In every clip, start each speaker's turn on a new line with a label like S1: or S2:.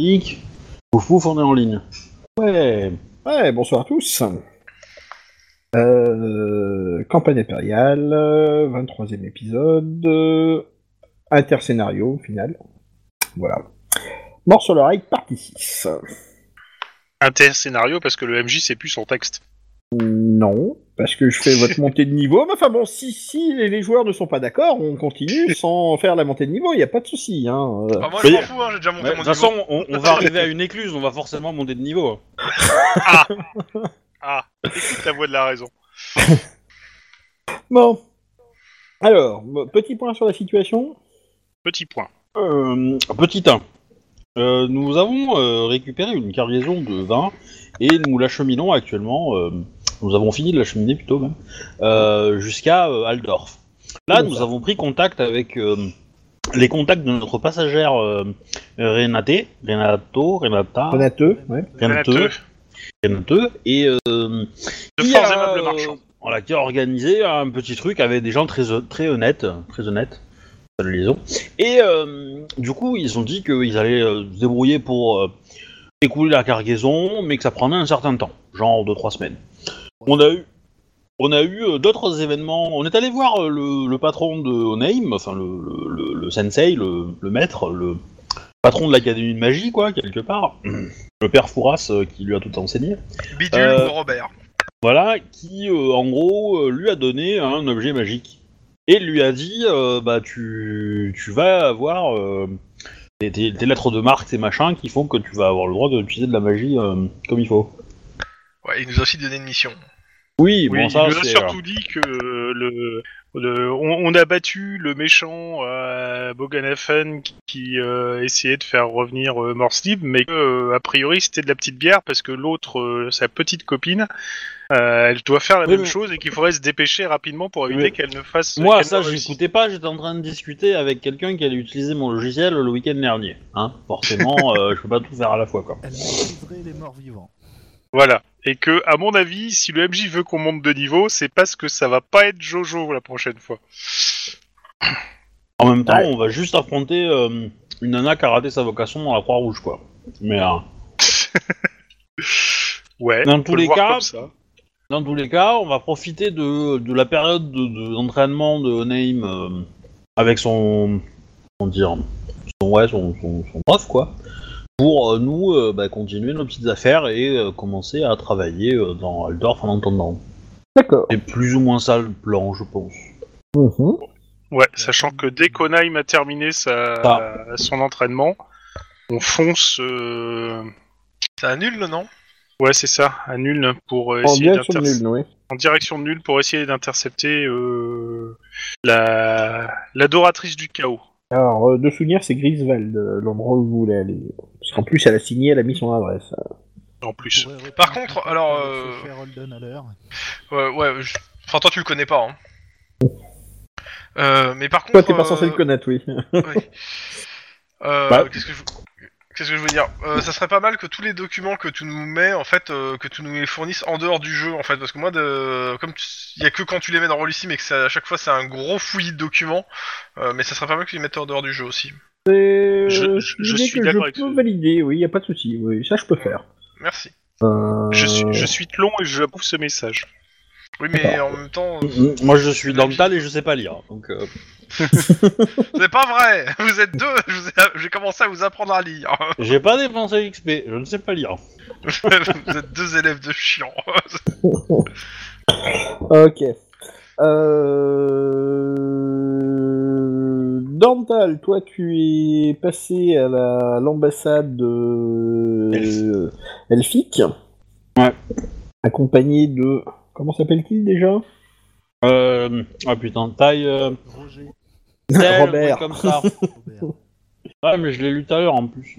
S1: Nick, ouf ouf, on est en ligne.
S2: Ouais, ouais, bonsoir à tous. Euh, campagne impériale, euh, 23e épisode, euh, interscénario final. Voilà. Mort sur l'oreille, partie 6.
S3: Inter-scénario parce que le MJ sait plus son texte.
S2: Non, parce que je fais votre montée de niveau. Mais enfin bon, si, si les, les joueurs ne sont pas d'accord, on continue sans faire la montée de niveau, il n'y a pas de souci. Hein. Euh,
S4: Ah, moi je m'en fous, hein, j'ai déjà
S1: De
S4: monté mon
S1: toute
S4: niveau.
S1: façon, on, on va arriver à une écluse, on va forcément monter de niveau. hein.
S3: Ah, écoute la voix de la raison.
S2: Bon. Alors, bon, petit point sur la situation.
S3: Petit point.
S1: Euh, petit 1. Euh, nous avons euh, récupéré une cargaison de vin et nous l'acheminons actuellement. euh, nous avons fini de l'acheminer plutôt même euh, jusqu'à euh, Aldorf. Là,
S2: Bon,
S1: nous
S2: ça.
S1: avons pris contact avec euh, les contacts de notre passagère euh, Renate, Renato, Renata,
S2: Renateux, ouais.
S1: Renateux,
S3: Renate,
S1: Renateux, et euh,
S3: De
S1: qui
S3: forts
S1: a,
S3: aimables
S1: euh,
S3: marchands.
S1: Voilà, qui a organisé un petit truc avec des gens très, très honnêtes, très honnêtes, ça le liaison. Et euh, du coup, ils ont dit qu'ils allaient euh, se débrouiller pour euh, écouler la cargaison, mais que ça prendrait un certain temps, genre 2-3 semaines. On a eu, on a eu euh, d'autres événements. On est allé voir euh, le, le patron de Oneim, enfin le, le- le- le sensei, le, le maître, le patron de l'académie de magie, quoi, quelque part. Le père Fouras euh, qui lui a tout enseigné.
S4: Bidule
S1: Euh,
S4: ou Robert.
S1: Voilà, qui euh, en gros euh, lui a donné un objet magique et lui a dit euh, bah tu, tu vas avoir euh, tes, tes- tes lettres de marque, tes machins qui font que tu vas avoir le droit d'utiliser de la magie euh, comme il faut.
S4: Ouais, il nous a aussi donné une mission.
S1: Oui,
S3: Oui,
S1: bon ça
S3: il nous a
S1: c'est euh,
S3: surtout dit que le, le- on, on a battu le méchant euh, Boganafen qui euh, essayait de faire revenir euh, Morslib, mais que, euh, a priori c'était de la petite bière parce que l'autre, euh, sa petite copine, euh, elle doit faire la
S1: Oui,
S3: même
S1: mais-
S3: chose et qu'il faudrait se dépêcher rapidement pour éviter
S1: Mais-
S3: qu'elle ne fasse.
S1: Moi,
S3: qu'elle
S1: ça,
S3: ne réussisse.
S1: j'écoutais pas, j'étais en train de discuter avec quelqu'un qui allait utiliser mon logiciel le week-end dernier. Hein Forcément, euh, je peux pas tout faire à la fois, quoi.
S5: Elle a livré les morts vivants.
S3: Voilà. Et que, à mon avis, si le MJ veut qu'on monte de niveau, c'est parce que ça va pas être Jojo la prochaine fois.
S1: En même temps,
S2: Ouais.
S1: on va juste affronter euh, une nana qui a raté sa vocation dans la Croix-Rouge, quoi. Mais euh,
S3: Ouais.
S1: Dans
S3: on
S1: tous
S3: peut le
S1: les
S3: voir
S1: cas,
S3: comme ça.
S1: dans tous les cas, on va profiter de, de la période d'entraînement de, d'entraînement de Naïm euh, avec son. Comment dire Son, ouais, son, son- son prof, quoi. Pour euh, nous euh, bah, continuer nos petites affaires et euh, commencer à travailler euh, dans Aldorf en attendant.
S2: D'accord.
S1: C'est plus ou moins ça le plan, je pense.
S2: Mhm.
S3: Ouais, sachant que dès qu'Onaim a terminé sa... son entraînement, on fonce. euh,
S4: Ça annule le nom
S3: Ouais, c'est ça, à nul pour euh,
S2: En
S3: essayer
S2: bien sur
S3: d'inter-
S2: nul, oui.
S3: en direction de nul pour essayer d'intercepter euh, la l'adoratrice du chaos.
S2: Alors, euh, de souvenir, c'est Grisvald, euh, l'endroit où vous voulez aller. Parce qu'en plus, elle a signé, elle a mis son adresse.
S3: En plus,
S5: Pourrait reprendre
S4: Par contre,
S5: contact
S4: alors,
S5: avec
S4: euh,
S5: ce cher Holden à l'heure.
S4: Ouais, ouais. je- Enfin, toi, tu le connais pas. Hein. Euh, mais par contre.
S2: Toi, t'es pas censé
S4: euh,
S2: le connaître, oui.
S4: ouais. Euh,
S2: Bah.
S4: Qu'est-ce que je. Qu'est-ce que je veux dire Euh, Ça serait pas mal que tous les documents que tu nous mets, en fait, euh, que tu nous les fournisses en dehors du jeu, en fait, parce que moi, de... comme tu- il y a que quand tu les mets dans Rollissim mais que ça- à chaque fois c'est un gros fouillis de documents, euh, mais ça serait pas mal que tu les mettes en dehors du jeu aussi.
S2: C'est
S3: je-
S2: une
S3: je-
S2: idée
S3: je suis
S2: que
S3: d'accord avec
S2: Je peux
S3: ce-
S2: valider, oui, y a pas de souci, oui, ça je peux faire.
S4: Merci.
S2: Euh,
S3: je suis je suis long et je approuve ce message.
S4: Oui, mais en même temps, euh,
S1: Moi, je suis dans le tal et je sais pas lire. Donc, euh,
S4: c'est pas vrai. Vous êtes deux. je vous ai- J'ai commencé à vous apprendre à lire.
S1: j'ai pas dépensé XP, je ne sais pas lire.
S4: vous êtes deux élèves de chiant.
S2: Ok. Euh... Dental, toi tu es passé à la- l'ambassade de... euh, elfique.
S1: Ouais.
S2: Accompagné de... Comment s'appelle-t-il déjà
S1: Euh, ah putain, taille. euh,
S5: Roger.
S1: tel,
S2: Robert.
S1: ouais, Comme ça.
S5: Robert.
S1: Ouais, mais je l'ai lu tout à l'heure en plus.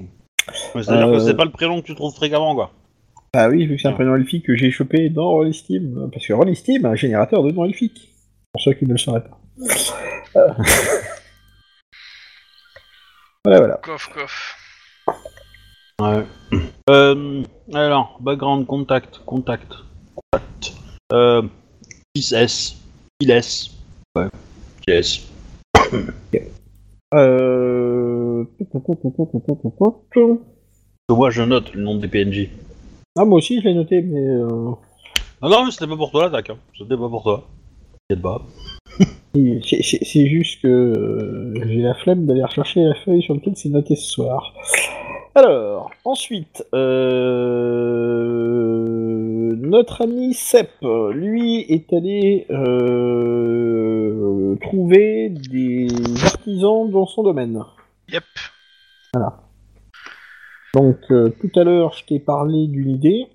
S1: Mais C'est-à-dire
S2: Euh.
S1: que c'est pas le prénom que tu trouves fréquemment, quoi.
S2: Ah oui, vu que c'est un prénom elfique que j'ai chopé dans Roll Steam. Parce que Roll Steam a un générateur de nom elfique. Pour ceux qui ne le sauraient pas. Euh. voilà, voilà.
S4: coff, coff.
S1: Ouais. Euh, alors, background, contact, contact, contact. Euh, 6S, il laisse. Ouais, il laisse.
S2: Euh...
S1: que moi je note le nom des PNJ.
S2: Ah, moi aussi, je l'ai noté, mais. euh,
S1: Non, Ah non, mais c'était pas pour toi l'attaque. Hein. C'était pas pour toi. T'inquiète pas.
S2: c'est- C'est c'est juste que euh, j'ai la flemme d'aller rechercher la feuille sur laquelle c'est noté ce soir. Alors, ensuite, euh, notre ami Sepp, lui, est allé euh, trouver des artisans dans son domaine.
S4: Yep.
S2: Donc, euh, tout à l'heure, je t'ai parlé d'une idée.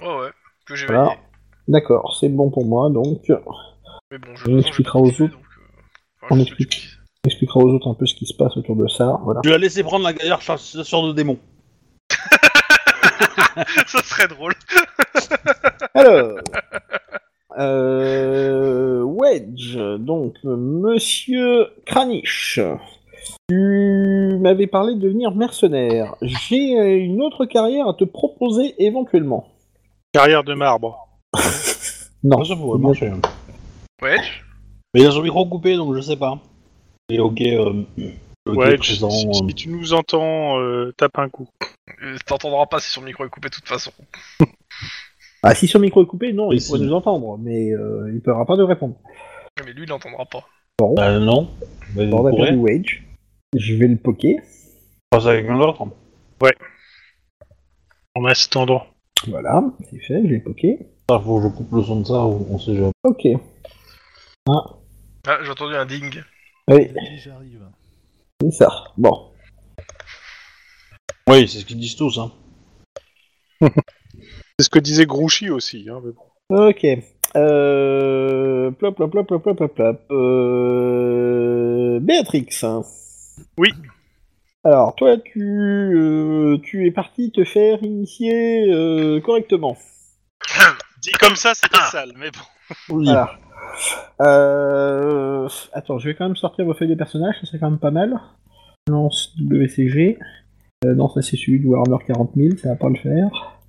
S4: Ouais, Oh, ouais, que j'ai
S2: Voilà.
S4: validé.
S2: D'accord, c'est bon pour moi, donc
S4: Mais bon, je
S2: On
S4: je-
S2: expliquera
S4: je-
S2: aux autres.
S4: donc, euh, enfin, je-
S2: On explique. on expliquera aux autres un peu ce qui se passe autour de ça. Voilà.
S1: Tu l'as laissé prendre la galère chasseur de démons.
S4: Ça serait drôle.
S2: Alors, euh, Wedge, donc euh, Monsieur Kranich, tu m'avais parlé de devenir mercenaire. J'ai euh, une autre carrière à te proposer éventuellement.
S3: Carrière de marbre.
S2: Non,
S1: Moi, ça pourrait marcher. hein.
S4: Ouais,
S1: Mais il a son micro coupé, donc je sais pas. Et ok, euh, ok,
S3: ouais,
S1: présent,
S3: si,
S1: euh,
S3: si tu nous entends, euh, tape un coup.
S4: euh, t'entendras pas si son micro est coupé de toute façon.
S2: ah, si son micro est coupé, non, il
S1: Ici.
S2: pourrait nous entendre, mais euh, il ne pourra pas nous répondre.
S4: Ouais, Mais lui, il l'entendra pas.
S1: bah non. Mais
S2: Alors, on a
S1: pourrait.
S2: perdu Wedge. Je vais le poker.
S1: Passe à quelqu'un d'autre.
S3: En attendant.
S2: Voilà, c'est fait, je vais le poker.
S1: Ça, faut que je coupe le son de ça, ou on sait jamais.
S2: Ok.
S4: Ah, j'ai entendu un ding.
S2: Oui,
S5: J'arrive.
S2: c'est ça. Bon.
S1: Oui, c'est ce qu'ils disent tous. Hein.
S3: C'est ce que disait Grouchy aussi. Hein, mais bon.
S2: Ok. Euh... Plop, plop, plop, plop, plop, plop, plop. Euh... Béatrix. hein.
S3: Oui.
S2: Alors, toi, tu, euh, tu es parti te faire initier euh, correctement.
S3: Dit comme ça, c'était sale, mais bon.
S1: Oui.
S2: Voilà. Euh... Attends, je vais quand même sortir vos feuilles de personnages, ça c'est quand même pas mal. Lance WCG. Euh, non, ça c'est celui de Warhammer 40 000, ça va pas le faire.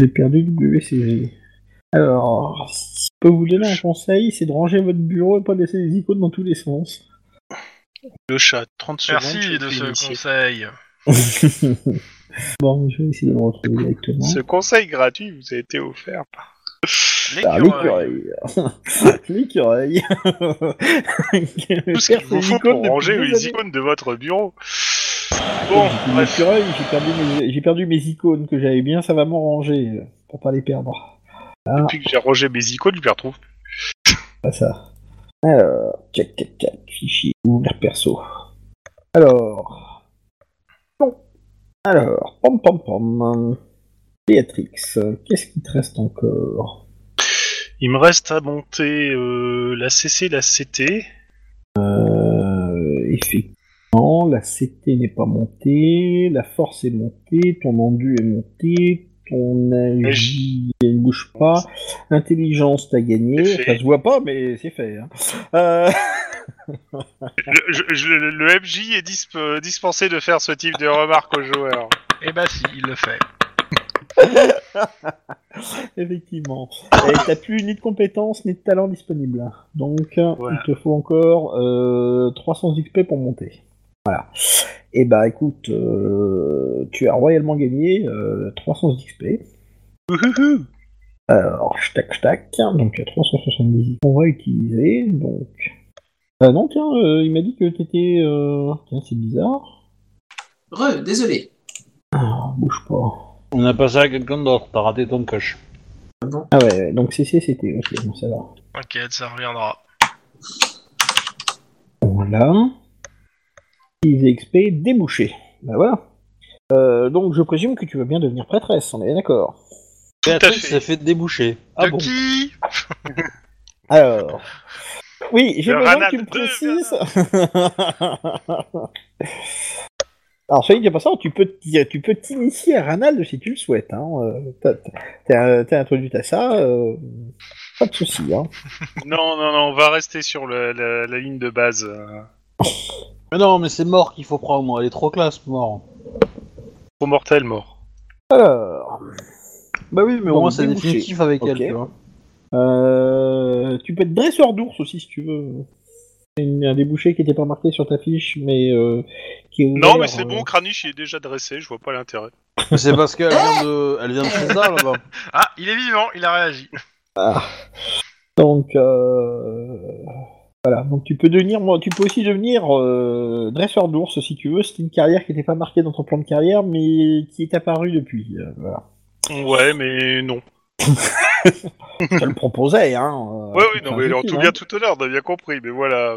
S2: J'ai perdu WCG. Alors, si je peux vous donner un conseil, c'est de ranger votre bureau et pas de laisser des icônes dans tous les sens.
S3: Le chat, 30 secondes. je
S4: Merci de
S3: suis
S4: ce
S3: initié.
S4: conseil.
S2: bon, je vais essayer de le retrouver directement.
S1: Hein
S3: Ce conseil gratuit vous a été offert par.
S2: Ah,
S4: L'écureuil.
S2: l'écureuil. l'écureuil.
S3: Tout ce qu'il vous faut pour ranger les icônes de votre bureau. Bon,
S2: J'ai
S3: bref.
S2: perdu mes- j'ai perdu, mes, icônes que j'avais bien savamment rangées euh, pour pas les perdre.
S3: Depuis que j'ai rangé mes icônes, je les retrouve.
S2: Pas ça. Alors, check, check, check, fichier, ouvrir perso. Alors. Bon. Alors, pom pom pom. Béatrix, euh, qu'est-ce qui te reste encore
S3: Il me reste à monter euh, la CC, la CT.
S2: Euh, effectivement, la CT n'est pas montée, la force est montée, ton endu est monté, ton AJ ne bouge pas, l'intelligence t'a gagné,
S3: C'est fait.
S2: ça se voit pas, mais c'est fait. hein. Euh,
S3: Le, je- je- le- le MJ est disp- euh, dispensé de faire ce type de remarques aux joueurs.
S4: Eh bah si, il le fait.
S2: effectivement. Et t'as plus ni de compétences ni de talent disponible. hein. Donc, euh,
S3: Voilà.
S2: il te faut encore euh, 300 XP pour monter. Voilà. Et bah écoute, euh, tu as royalement gagné euh, 300 XP.
S3: Ouhouhou.
S2: Alors, tac tac, donc il y a 370 qu'on va utiliser, donc... Ah non, tiens, euh, il m'a dit que t'étais... Euh... Tiens, c'est bizarre.
S6: Re, désolé.
S2: Ah, bouge pas.
S1: On a passé à quelqu'un d'autre, t'as raté ton coche.
S6: Bon.
S2: Ah ouais, ouais, donc CC, c'était... Ok, bon, ça va.
S4: T'inquiète, ça reviendra.
S2: Voilà. 10 XP débouché. Bah voilà. Euh, donc je présume que tu vas bien devenir prêtresse, on est d'accord.
S1: Tout
S3: à fait.
S1: s'est fait déboucher. Ah
S4: de
S1: bon
S4: qui
S2: Alors... Oui, j'ai
S3: Le
S2: besoin
S3: Ranal
S2: que tu me
S3: 2,
S2: précises. Alors, ça dit pas ça, tu peux t'y- tu peux t'initier à Ranald si tu le souhaites. Hein. euh, t'as- T'es euh, t'es introduite à ça, euh, pas de souci. Hein.
S3: Non, non, non, on va rester sur le- la, la ligne de base. euh,
S1: Mais non, mais c'est mort qu'il faut prendre, elle est trop classe, mort.
S3: Pro mortel mort.
S2: Alors,
S1: Bah oui, mais
S2: Bon,
S1: au moins c'est
S2: débouché.
S1: définitif avec
S2: Ok.
S1: elle, tu vois.
S2: euh, tu peux être dresseur d'ours aussi si tu veux. C'est une- un débouché qui n'était pas marqué sur ta fiche, mais euh, qui est ouvert,
S3: Non, mais c'est
S2: euh,
S3: bon, Kranich il est déjà dressé, je vois pas l'intérêt.
S1: C'est parce qu'elle vient de, elle vient de César là-bas.
S4: Ah, il est vivant, il a réagi.
S2: Donc euh, voilà, donc tu peux devenir, moi, tu peux aussi devenir euh, dresseur d'ours si tu veux. C'est une carrière qui n'était pas marquée dans ton plan de carrière, mais qui est apparue depuis. euh, voilà.
S3: Ouais, mais non.
S2: Je te le proposais, hein. euh,
S3: Ouais, oui,
S2: c'est
S3: non,
S2: un
S3: mais en
S2: outil,
S3: tout
S2: hein.
S3: bien, tout honneur, on a bien compris, mais voilà.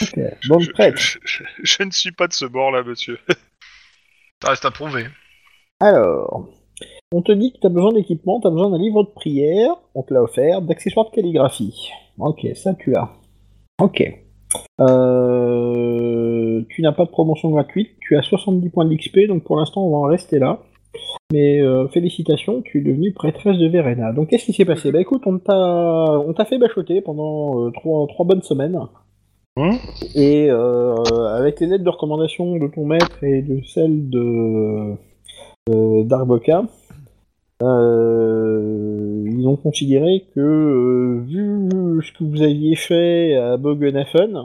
S2: Ok, Bon,
S3: Je,
S2: prête.
S3: je- je- je ne suis pas de ce bord-là, monsieur.
S4: Ça reste à prouver.
S2: Alors, on te dit que t'as besoin d'équipement, t'as besoin d'un livre de prière, on te l'a offert, d'accessoires de calligraphie. Ok, ça tu l'as. Ok. Euh, tu n'as pas de promotion gratuite, tu as 70 points d'XP, donc pour l'instant on va en rester là. Mais euh, félicitations, tu es devenue prêtresse de Verena. Donc qu'est-ce qui s'est passé Bah écoute, on t'a on t'a fait bachoter pendant euh, trois, trois bonnes semaines.
S3: Hein
S2: et euh, avec les aides de recommandation de ton maître et de celle de euh, d'Arboca, euh, ils ont considéré que, euh, vu ce que vous aviez fait à Bogenhafen,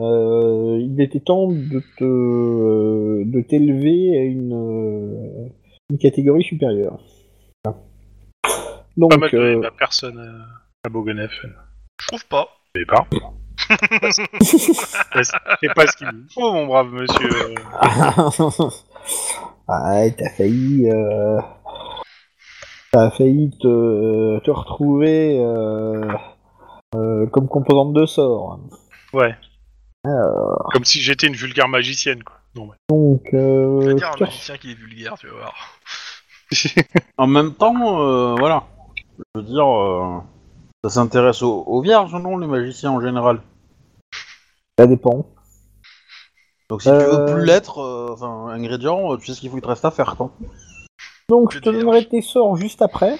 S2: euh, il était temps de te euh, de t'élever à une, euh, une catégorie supérieure. Voilà.
S3: Pas mal
S2: Donc,
S3: de
S2: euh,
S3: la personne à- à Bogenheffen.
S4: Je trouve pas.
S3: Mais pas. C'est pas ce qu'il me faut, mon brave monsieur. Euh,
S2: ah, t'as failli, euh, t'as failli te, te retrouver euh, euh, comme composante de sort.
S3: Ouais. Comme si j'étais une vulgaire magicienne, quoi. Non, mais-
S2: Donc, euh,
S4: Je veux dire un
S2: Thor-
S4: magicien qui est vulgaire, tu vas voir.
S1: En même temps, euh, voilà. Je veux dire, euh, ça s'intéresse aux, aux vierges, non, les magiciens en général.
S2: ça dépend.
S1: Donc si tu
S2: Euh.
S1: veux plus l'être, euh, enfin, ingrédient, euh, tu sais ce qu'il faut qu'il te reste à faire, quoi.
S2: Donc,
S4: Que
S2: je te
S4: dire.
S2: donnerai tes sorts juste après.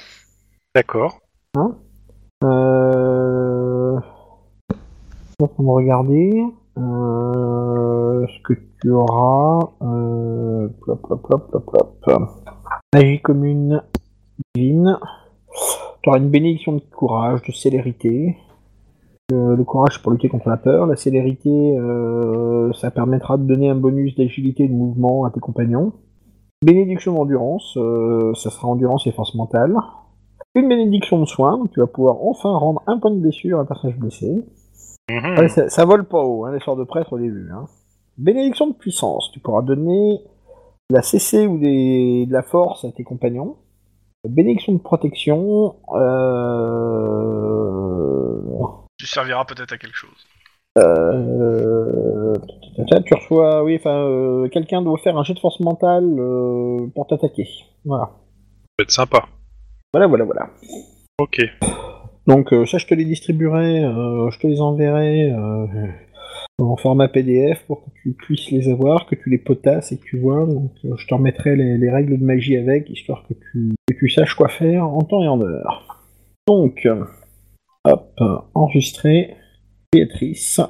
S3: D'accord.
S2: Euh... Je suis en train de regarder. Euh... Ce que tu auras. Euh... Plop, plop, plop, plop, plop. Magie commune divine. Tu auras une bénédiction de courage, de célérité. Euh, le courage c'est pour lutter contre la peur. La célérité, euh, ça permettra de donner un bonus d'agilité et de mouvement à tes compagnons. Bénédiction d'endurance, euh, ça sera endurance et force mentale une bénédiction de soin, donc tu vas pouvoir enfin rendre un point de blessure à un personnage blessé.
S3: Mhm.
S2: Ouais, ça, ça vole pas haut, hein, les sorts de prêtre au début. hein. Bénédiction de puissance, tu pourras donner de la CC ou des- de la force à tes compagnons. Bénédiction de protection, euh...
S4: Tu serviras peut-être à quelque chose.
S2: euh, tata, tu reçois, oui, enfin, euh, quelqu'un doit faire un jet de force mentale euh, pour t'attaquer. Voilà,
S3: Ça peut être sympa.
S2: voilà, voilà, voilà.
S3: Ok.
S2: Donc euh, ça, je te les distribuerai, euh, je te les enverrai euh, en format PDF pour que tu puisses les avoir, que tu les potasses et que tu vois. Donc euh, je te remettrai les, les règles de magie avec, histoire que tu, que tu saches quoi faire en temps et en heure. Donc, euh, hop, euh, enregistré, Béatrice,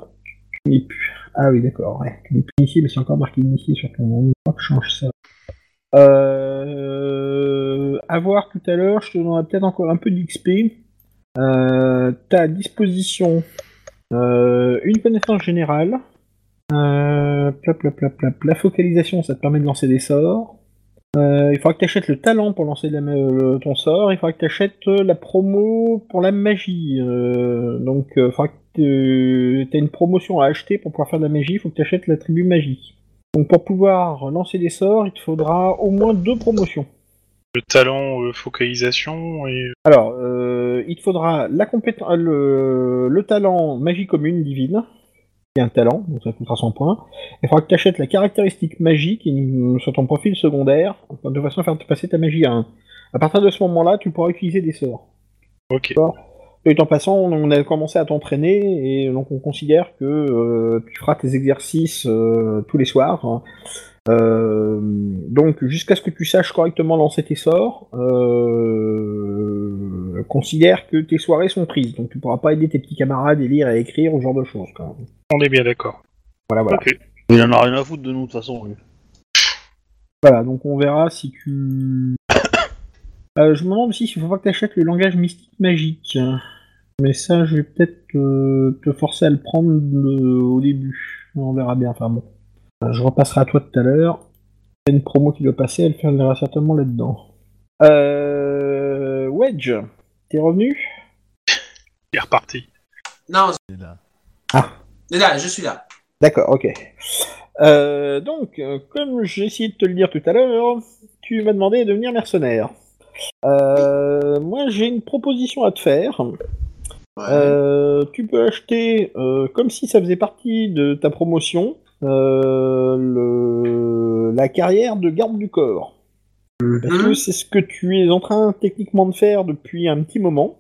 S2: tu n'es plus. Ah oui, d'accord, ouais. tu n'es plus initié, mais c'est encore marqué initié sur ton nom. Je crois que je change ça. Euh, à voir tout à l'heure, je te donnerai peut-être encore un peu d'XP. Euh, t'as à disposition euh, une connaissance générale. Euh, plop, plop, plop, plop. La focalisation, ça te permet de lancer des sorts. Euh, il faudra que tu achètes le talent pour lancer la ma- le- ton sort. Il faudra que tu achètes la promo pour la magie. Euh, donc, euh, il faudra que tu as une promotion à acheter pour pouvoir faire de la magie. Il faut que tu achètes l'attribut magie. Donc, pour pouvoir lancer des sorts, il te faudra au moins deux promotions.
S3: Le talent euh, focalisation et.
S2: Alors, euh, il te faudra la compéten- euh, le, le talent magie commune divine, qui est un talent, donc ça coûtera 100 points. Il faudra que tu achètes la caractéristique magique qui- sur ton profil secondaire, enfin, de façon à faire te passer ta magie à 1. À partir de ce moment-là, tu pourras utiliser des sorts.
S3: Ok.
S2: Et en passant, on a commencé à t'entraîner, et donc on considère que euh, tu feras tes exercices euh, tous les soirs. Euh, donc, jusqu'à ce que tu saches correctement lancer tes sorts, euh, considère que tes soirées sont prises. Donc, tu pourras pas aider tes petits camarades à lire et à écrire, ou ce genre de choses. Quand même.
S3: On est bien d'accord.
S2: Voilà, voilà.
S3: Ok.
S1: Il en a rien à foutre de nous, de toute façon. lui.
S2: Voilà, donc on verra si tu. Euh, je me demande aussi s'il faut pas que tu achètes le langage mystique magique. Mais ça, je vais peut-être euh, te forcer à le prendre euh, au début. On verra bien. Enfin bon. Euh, Je repasserai à toi tout à l'heure. Il y a une promo qui doit passer, elle finira certainement là-dedans. Euh... Wedge, t'es revenu
S3: Il est reparti.
S6: Non,
S5: Il est là.
S2: Ah.
S6: je- là, je suis là.
S2: D'accord, ok. Euh, donc, euh, comme j'ai essayé de te le dire tout à l'heure, tu m'as demandé de devenir mercenaire. Euh, moi, j'ai une proposition à te faire.
S6: Ouais.
S2: Euh, tu peux acheter, euh, comme si ça faisait partie de ta promotion, euh, le- la carrière de garde du corps.
S6: Hum, Mmh.
S2: Parce que c'est ce que tu es en train techniquement de faire depuis un petit moment.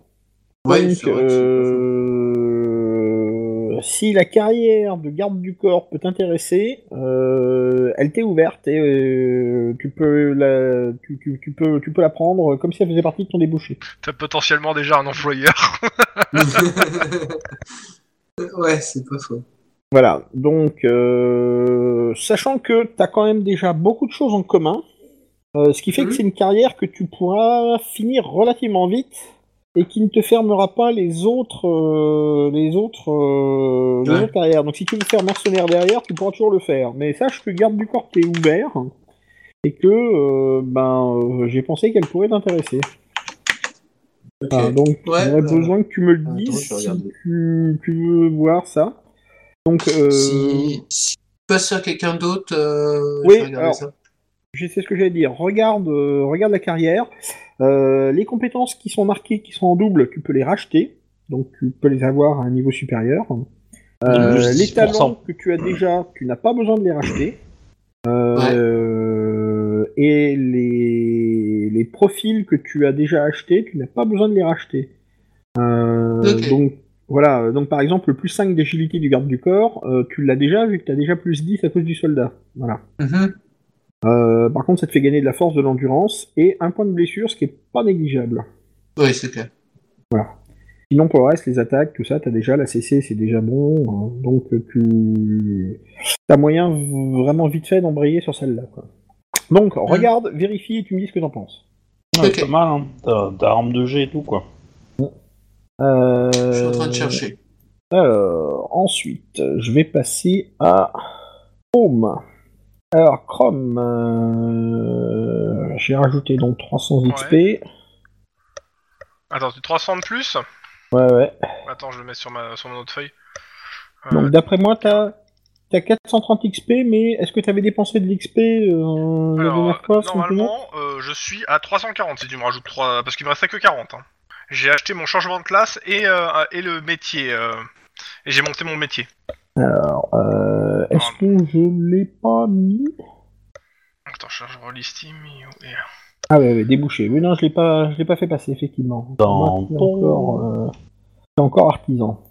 S6: Ouais,
S2: Donc,
S6: c'est vrai que c'est
S2: euh, si la carrière de garde du corps peut t'intéresser, euh, elle t'est ouverte et euh, tu, peux la, tu, tu- tu peux, tu peux la prendre comme si elle faisait partie de ton débouché.
S4: T'as potentiellement déjà un employeur.
S6: pas faux. ouais, c'est pas faux.
S2: Voilà, donc euh, sachant que tu as quand même déjà beaucoup de choses en commun, euh, ce qui fait que
S6: Mhm.
S2: c'est une carrière que tu pourras finir relativement vite et qui ne te fermera pas les autres, euh, les autres, euh, les
S6: Ouais.
S2: autres carrières. Donc si tu veux faire mercenaire derrière, tu pourras toujours le faire. Mais sache que garde du corps, t'es ouvert et que euh, ben euh, j'ai pensé qu'elle pourrait t'intéresser.
S6: Ok.
S2: Enfin, donc
S6: Ouais,
S2: j'aurais
S6: bah,
S2: besoin que tu me le
S6: attends,
S2: dises
S6: je vais
S2: si
S6: regarder.
S2: tu, tu veux voir ça. Donc euh,
S6: Si, si tu passes sur quelqu'un d'autre, euh,
S2: Oui,
S6: je vais regarder
S2: alors,
S6: ça.
S2: Je sais ce que j'allais dire. Regarde, euh, regarde la carrière. Euh, les compétences qui sont marquées, qui sont en double, tu peux les racheter. Donc tu peux les avoir à un niveau supérieur. Euh,
S1: Plus
S2: les
S1: 10%.
S2: talents que tu as déjà, tu n'as pas besoin de les racheter. Euh, Et les, les profils que tu as déjà achetés, tu n'as pas besoin de les racheter. Euh,
S6: Ok.
S2: Donc voilà, donc par exemple le plus 5 d'agilité du garde du corps, euh, tu l'as déjà vu que tu as déjà plus 10 à cause du soldat. Voilà.
S6: Mhm.
S2: Euh, par contre, ça te fait gagner de la force, de l'endurance et un point de blessure, ce qui est pas négligeable.
S6: Oui, c'est clair.
S2: Sinon, pour le reste, les attaques, tout ça, t'as déjà la CC, c'est déjà bon. hein. donc, euh, tu as moyen v- vraiment vite fait d'embrayer sur celle-là. quoi. Donc,
S6: Hmm.
S2: regarde, vérifie et tu me dis ce que t'en penses.
S1: Ouais,
S6: Ok.
S1: c'est Pas mal, hein. T'as- T'as arme de G et tout, quoi.
S2: Euh,
S6: Je suis en train de chercher.
S2: Alors, ensuite, je vais passer à Chrome. Alors, Chrome, euh, j'ai rajouté donc 300 XP.
S4: Attends, tu 300 de plus
S2: Ouais, ouais.
S4: Attends, je le mets sur, ma, sur mon autre feuille. Euh,
S2: Donc d'après moi, t'as as 430 XP, mais est-ce que t'avais dépensé de l'XP euh, la
S4: Alors,
S2: dernière fois simplement
S4: normalement, euh, je suis à 340 si tu me rajoutes 3, parce qu'il me restait que 40. hein. J'ai acheté mon changement de classe et, euh, et le métier. euh, et j'ai monté mon métier.
S2: Alors, euh, est-ce que je l'ai pas mis
S4: Attends, je je relis Steam. et- et-
S2: Ah ouais, ouais, débouché. Oui, non, je l'ai pas, je l'ai pas fait passer effectivement.
S1: Dans
S2: Moi, c'est
S1: ton-
S2: encore, euh, c'est encore artisan.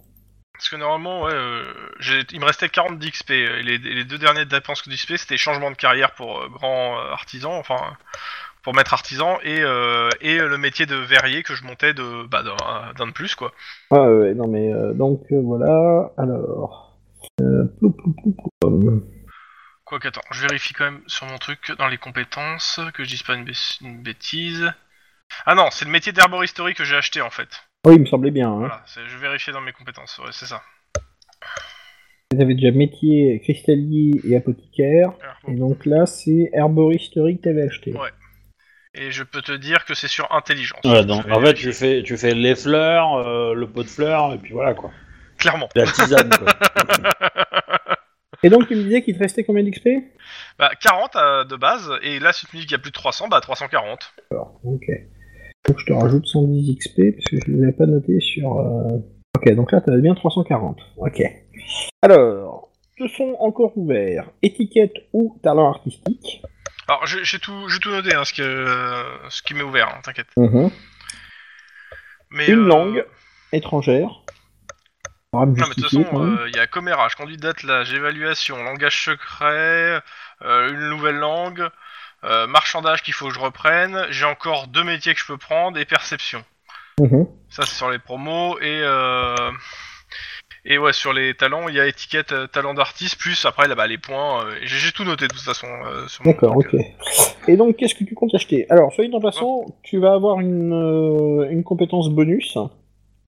S4: Parce que normalement, ouais, euh, j'ai- il me restait 40 d'XP. Et les, les deux dernières dépenses d'XP, c'était changement de carrière pour euh, grand euh, artisan, enfin, pour maître artisan, et, euh, et euh, le métier de verrier que je montais de bah, d'un d'un de plus, quoi.
S2: Ah ouais, ouais, non mais euh, donc euh, voilà. Alors, euh, plou, plou, plou, plou, plou.
S4: Quoi qu'attends, je vérifie quand même sur mon truc, dans les compétences, que je dise pas une, bês- une bêtise. Ah non, c'est le métier d'herboristerie que j'ai acheté, en fait.
S2: oui, il me semblait bien. Hein.
S4: Voilà, c'est- je vérifiais dans mes compétences, ouais, c'est ça.
S2: Vous avez déjà métier, cristallier et apothicaire.
S4: Alors,
S2: Et
S4: bon.
S2: donc là, c'est herboristerie que t'avais acheté.
S4: Ouais. Et je peux te dire que c'est sur intelligence.
S1: Ouais, donc,
S4: Je vais
S1: en fait, tu
S4: vérifier.
S1: fais, tu fais les fleurs, euh, le pot de fleurs, et puis voilà, quoi.
S4: Clairement.
S1: La tisane, quoi.
S2: Et donc tu me disais qu'il te restait combien d'XP
S4: Bah, 40 euh, de base, et là, si tu me dis qu'il y a plus de 300, bah 340.
S2: Ok. Donc je te rajoute 110 XP parce que je ne les avais pas notés sur. euh, Ok, donc là tu bien 340. Ok. Alors, ce sont encore ouverts étiquette ou talent artistique.
S4: Alors, j'ai j'ai tout, j'ai tout noté, hein, ce, que, euh, ce qui m'est ouvert, hein, t'inquiète. Mais,
S2: Une
S4: euh,
S2: langue étrangère. Ah,
S4: Non, mais de toute façon, euh, il y a commérage, conduite d'attelage, évaluation, langage secret, euh, une nouvelle langue, euh, marchandage qu'il faut que je reprenne, j'ai encore deux métiers que je peux prendre, et perception. euh,
S2: Mhm.
S4: Ça, c'est sur les promos, et... euh, Et ouais, sur les talents, il y a étiquette euh, talent d'artiste, plus après, là-bas, les points. euh, j'ai j'ai tout noté, de toute façon. euh, sur mon
S2: D'accord,
S4: truc, Ah.
S2: ok. Et donc, qu'est-ce que tu comptes acheter Alors, soit dit en passant, tu vas avoir une, euh, une compétence bonus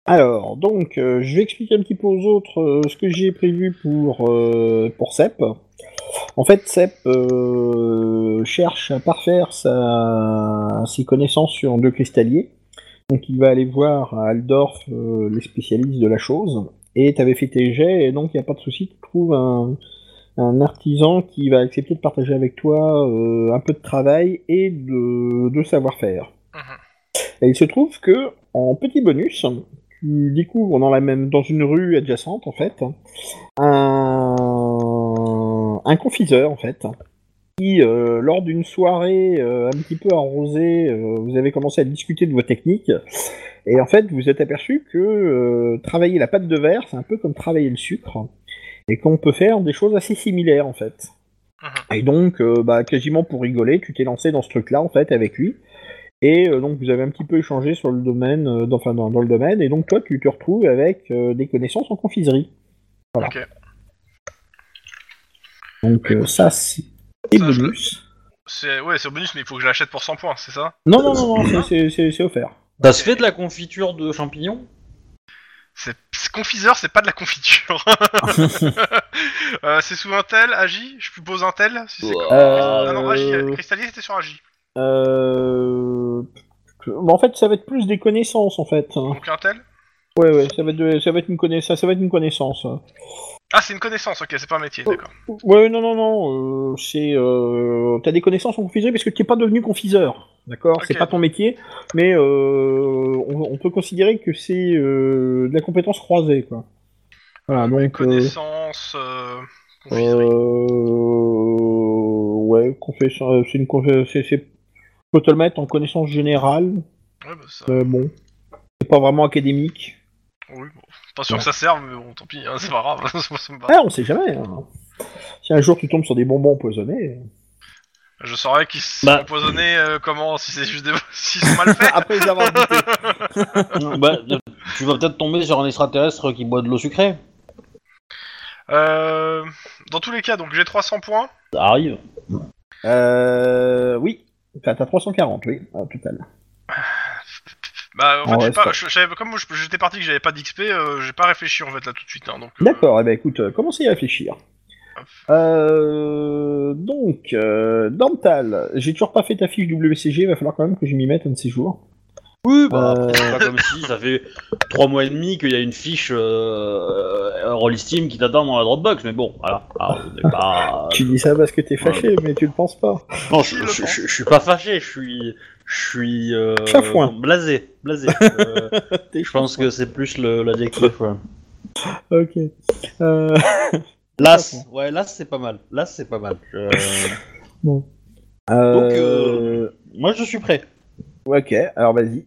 S2: Alors, donc, euh, je vais expliquer un petit peu aux autres euh, ce que j'ai prévu pour, euh, pour Sep. En fait, Sep euh, cherche à parfaire sa, ses connaissances sur deux cristalliers. Donc, il va aller voir à Aldorf euh, les spécialistes de la chose. Et t'avais fait tes jets, et donc il n'y a pas de souci, tu trouves un, un artisan qui va accepter de partager avec toi euh, un peu de travail et de, de savoir-faire. Et il se trouve que, en petit bonus, tu découvres dans, la même, dans une rue adjacente, en fait, un, un confiseur, en fait, qui, euh, lors d'une soirée euh, un petit peu arrosée, euh, vous avez commencé à discuter de vos techniques, et en fait, vous vous êtes aperçu que euh, travailler la pâte de verre, c'est un peu comme travailler le sucre, et qu'on peut faire des choses assez similaires, en fait. Et donc, euh, bah, quasiment pour rigoler, tu t'es lancé dans ce truc-là, en fait, avec lui. Et euh, donc vous avez un petit peu échangé sur le domaine, euh, dans- enfin dans, dans le domaine, et donc toi tu te retrouves avec euh, des connaissances en confiserie. Voilà.
S4: Ok.
S2: Donc euh, ça c'est des
S4: Ça, je le-
S2: bonus.
S4: C'est ouais, c'est au bonus, mais il faut que je l'achète pour 100 points, c'est ça
S2: Non non non, non, c'est- c'est- c'est c'est offert.
S1: Ça se fait de la confiture de champignons
S4: C'est c'est- confiseur, c'est pas de la confiture. Euh, c'est sous un tel, Agi Je suppose un tel si c'est-
S2: Euh,
S4: Ah non, Agi, euh, Cristallier c'était sur Agi.
S2: Euh... bah, en fait ça va être plus des connaissances en fait.
S4: Donc un tel
S2: Ouais ouais, ça va être, de- ça va être une connaissance, ça va être une connaissance. hein.
S4: Ah, c'est une connaissance, ok, c'est pas un métier, d'accord.
S2: Ouais, non, non, non. euh, c'est, euh, t'as des connaissances en confiserie parce que t'es pas devenu confiseur, d'accord. C'est
S4: Ok.
S2: pas ton métier, mais euh, on, on peut considérer que c'est euh, de la compétence croisée, quoi. Voilà, donc. euh,
S4: Connaissance, euh, confiserie.
S2: euh, ouais, confession- euh, c'est une confé- c'est, c'est- faut te le mettre en connaissance générale.
S4: Ouais, bah, ça...
S2: euh, bon, c'est pas vraiment académique.
S4: Oui, bon. Pas sûr que ça serve, mais bon, tant pis, hein, c'est pas grave. Moi, ça me va.
S2: Ah, on sait jamais. hein. Si un jour tu tombes sur des bonbons empoisonnés.
S4: Je saurais qu'ils sont
S1: Bah.
S4: empoisonnés, euh, comment, si c'est juste des... S'ils sont mal faits
S2: Après les avoir goûtés.
S1: Bah, de- tu vas peut-être tomber sur un extraterrestre qui boit de l'eau sucrée.
S4: euh, Dans tous les cas, donc j'ai 300 points.
S1: Ça arrive.
S2: Euh, oui. Enfin, t'as 340, oui, au total.
S4: Bah, en
S2: En
S4: fait, j'ai
S2: reste.
S4: pas, je- je savais- comme moi, je- j'étais parti que j'avais pas d'XP, euh, j'ai pas réfléchi en fait là tout de suite. Hein, donc, euh,
S2: D'accord, eh ben écoute, euh, commencez à y réfléchir. Euh, donc, euh, Dental, j'ai toujours pas fait ta fiche WCG, va falloir quand même que je m'y mette un de ces jours.
S1: Oui, bah,
S2: Euh.
S1: après, c'est pas comme si ça fait trois mois et demi qu'il y a une fiche euh, Roll Steam qui t'attend dans la Dropbox, mais bon, voilà. Ah, on est pas...
S2: tu dis ça parce que t'es fâché, mais tu le penses pas.
S1: Non, je,
S4: Il le
S1: je-
S4: pense.
S1: je- je suis pas fâché, je suis, je suis euh,
S2: Chafouin.
S1: blasé, blasé. Euh,
S2: T'es
S1: je pense que c'est plus le- l'adjectif. ouais.
S2: Ok. Euh,
S1: Las, ouais, las c'est pas mal. Las c'est pas mal. Euh, Je-
S2: Donc,
S1: euh, Moi je suis prêt.
S2: Ok, alors vas-y.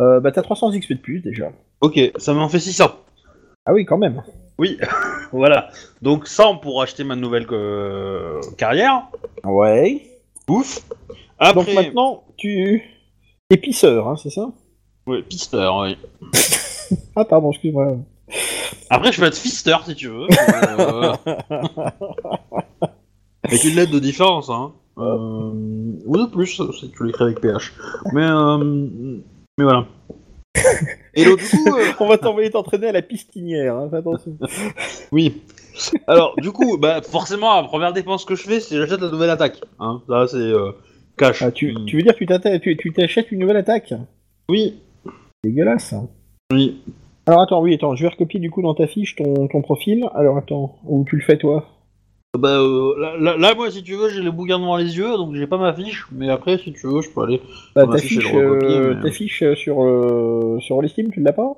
S2: Euh, bah t'as 300 XP de plus déjà.
S1: Ok, ça m'en fait 600.
S2: Ah oui, quand même.
S1: Oui, voilà. Donc 100 pour acheter ma nouvelle euh, carrière.
S2: Ouais.
S1: Ouf. Après,
S2: Donc maintenant, tu... T'es pisseur, hein, c'est ça
S1: Ouais, Pister, oui.
S2: Ah pardon, excuse-moi.
S1: Après, je peux être Fister si tu veux. Euh, avec une lettre de différence, hein. Euh, ou de plus, si tu l'écris avec PH. Mais, euh, mais voilà. Et l'autre, du coup, euh,
S2: On va t'envoyer t'entraîner à la pistinière, hein, fais attention.
S1: Oui. Alors, du coup, bah, forcément, la première dépense que je fais, c'est j'achète la nouvelle attaque. Hein. Ça, c'est euh, cash.
S2: Ah, tu,
S1: Mm.
S2: tu veux dire que tu t'atta- tu tu t'achètes une nouvelle attaque
S1: Oui,
S2: Dégueulasse.
S1: oui.
S2: Alors attends, oui, attends, je vais recopier du coup dans ta fiche ton, ton profil. Alors attends, ou tu le fais toi
S1: Bah, euh, là, là- là, moi, si tu veux, j'ai le bouquin devant les yeux, donc j'ai pas ma fiche. Mais après, si tu veux, je peux aller.
S2: bah,
S1: Dans
S2: ta,
S1: ma fiche,
S2: fiche,
S1: elle est recopiée,
S2: euh,
S1: mais-
S2: ta fiche euh, sur, euh, sur l'estime, tu l'as pas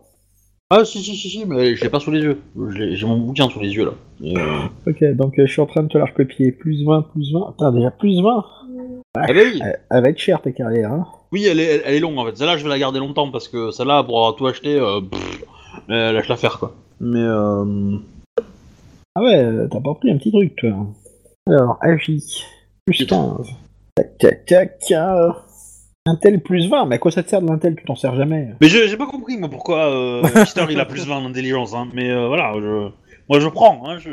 S1: Ah, si, si, si, si, mais je l'ai pas sous les yeux. Je l'ai- J'ai mon bouquin sous les yeux, là. Et, euh,
S2: Ok, donc euh, je suis en train de te la recopier. Plus 20, plus 20. Putain, déjà plus 20
S1: Ah, bah oui.
S2: Elle, elle va être chère ta carrière, hein
S1: Oui, elle est, elle, elle est longue en fait. Celle-là, je vais la garder longtemps parce que celle-là, pour avoir tout acheté, euh, pff, euh, lâche l'affaire quoi. Mais euh...
S2: Ah ouais, euh, t'as pas pris un petit truc toi. Alors, AJ, plus 15. Tac, tac, tac. euh, Intel plus 20, mais à quoi ça te sert de l'intel Tu t'en sers jamais.
S1: Mais je- j'ai pas compris moi pourquoi euh, Peter, il a plus 20 d'intelligence. Hein. Mais euh, voilà, je... moi je prends. Hein, je...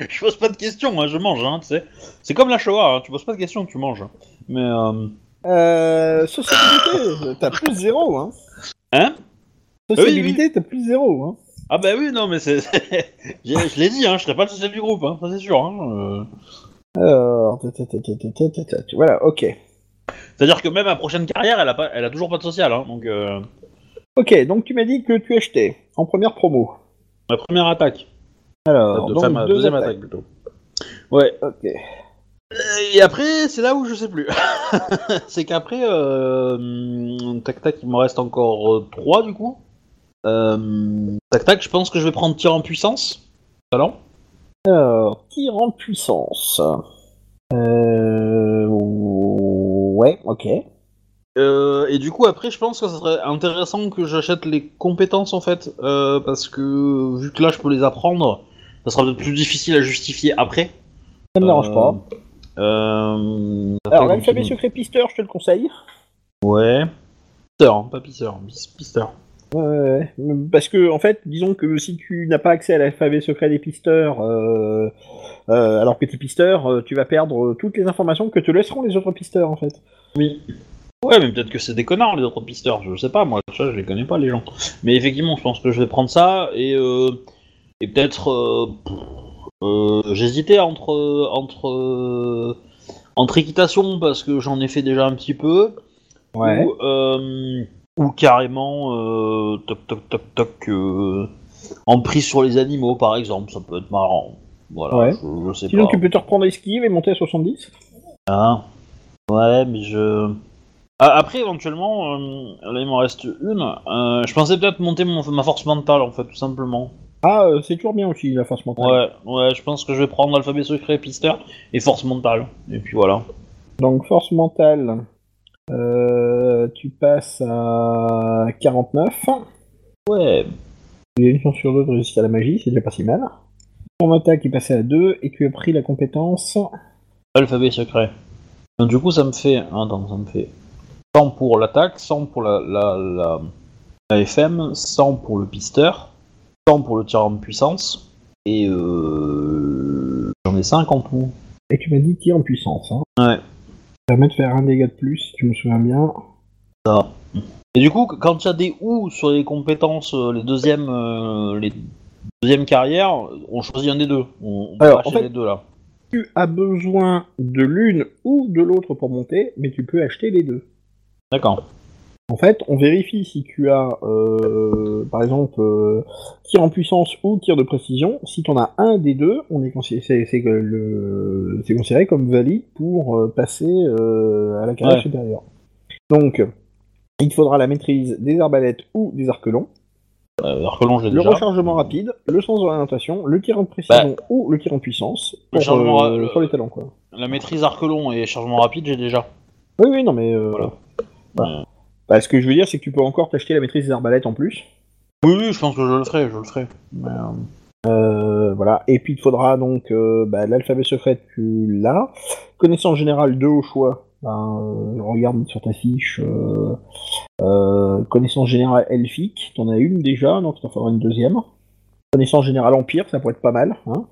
S1: je pose pas de questions, hein, je mange. Hein, tu sais. C'est comme la Shoah, hein, tu poses pas de questions, tu manges. Mais euh...
S2: Euh, sociabilité, t'as plus zéro, hein.
S1: Hein
S2: Sociabilité, t'as plus zéro. Hein.
S1: Ah bah oui, non, mais c'est... je je l'ai dit, hein, je serais pas le social du groupe, hein, ça c'est sûr. Hein, euh.
S2: Alors, ta, ta, ta, ta, ta, ta, ta, ta, ta. voilà, ok.
S1: C'est-à-dire que même à prochaine carrière, elle a, pas, elle a toujours pas de social. Hein, donc, euh,
S2: Ok, donc tu m'as dit que tu achetais en première promo.
S1: ma première attaque.
S2: Alors,
S1: De-
S2: donc,
S1: enfin, ma
S2: deux
S1: deuxième attaque
S2: attaques.
S1: plutôt. Ouais.
S2: Ok.
S1: Et après, c'est là où je sais plus. c'est qu'après, euh, hum, tac tac, il me reste encore 3 du coup. Euh, tac tac, je pense que je vais prendre tir en puissance. Talent.
S2: Alors, tir en puissance. Euh... Ouais, ok.
S1: Euh, et du coup, après, je pense que ça serait intéressant que j'achète les compétences en fait, euh, parce que vu que là, je peux les apprendre, ça sera peut-être plus difficile à justifier après.
S2: Ça me dérange pas.
S1: Euh...
S2: Alors,
S1: attends,
S2: l'alphabet
S1: je-
S2: secret pisteur, je te le conseille.
S1: Ouais. Pisteur, hein, pas pisteur, bis- pisteur.
S2: Ouais, ouais. Euh, parce que en fait, disons que si tu n'as pas accès à l'alphabet secret des pisteurs, euh, euh, alors que t'es pisteur, euh, tu vas perdre euh, toutes les informations que te laisseront les autres pisteurs en fait.
S1: Ouais, mais peut-être que c'est des connards les autres pisteurs, je sais pas, moi, ça, je les connais pas les gens. Mais effectivement, je pense que je vais prendre ça et, euh, et peut-être. euh, pff, euh, J'hésitais entre. euh, entre. euh, entre équitation parce que j'en ai fait déjà un petit peu. Ou, euh, ou carrément. euh, toc toc toc toc. euh, en prise sur les animaux par exemple, ça peut être marrant. Voilà,
S2: Ouais.
S1: je, je sais
S2: Sinon,
S1: pas.
S2: tu peux te reprendre esquive et monter à 70.
S1: Ah. Ouais, mais je. Ah, Après, éventuellement, euh, là il m'en reste une. Euh, je pensais peut-être monter mon, ma force mentale en fait, tout simplement.
S2: Ah, euh, c'est toujours bien aussi la force mentale.
S1: Ouais, ouais, je pense que je vais prendre alphabet secret, pisteur et force mentale. Et puis voilà.
S2: Donc force mentale, euh, tu passes à 49.
S1: Ouais.
S2: Il y a une chance sur deux de résister à la magie, c'est déjà pas si mal. Ton attaque est passée à 2 et tu as pris la compétence.
S1: Alphabet secret. Donc, du coup, ça me fait. Ah, Attends, ça me fait. 100 pour l'attaque, 100 pour la, la, la, la FM, 100 pour le pisteur, 100 pour le tir en puissance. Et euh. J'en ai 5 en tout.
S2: Et tu m'as dit tir en puissance. Hein.
S1: Ouais.
S2: Ça permet de faire un dégât de plus, si tu me souviens bien.
S1: Ça. Et du coup, quand il y a des ou sur les compétences, euh, les deuxièmes, euh, les deuxièmes carrières, on choisit un des deux. On, on peut
S2: Alors,
S1: pas
S2: en
S1: acheter
S2: fait-
S1: les deux là.
S2: Tu as besoin de l'une ou de l'autre pour monter, mais tu peux acheter les deux.
S1: D'accord.
S2: En fait, on vérifie si tu as, euh, par exemple, euh, tir en puissance ou tir de précision. Si tu en as un des deux, on est considéré, c'est, c'est que le- c'est considéré comme valide pour euh, passer euh, à la carrière
S1: Ouais.
S2: supérieure. Donc, il te faudra la maîtrise des arbalètes ou des arcs-longs,
S1: Euh, alors que l'on, j'ai
S2: le
S1: déjà.
S2: rechargement rapide, le sens d'orientation, le tir en précision ou le tir en puissance
S1: Bah, le
S2: pour,
S1: chargement,
S2: euh,
S1: euh,
S2: pour les talents. Quoi.
S1: La maîtrise arc-long et chargement rapide, j'ai déjà.
S2: Oui, oui, non, mais euh, voilà.
S1: Voilà.
S2: Bah, ce que je veux dire, c'est que tu peux encore t'acheter la maîtrise des arbalètes en plus.
S1: Oui, oui, je pense que je le ferai, je le ferai. Mais, euh,
S2: Euh, voilà. Et puis il te faudra donc euh, bah, l'alphabet secret, tu l'as. Connaissance générale, deux au choix. Ben, euh, regarde sur ta fiche. Euh, euh, connaissance générale elfique, t'en as une déjà, donc t'en faudra une deuxième. Connaissance générale empire, ça pourrait être pas mal, hein,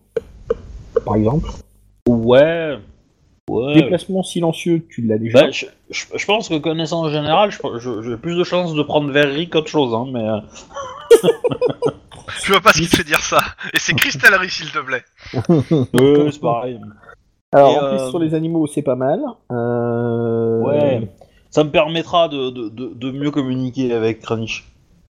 S2: par exemple.
S1: Ouais. Ouais.
S2: Déplacement silencieux, tu l'as déjà.
S1: Bah, je, je- je pense que connaissant en général, je- je- j'ai plus de chances de prendre verrerie qu'autre chose, hein, mais. euh,
S4: Tu vois pas ce qui te fait dire ça. Et c'est Crystal Riff, s'il te plaît.
S1: euh, c'est pareil.
S2: Alors
S1: et,
S2: en plus
S1: euh,
S2: sur les animaux, c'est pas mal. Euh,
S1: Ouais. Ça me permettra de, de, de, de mieux communiquer avec Kranich.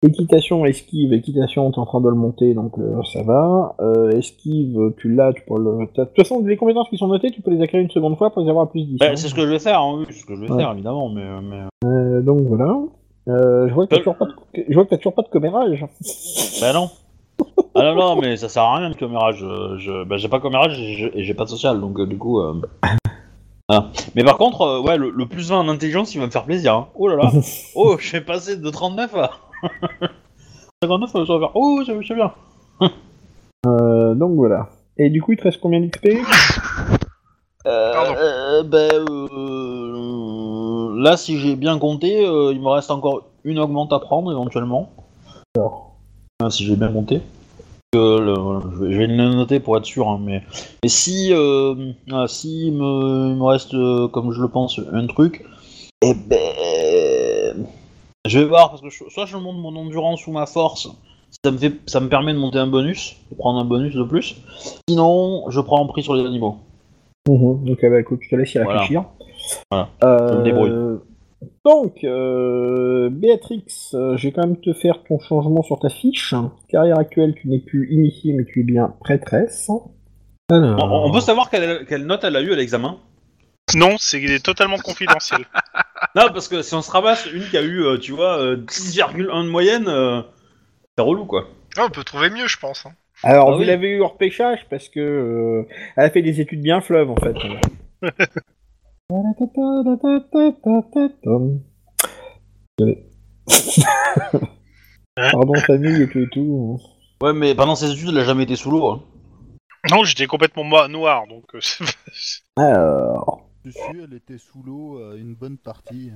S2: Équitation, esquive, équitation, t'es en train de le monter, donc euh, ça va. Euh, esquive, tu l'as, tu peux le... t'as- De toute façon, les compétences qui sont notées, tu peux les acquérir une seconde fois pour les avoir à plus 10.
S1: Bah,
S2: hein.
S1: c'est ce que je vais faire, hein, oui, c'est ce que je vais
S2: Ouais.
S1: faire, évidemment, mais. euh, mais...
S2: Euh, donc voilà. Euh, je vois que t'as
S1: Euh,
S2: toujours pas de... je vois que t'as toujours pas de commérage.
S1: Bah non. Ah non, non, mais ça sert à rien le commérage. euh, Je, bah, j'ai pas commérage et je- et j'ai pas de social, donc euh, du coup. euh, voilà. Mais par contre, euh, ouais, le, le plus 20 en intelligence, il va me faire plaisir. hein. Oh là là. Oh, je vais passer de 39 à. 59, ça va faire. Oh, c'est c'est bien.
S2: Euh, donc voilà. Et du coup, il te reste combien d'XP
S1: Euh,
S4: Pardon.
S1: euh, bah, euh, là, si j'ai bien compté, euh, il me reste encore une augmente à prendre éventuellement.
S2: D'accord.
S1: Ah, si j'ai bien compté. Euh, le- je, vais, je vais le noter pour être sûr, hein, mais et si euh, ah, si il me, il me reste euh, comme je le pense un truc, eh ben Je vais voir, parce que je- soit je monte mon endurance ou ma force, ça me, fait, ça me permet de monter un bonus, de prendre un bonus de plus. Sinon, je prends un prix sur les animaux.
S2: Mhm. Ok, bah écoute, je te laisse y
S1: Voilà.
S2: réfléchir.
S1: Voilà.
S2: Euh,
S1: Je me débrouille.
S2: Donc, euh, Béatrix, euh, je vais quand même te faire ton changement sur ta fiche. Carrière actuelle, tu n'es plus initiée, mais tu es bien prêtresse. Alors...
S1: On, on peut savoir quelle, quelle note elle a eu à l'examen
S3: Non, c'est totalement confidentiel.
S1: Non, parce que si on se ramasse une qui a eu, euh, tu vois, euh, 10,1 de moyenne, euh, c'est relou, quoi.
S4: Ah, on peut trouver mieux, je pense. hein.
S2: Alors,
S1: Ah
S2: vous
S1: oui.
S2: l'avez eu hors pêchage parce que euh, elle a fait des études bien fleuves en fait. Désolé. Pardon, famille et tout et tout.
S1: Ouais, mais pendant ses études, elle a jamais été sous l'eau. hein.
S3: non, j'étais complètement moi- noir, donc euh, c'est pas-
S2: Alors,
S5: Je suis sûr, elle était sous l'eau euh, une bonne partie.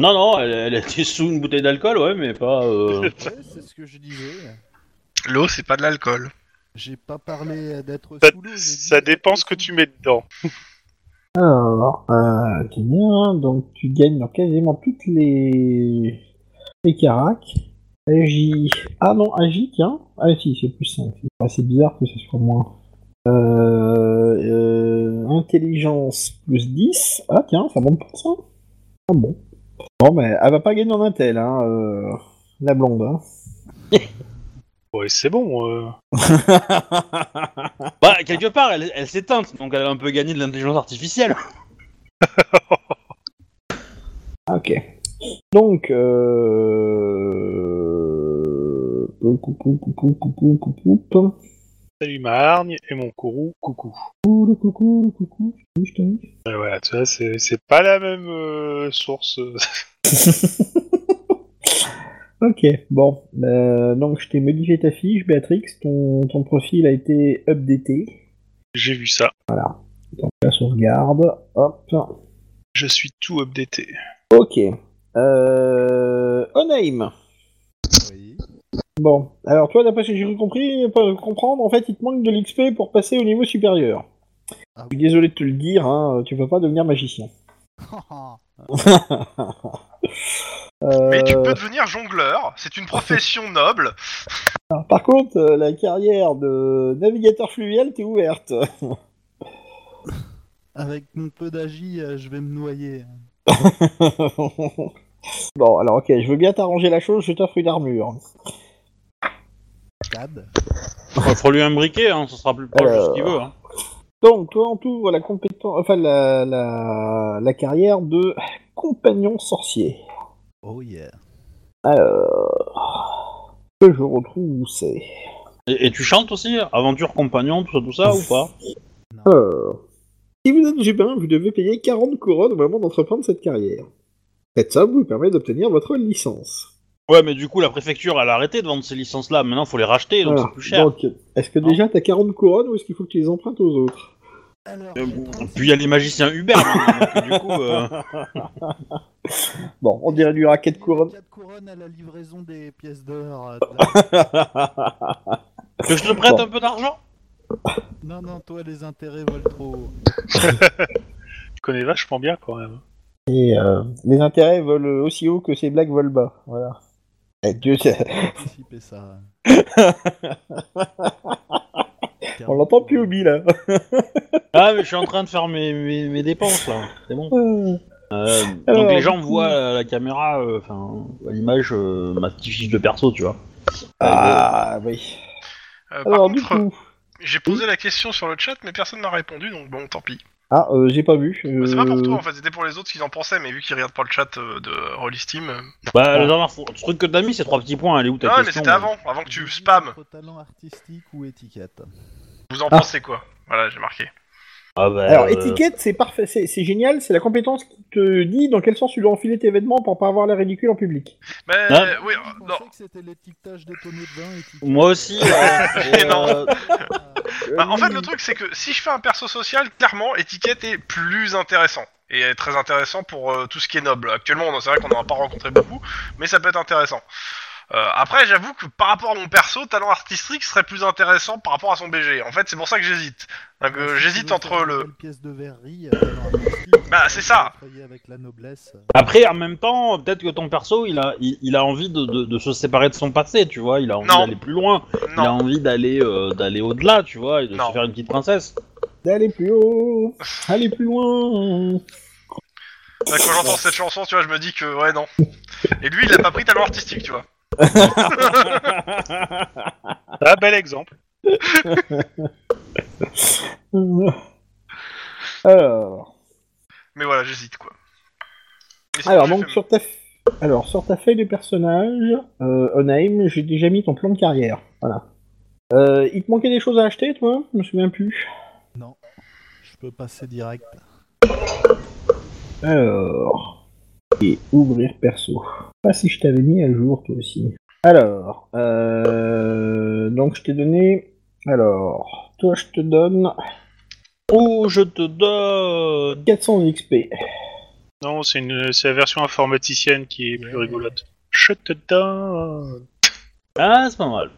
S1: Non, non, elle, elle était sous une bouteille d'alcool, ouais, mais pas. euh,
S5: Ouais, c'est ce que je disais.
S4: L'eau, c'est pas de l'alcool.
S5: J'ai pas parlé euh, d'être
S3: ça,
S5: sous l'eau. j'ai dit
S3: ça
S5: d'être
S3: dépend ce que
S5: sous
S3: tu mets dedans.
S2: alors, euh, t'es bien, donc tu gagnes dans quasiment toutes les les caracs. Agi. Ah non, Agi, tiens. Ah si, c'est plus 5. C'est bizarre que ce soit moins. Euh, euh, intelligence plus 10. Ah tiens, ça monte pour ça. Ah bon. Bon, mais elle va pas gagner en intel, hein, euh, la blonde. Hein.
S3: Ouais, c'est bon. euh.
S1: Bah, quelque part, elle, elle s'est teinte, donc elle a un peu gagné de l'intelligence artificielle.
S2: Ah, Ok. Donc, euh... pou, pou, pou, pou, pou, pou, pou, pou, pou, pou.
S3: Salut ma hargne et mon courroux, coucou.
S2: Coucou, le coucou, le coucou, je t'arrive, je t'arrive.
S3: Ouais, voilà, tu vois, c'est c'est pas la même euh, source. euh.
S2: Ok, bon. Euh, donc, je t'ai modifié ta fiche, Béatrix. Ton, ton profil a été updaté.
S3: J'ai vu ça.
S2: Donc, la sauvegarde. Hop.
S3: Je suis tout updaté.
S2: Ok. Euh... Onaim.
S5: l'eau. Oui.
S2: Bon. Alors, toi, d'après ce que j'ai cru compris, pas comprendre, en fait, il te manque de l'XP pour passer au niveau supérieur.
S5: Ah
S2: Je suis désolé de te le dire, hein, tu vas pas devenir magicien.
S4: Mais tu
S2: Euh,
S4: peux devenir jongleur, c'est une profession noble.
S2: Par contre, euh, la carrière de navigateur fluvial, t'es ouverte.
S5: Avec mon peu d'agi, euh, je vais me noyer.
S2: bon, alors ok, je veux bien t'arranger la chose, je t'offre une armure.
S5: Cab.
S1: Faut lui un briquet, hein, ça sera plus proche de ce qu'il veut. Hein.
S2: Donc, toi, en tout, la compétence, enfin la, la, la carrière de compagnon sorcier.
S5: Oh yeah.
S2: Alors, que je retrouve où c'est
S1: Euh, Et, et tu chantes aussi Aventure compagnon, tout ça, tout ça, ou pas
S2: Alors, si vous êtes jupin, vous devez payer 40 couronnes au moment d'entreprendre cette carrière. Cette somme vous permet d'obtenir votre licence.
S1: Ouais, mais du coup, la préfecture, elle a arrêté de vendre ces licences-là. Maintenant, faut les racheter, donc
S2: Voilà.
S1: c'est plus cher.
S2: Donc, est-ce que déjà t'as 40 couronnes ou est-ce qu'il faut que tu les empruntes aux autres
S5: Alors,
S1: Euh,
S5: j'ai pensé-
S1: Puis il y a les magiciens Uber. maintenant, donc, du coup, euh,
S2: Bon, on dirait du racket couronne.
S5: Quatre couronnes à la livraison des pièces d'or. euh, de
S1: que je te prête
S2: Bon.
S1: un peu d'argent
S5: la- non, non, toi, les intérêts volent trop. haut.
S3: Tu connais vachement bien quand même.
S2: Et euh, les intérêts volent aussi haut que ces blagues volent bas. Voilà. Eh, Dieu, c'est-
S5: Anticiper ça.
S2: on l'entend plus au bi là.
S1: Ah, mais je suis en train de faire mes, mes, mes dépenses, là. C'est bon.
S2: Ah,
S1: Euh,
S2: Alors,
S1: donc les gens
S2: du coup-
S1: voient à la caméra, euh, enfin, à l'image, euh, ma petite fiche de perso, tu vois.
S2: Ah oui.
S4: Euh, par
S2: Alors du
S4: contre,
S2: coup.
S4: j'ai posé la question sur le chat, mais personne n'a répondu, donc bon, tant pis.
S2: Ah, euh, j'ai pas vu. euh,
S4: C'est pas pour toi, en fait, c'était pour les autres ce qu'ils en pensaient, mais vu qu'ils regardent pas le chat euh, de Rollisteam. euh,
S1: Bah, la dernière fois, le truc que t'as mis, c'est trois petits points, elle est où ta
S4: Non, mais
S1: question
S4: c'était avant, avant que tu spam.
S5: Entre talent artistique ou étiquette.
S4: Vous en
S2: Ah.
S4: pensez quoi Voilà, j'ai marqué.
S1: Ah, bah,
S2: Alors
S1: euh,
S2: étiquette, c'est parfait, c'est c'est génial, c'est la compétence qui te dit dans quel sens tu dois enfiler tes vêtements pour pas avoir l'air ridicule en public.
S4: Mais
S1: Hein
S2: Ah.
S4: oui,
S5: Je
S4: euh, non.
S5: pensais que c'était l'étiquetage des tonneaux de vin. Ah, étiquette.
S1: Moi aussi. euh, et,
S4: Non.
S1: euh,
S4: Bah, en fait, le truc, c'est que si je fais un perso social, clairement, étiquette est plus intéressant. Et est très intéressant pour euh, tout ce qui est noble. Actuellement, on- c'est vrai qu'on n'en a pas rencontré beaucoup, mais ça peut être intéressant. Euh, après, j'avoue que par rapport à mon perso, talent artistique serait plus intéressant par rapport à son BG. En fait, c'est pour ça que j'hésite. Donc, euh,
S5: Si tu
S4: j'hésite
S5: veux
S4: entre
S5: faire
S4: le.
S5: une belle pièce de verrerie, euh, talent artistique,
S4: Bah, c'est ça.
S5: Effrayé avec la noblesse. euh,
S1: Après, en même temps, peut-être que ton perso, il a, il, il a envie de, de- de se séparer de son passé, tu vois. Il a envie
S4: Non.
S1: d'aller plus loin. Il a
S4: Non,
S1: envie d'aller euh, d'aller au-delà, tu vois, et de
S4: Non.
S1: se faire une petite princesse.
S2: D'aller plus haut, aller plus loin.
S4: Bah, quand j'entends cette chanson, tu vois, je me dis que ouais, non. Et lui, il a pas pris talent artistique, tu vois.
S3: Ah, bel exemple.
S2: Alors,
S4: Mais voilà, j'hésite quoi. Et
S2: Ah,
S4: sinon,
S2: alors
S4: j'ai
S2: donc
S4: fait-
S2: sur ta, alors sur ta feuille de personnage, euh, Onaim, j'ai déjà mis ton plan de carrière. Voilà. Euh, il te manquait des choses à acheter, toi Je me souviens plus.
S5: Je peux passer direct.
S2: Alors, et ouvrir perso. Pas si je t'avais mis à jour toi aussi. Alors, euh, donc je t'ai donné. Alors, toi je te donne
S1: Oh, je te donne.
S2: 400 XP.
S3: Non, c'est une, c'est la version informaticienne qui est plus rigolote. Je te donne.
S1: Ah, c'est pas mal.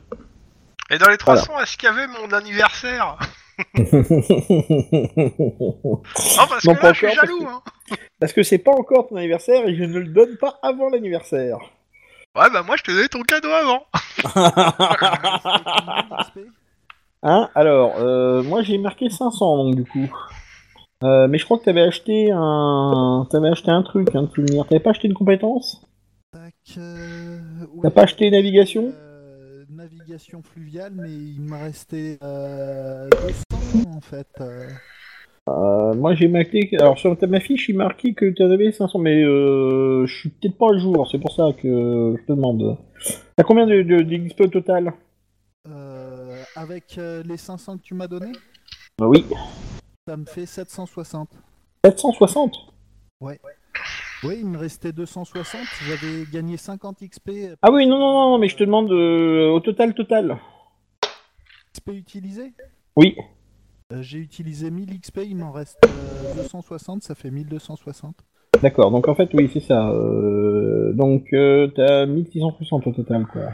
S4: Et dans les 300, est-ce qu'il y avait mon anniversaire Non, parce
S2: Non,
S4: que
S2: pas
S4: là, je suis
S2: encore, parce
S4: jaloux.
S2: que-
S4: Hein.
S2: Parce que c'est pas encore ton anniversaire et je ne le donne pas avant l'anniversaire.
S4: Ouais, bah moi, je te donnais ton cadeau avant.
S2: Hein Alors, euh, moi j'ai marqué 500 donc du coup. Euh, mais je crois que t'avais acheté un, t'avais acheté un truc, hein, de souvenir. T'avais pas acheté une compétence
S5: Tac, euh,
S2: T'as
S5: ouais,
S2: pas acheté navigation
S5: euh, Navigation fluviale, mais il me restait euh, 200 en fait. euh.
S2: Euh, Moi j'ai marqué, alors sur ta- ma fiche il marqué que t'en avais 500, mais euh, je suis peut-être pas à jour, c'est pour ça que je te demande. T'as combien de, de, d'XP au total
S5: Euh, avec euh, les 500 que tu m'as donné,
S2: Bah oui.
S5: ça me fait 760.
S2: 760
S5: Oui, il me restait 260. J'avais gagné 50 XP.
S2: Ah oui, non, non, non, mais je te demande euh, au total, total.
S5: XP utilisé
S2: Oui.
S5: Euh, J'ai utilisé 1000 XP, il m'en reste euh, 260, ça fait 1260.
S2: D'accord, donc en fait, oui, c'est ça. Euh, donc, euh, t'as 1660 au total, quoi.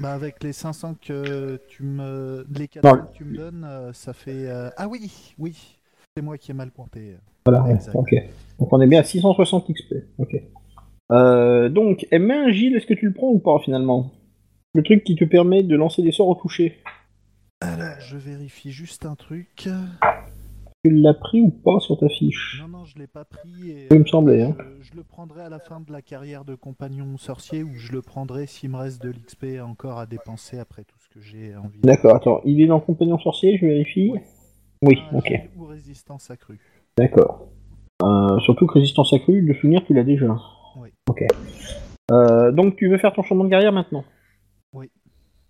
S5: Bah avec les 500 que tu me... Les
S2: Non,
S5: 400
S2: le-
S5: que tu me donnes, euh, ça fait... euh, Ah oui, oui, c'est moi qui ai mal pointé.
S2: Voilà, ouais,
S5: Exact.
S2: ok. Donc, on est bien à 660 XP. Ok. Euh, donc, M1, Gilles, est-ce que tu le prends ou pas, finalement Le truc qui te permet de lancer des sorts au toucher.
S5: Alors, je vérifie juste un truc.
S2: Tu l'as pris ou pas sur ta fiche
S5: Non, non, je l'ai pas pris. Et, euh,
S2: Oui, il me semblait, hein.
S5: je, je le prendrai à la fin de la carrière de compagnon sorcier ou je le prendrai s'il me reste de l'XP encore à dépenser après tout ce que j'ai envie.
S2: D'accord, attends. Il est dans Compagnon Sorcier, je vérifie. Oui,
S5: Ah,
S2: ok.
S5: j'ai- Ou résistance accrue.
S2: D'accord. Euh, surtout que Résistance Accrue, de souvenir, tu l'as déjà.
S5: Oui.
S2: Ok. Euh, donc, tu veux faire ton changement de carrière maintenant
S5: Oui.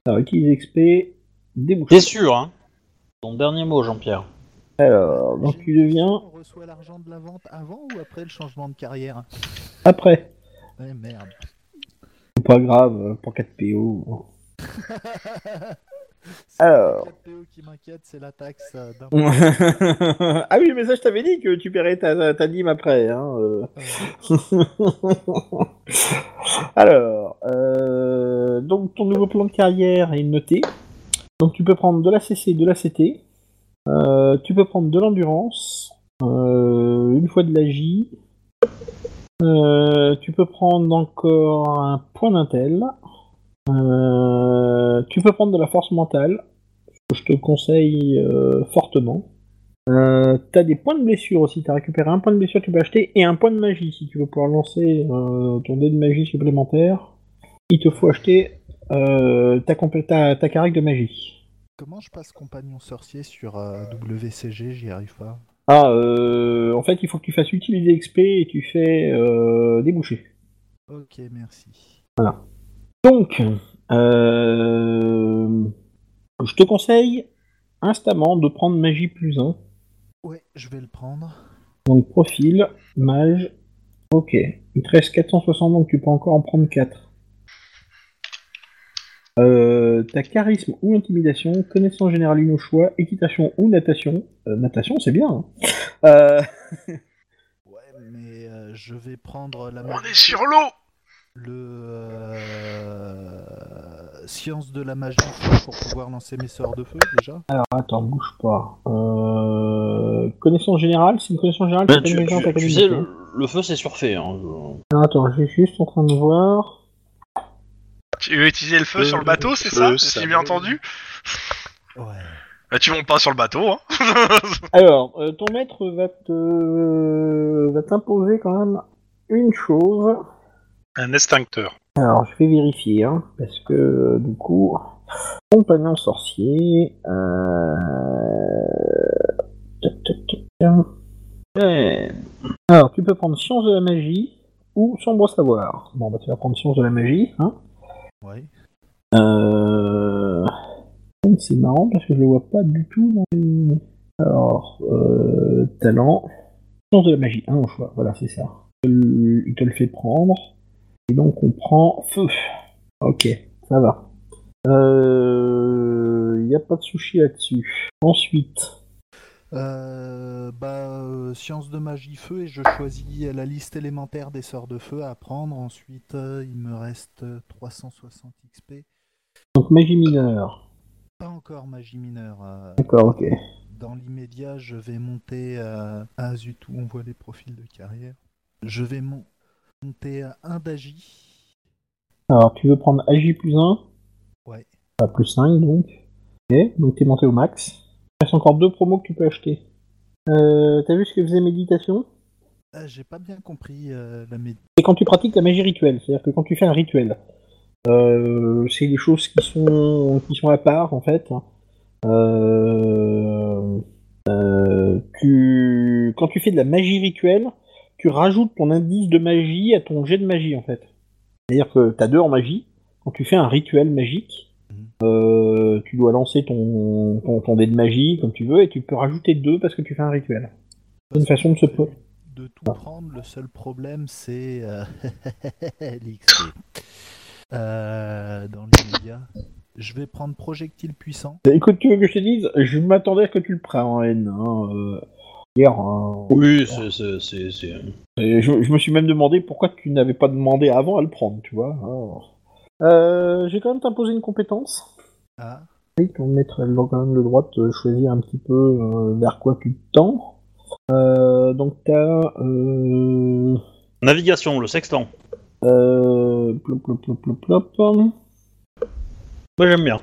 S2: Alors, utilise XP, débouche.
S1: T'es sûr, hein Ton dernier mot, Jean-Pierre.
S2: Alors, Euh, donc
S5: J'ai
S2: tu
S5: une
S2: deviens
S5: question, On reçoit l'argent de la vente avant ou après le changement de carrière
S2: après.
S5: Eh merde.
S2: C'est Pas grave, euh, pour 4 PO.
S5: C'est
S2: Alors. Mm.
S5: le PO qui m'inquiète, c'est la taxe euh, d'impôt.
S2: ah oui, mais ça, je t'avais dit que tu paierais ta, ta dîme après. Hein, euh. Alors, euh, donc ton nouveau plan de carrière est noté. Donc tu peux prendre de la CC, de la CT. Euh, tu peux prendre de l'endurance, euh, une fois de la J. Euh, tu peux prendre encore un point d'intel. Euh, tu peux prendre de la force mentale, ce que je te conseille euh, fortement. Euh, t'as des points de blessure aussi, t'as récupéré un point de blessure, tu peux acheter, et un point de magie si tu veux pouvoir lancer euh, ton dé de magie supplémentaire. Il te faut acheter euh, ta, compé- ta, ta carac de magie.
S5: Comment je passe compagnon sorcier sur euh, WCG J'y arrive pas.
S2: Ah, euh, en fait, il faut que tu fasses utiliser XP et tu fais euh, déboucher.
S5: Ok, merci.
S2: Donc, euh, je te conseille instamment de prendre magie plus 1.
S5: Ouais, je vais le prendre.
S2: Donc profil, mage, ok. Il te reste 460 donc tu peux encore en prendre 4. Euh, t'as charisme ou intimidation, connaissance générale une au choix, équitation ou natation. Euh, natation c'est bien. hein. Euh,
S5: Ouais, mais euh, je vais prendre la
S4: On est
S5: magie.
S4: sur l'eau.
S5: Le euh, science de la magie pour pouvoir lancer mes sorts de feu déjà.
S2: attends, bouge pas. Euh, Euh, connaissance générale, c'est une connaissance générale
S1: Ben,
S2: qui
S1: tu,
S2: donne
S1: tu-
S2: les gens
S1: tu
S2: à
S1: sais,
S2: l'académie.
S1: le, le feu c'est surfait. Hein. je-
S2: Ah, Attends, je suis juste en train de voir.
S4: Tu veux utiliser le feu
S3: Euh,
S4: sur le bateau, c'est
S3: feu,
S4: ça
S3: ça
S4: Si j'ai bien
S3: me-
S4: entendu
S5: Ouais.
S4: Bah, tu montes pas sur le bateau, hein
S2: Alors, euh, ton maître va te euh, va t'imposer quand même une chose.
S3: Un extincteur.
S2: Alors, je vais vérifier, hein, parce que euh, du coup, compagnon sorcier. Euh... tac, tac, tac, tac. Ouais. Alors, tu peux prendre science de la magie ou sombre savoir. Bon, bah, tu vas prendre science de la magie. Hein.
S5: Ouais.
S2: Euh... C'est marrant parce que je le vois pas du tout dans les. Alors, euh, talent. Science de la magie, un au choix, voilà, c'est ça. Euh, Il te le fait prendre. Et donc on prend feu. Ok, ça va. Il n'y a pas de sushi là-dessus. Ensuite,
S5: Euh, bah, euh, science de magie feu et je choisis la liste élémentaire des sorts de feu à prendre. Ensuite, euh, il me reste euh, 360 XP.
S2: donc magie mineure.
S5: Pas encore magie mineure. euh,
S2: D'accord, ok.
S5: dans l'immédiat, je vais monter. euh, Ah zut, où on voit les profils de carrière. Je vais mon- monter à un d'agi.
S2: Alors tu veux prendre AJ plus 1
S5: Ouais.
S2: Pas plus 5 donc. Ok, donc t'es monté au max. Il reste encore deux promos que tu peux acheter. Euh, T'as vu ce que faisait méditation
S5: Ah, J'ai pas bien compris euh, la méditation.
S2: C'est quand tu pratiques la magie rituelle, c'est-à-dire que quand tu fais un rituel, euh, c'est des choses qui sont qui sont à part en fait. Euh, euh, tu, quand tu fais de la magie rituelle, tu rajoutes ton indice de magie à ton jet de magie en fait. C'est-à-dire que t'as deux en magie. Quand tu fais un rituel magique, euh, tu dois lancer ton, ton ton dé de magie comme tu veux et tu peux rajouter deux parce que tu fais un rituel. une façon de se po- Ah.
S5: De tout prendre, le seul problème c'est euh, l'XP. Euh, dans l'immédiat, je vais prendre projectile puissant.
S2: Écoute, tu veux que je te dise, je m'attendais à ce que tu le prennes en haine. hein, euh, hier, hein.
S1: Oui, c'est- c'est- c'est. c'est-
S2: Et je, je me suis même demandé pourquoi tu n'avais pas demandé avant à le prendre, tu vois. hein. Euh, J'ai quand même t'imposé une compétence.
S5: Ah,
S2: Oui, ton maître elle doit quand même le droit de te choisir un petit peu euh, vers quoi tu te tends. Euh, donc t'as euh,
S1: Navigation, le sextant.
S2: euh, plop, plop, plop, plop, plop.
S1: Moi j'aime bien.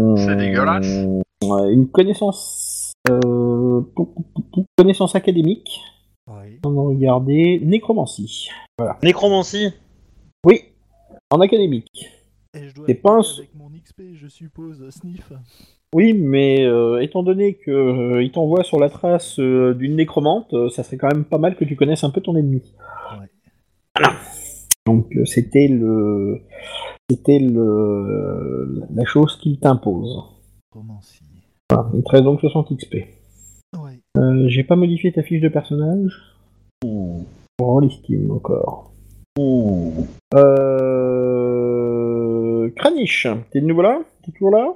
S2: Euh,
S4: dégueulasse.
S2: ouais, une connaissance euh, pou, pou, pou, pou, connaissance académique.
S5: oui.
S2: On va regarder nécromancie.
S1: Nécromancie.
S2: Oui, en académique.
S5: Et je dois
S2: Des
S5: le prendre
S2: pinces.
S5: avec mon XP, je suppose, sniff.
S2: Oui, mais euh, étant donné que euh, il t'envoie sur la trace euh, d'une nécromante, euh, ça serait quand même pas mal que tu connaisses un peu ton ennemi.
S5: Ouais.
S2: Donc euh, c'était le, c'était le, la chose qu'il t'impose.
S5: Romancie.
S2: Voilà, il te reste donc 60 XP.
S5: Ouais.
S2: Euh, J'ai pas modifié ta fiche de personnage.
S1: Ouh,
S2: On l'estime encore.
S1: ouh.
S2: Euh... Kranich, t'es de nouveau là T'es toujours là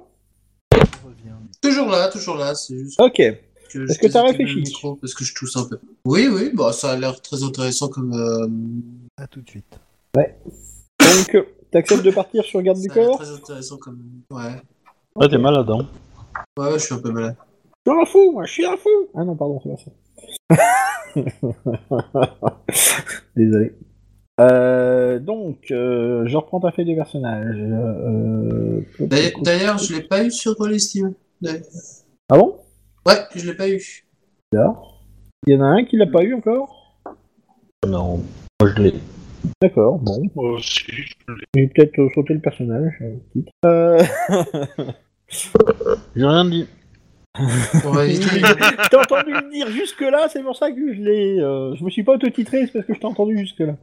S5: revient.
S6: Toujours là, toujours là, c'est juste
S2: Ok.
S6: que
S2: Est-ce
S6: je
S2: que t'as
S6: désinstalle le
S2: réfléchi
S6: micro Parce que je tousse un peu. Oui, oui, bah, ça a l'air très intéressant comme... euh,
S5: À tout de suite.
S2: Donc euh, t'acceptes de partir sur garde du
S6: ça a l'air
S2: corps
S6: très intéressant comme... Ouais.
S1: Ah, t'es malade, hein.
S6: Ouais, ouais, je suis un peu malade.
S2: Je suis un fou, moi, je suis un fou Ah non, pardon, c'est pas ça. Désolé. Euh, donc, euh, je reprends ta feuille de personnage. Euh, euh,
S6: D'ailleurs- D'ailleurs, je l'ai pas eu sur Roll Steam.
S2: Ah bon
S6: Ouais, je l'ai pas eu.
S2: Il y en a un qui l'a pas eu encore
S1: Non. Moi je l'ai.
S2: D'accord, bon.
S3: Oh, si, je l'ai.
S2: J'ai peut-être euh, sauté le personnage. euh, quitte. Euh...
S1: J'ai rien dit.
S6: On va
S2: Oui,
S6: éviter.
S2: t'as entendu le dire jusque-là, c'est pour ça que je l'ai. euh, je me suis pas auto-titré, c'est parce que je t'ai entendu jusque-là.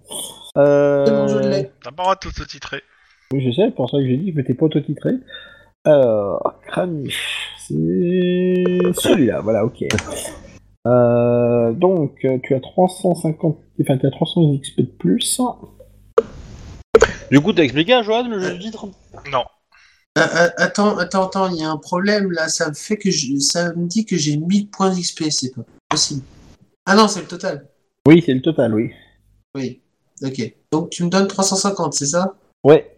S2: Euh...
S6: C'est bon, je l'ai.
S4: T'as pas le droit de t'auto-titrer.
S2: Oui, je sais, c'est pour ça que j'ai dit que je m'étais pas auto-titré. Alors, Kranich, c'est celui-là, voilà, ok. Euh, donc, euh, tu as 350, enfin, tu as 300 XP de plus.
S1: Du coup, t'as expliqué à Johan le jeu de titre
S4: Non.
S6: Ah, ah, Attends, attends, attends, il y a un problème là, ça me fait que je... ça me dit que j'ai 1000 points d'XP, c'est pas possible. Ah non, c'est le total.
S2: Oui, c'est le total, oui.
S6: Oui. Ok. Donc tu me donnes 350, c'est ça
S2: Ouais.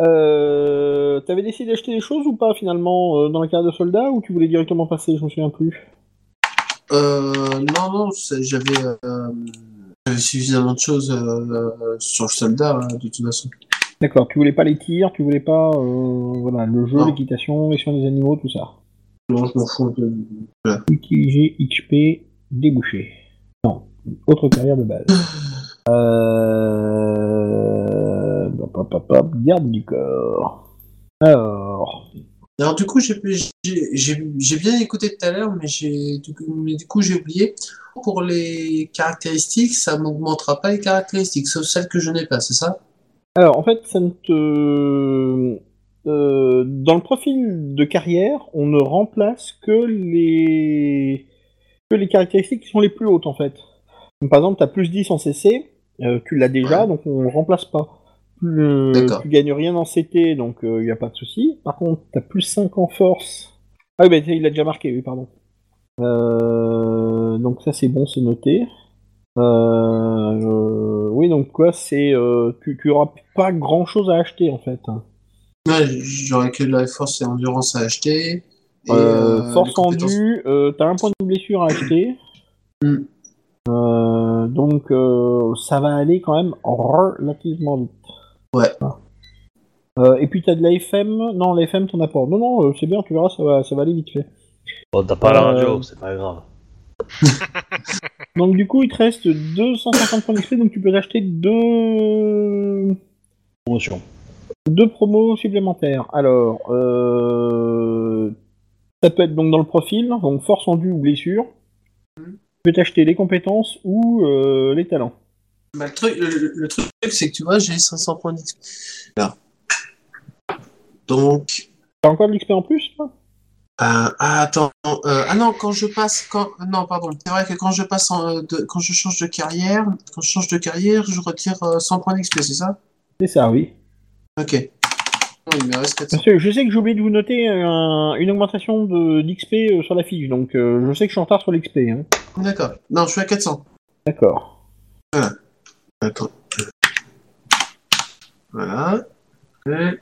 S2: Euh, T'avais décidé d'acheter des choses ou pas finalement euh, dans la carrière de soldat ou tu voulais directement passer Je me souviens plus.
S6: Euh, non, non, c'est- j'avais euh, j'avais suffisamment de choses euh, sur le soldat, hein, de toute façon.
S2: D'accord, tu voulais pas les tirs, tu voulais pas euh, voilà, le jeu,
S6: Non.
S2: l'équitation, les soins des animaux, tout ça.
S6: Non, je m'en fous un peu.
S2: Utiliser XP débouché. Non, autre carrière de base. Euh... Hop, hop, hop, hop, garde du corps. Alors,
S6: Alors, du coup, j'ai j'ai- j'ai- j'ai bien écouté tout à l'heure, mais, j'ai- du coup- mais du coup, j'ai oublié. Pour les caractéristiques, ça m'augmentera pas les caractéristiques, sauf celles que je n'ai pas, c'est ça
S2: alors en fait, ça ne te... euh, dans le profil de carrière, on ne remplace que les, que les caractéristiques qui sont les plus hautes en fait. Donc, par exemple, tu as plus 10 en CC, euh, tu l'as déjà, donc on ne remplace pas. Plus, euh,
S6: D'accord.
S2: tu gagnes rien en CT, donc il n'y a pas de souci. Par contre, tu as plus 5 en force. Ah oui, bah, il l'a déjà marqué, oui, pardon. Euh, donc ça c'est bon, c'est noté. Euh, euh, oui, donc quoi, c'est euh, tu, tu auras pas grand chose à acheter en fait. hein.
S6: Ouais, j'aurais que la force et endurance à acheter. et,
S2: Euh,
S6: euh, les
S2: force
S6: compétences.
S2: endue, euh, t'as un point de blessure à acheter.
S6: Mm.
S2: Euh, donc euh, ça va aller quand même relativement vite.
S6: Ouais.
S2: Euh, et puis t'as de l'AFM. Non, l'AFM t'en as pas. Non, non, euh, c'est bien, tu verras, ça va, ça va aller vite fait.
S1: Bon, t'as pas la radio,
S2: Euh.
S1: c'est pas grave.
S2: Donc du coup, il te reste 250 points d'XP, donc tu peux acheter deux...
S1: Promotion.
S2: Deux promos supplémentaires. Alors, euh, ça peut être donc dans le profil, donc force endue ou blessure. Tu peux t'acheter les compétences ou euh, les talents.
S6: Bah, le truc, le, le truc c'est que tu vois, j'ai 500 points d'XP. Là. Donc,
S2: T'as encore de l'XP en plus toi
S6: euh, ah, attends. euh, ah non, quand je passe, quand non, pardon. C'est vrai que quand je passe, en, euh, de- quand je change de carrière, quand je change de carrière, je retire euh, 100 points d'XP, c'est ça
S2: C'est ça, oui.
S6: Ok. Oui, il me reste 400.
S2: Parce que je sais que j'ai oublié de vous noter un- une augmentation de d'XP sur la fiche, donc euh, je sais que je suis en retard sur l'XP. Hein.
S6: D'accord. Non, je suis à 400.
S2: D'accord.
S6: Attends. Voilà. Euh,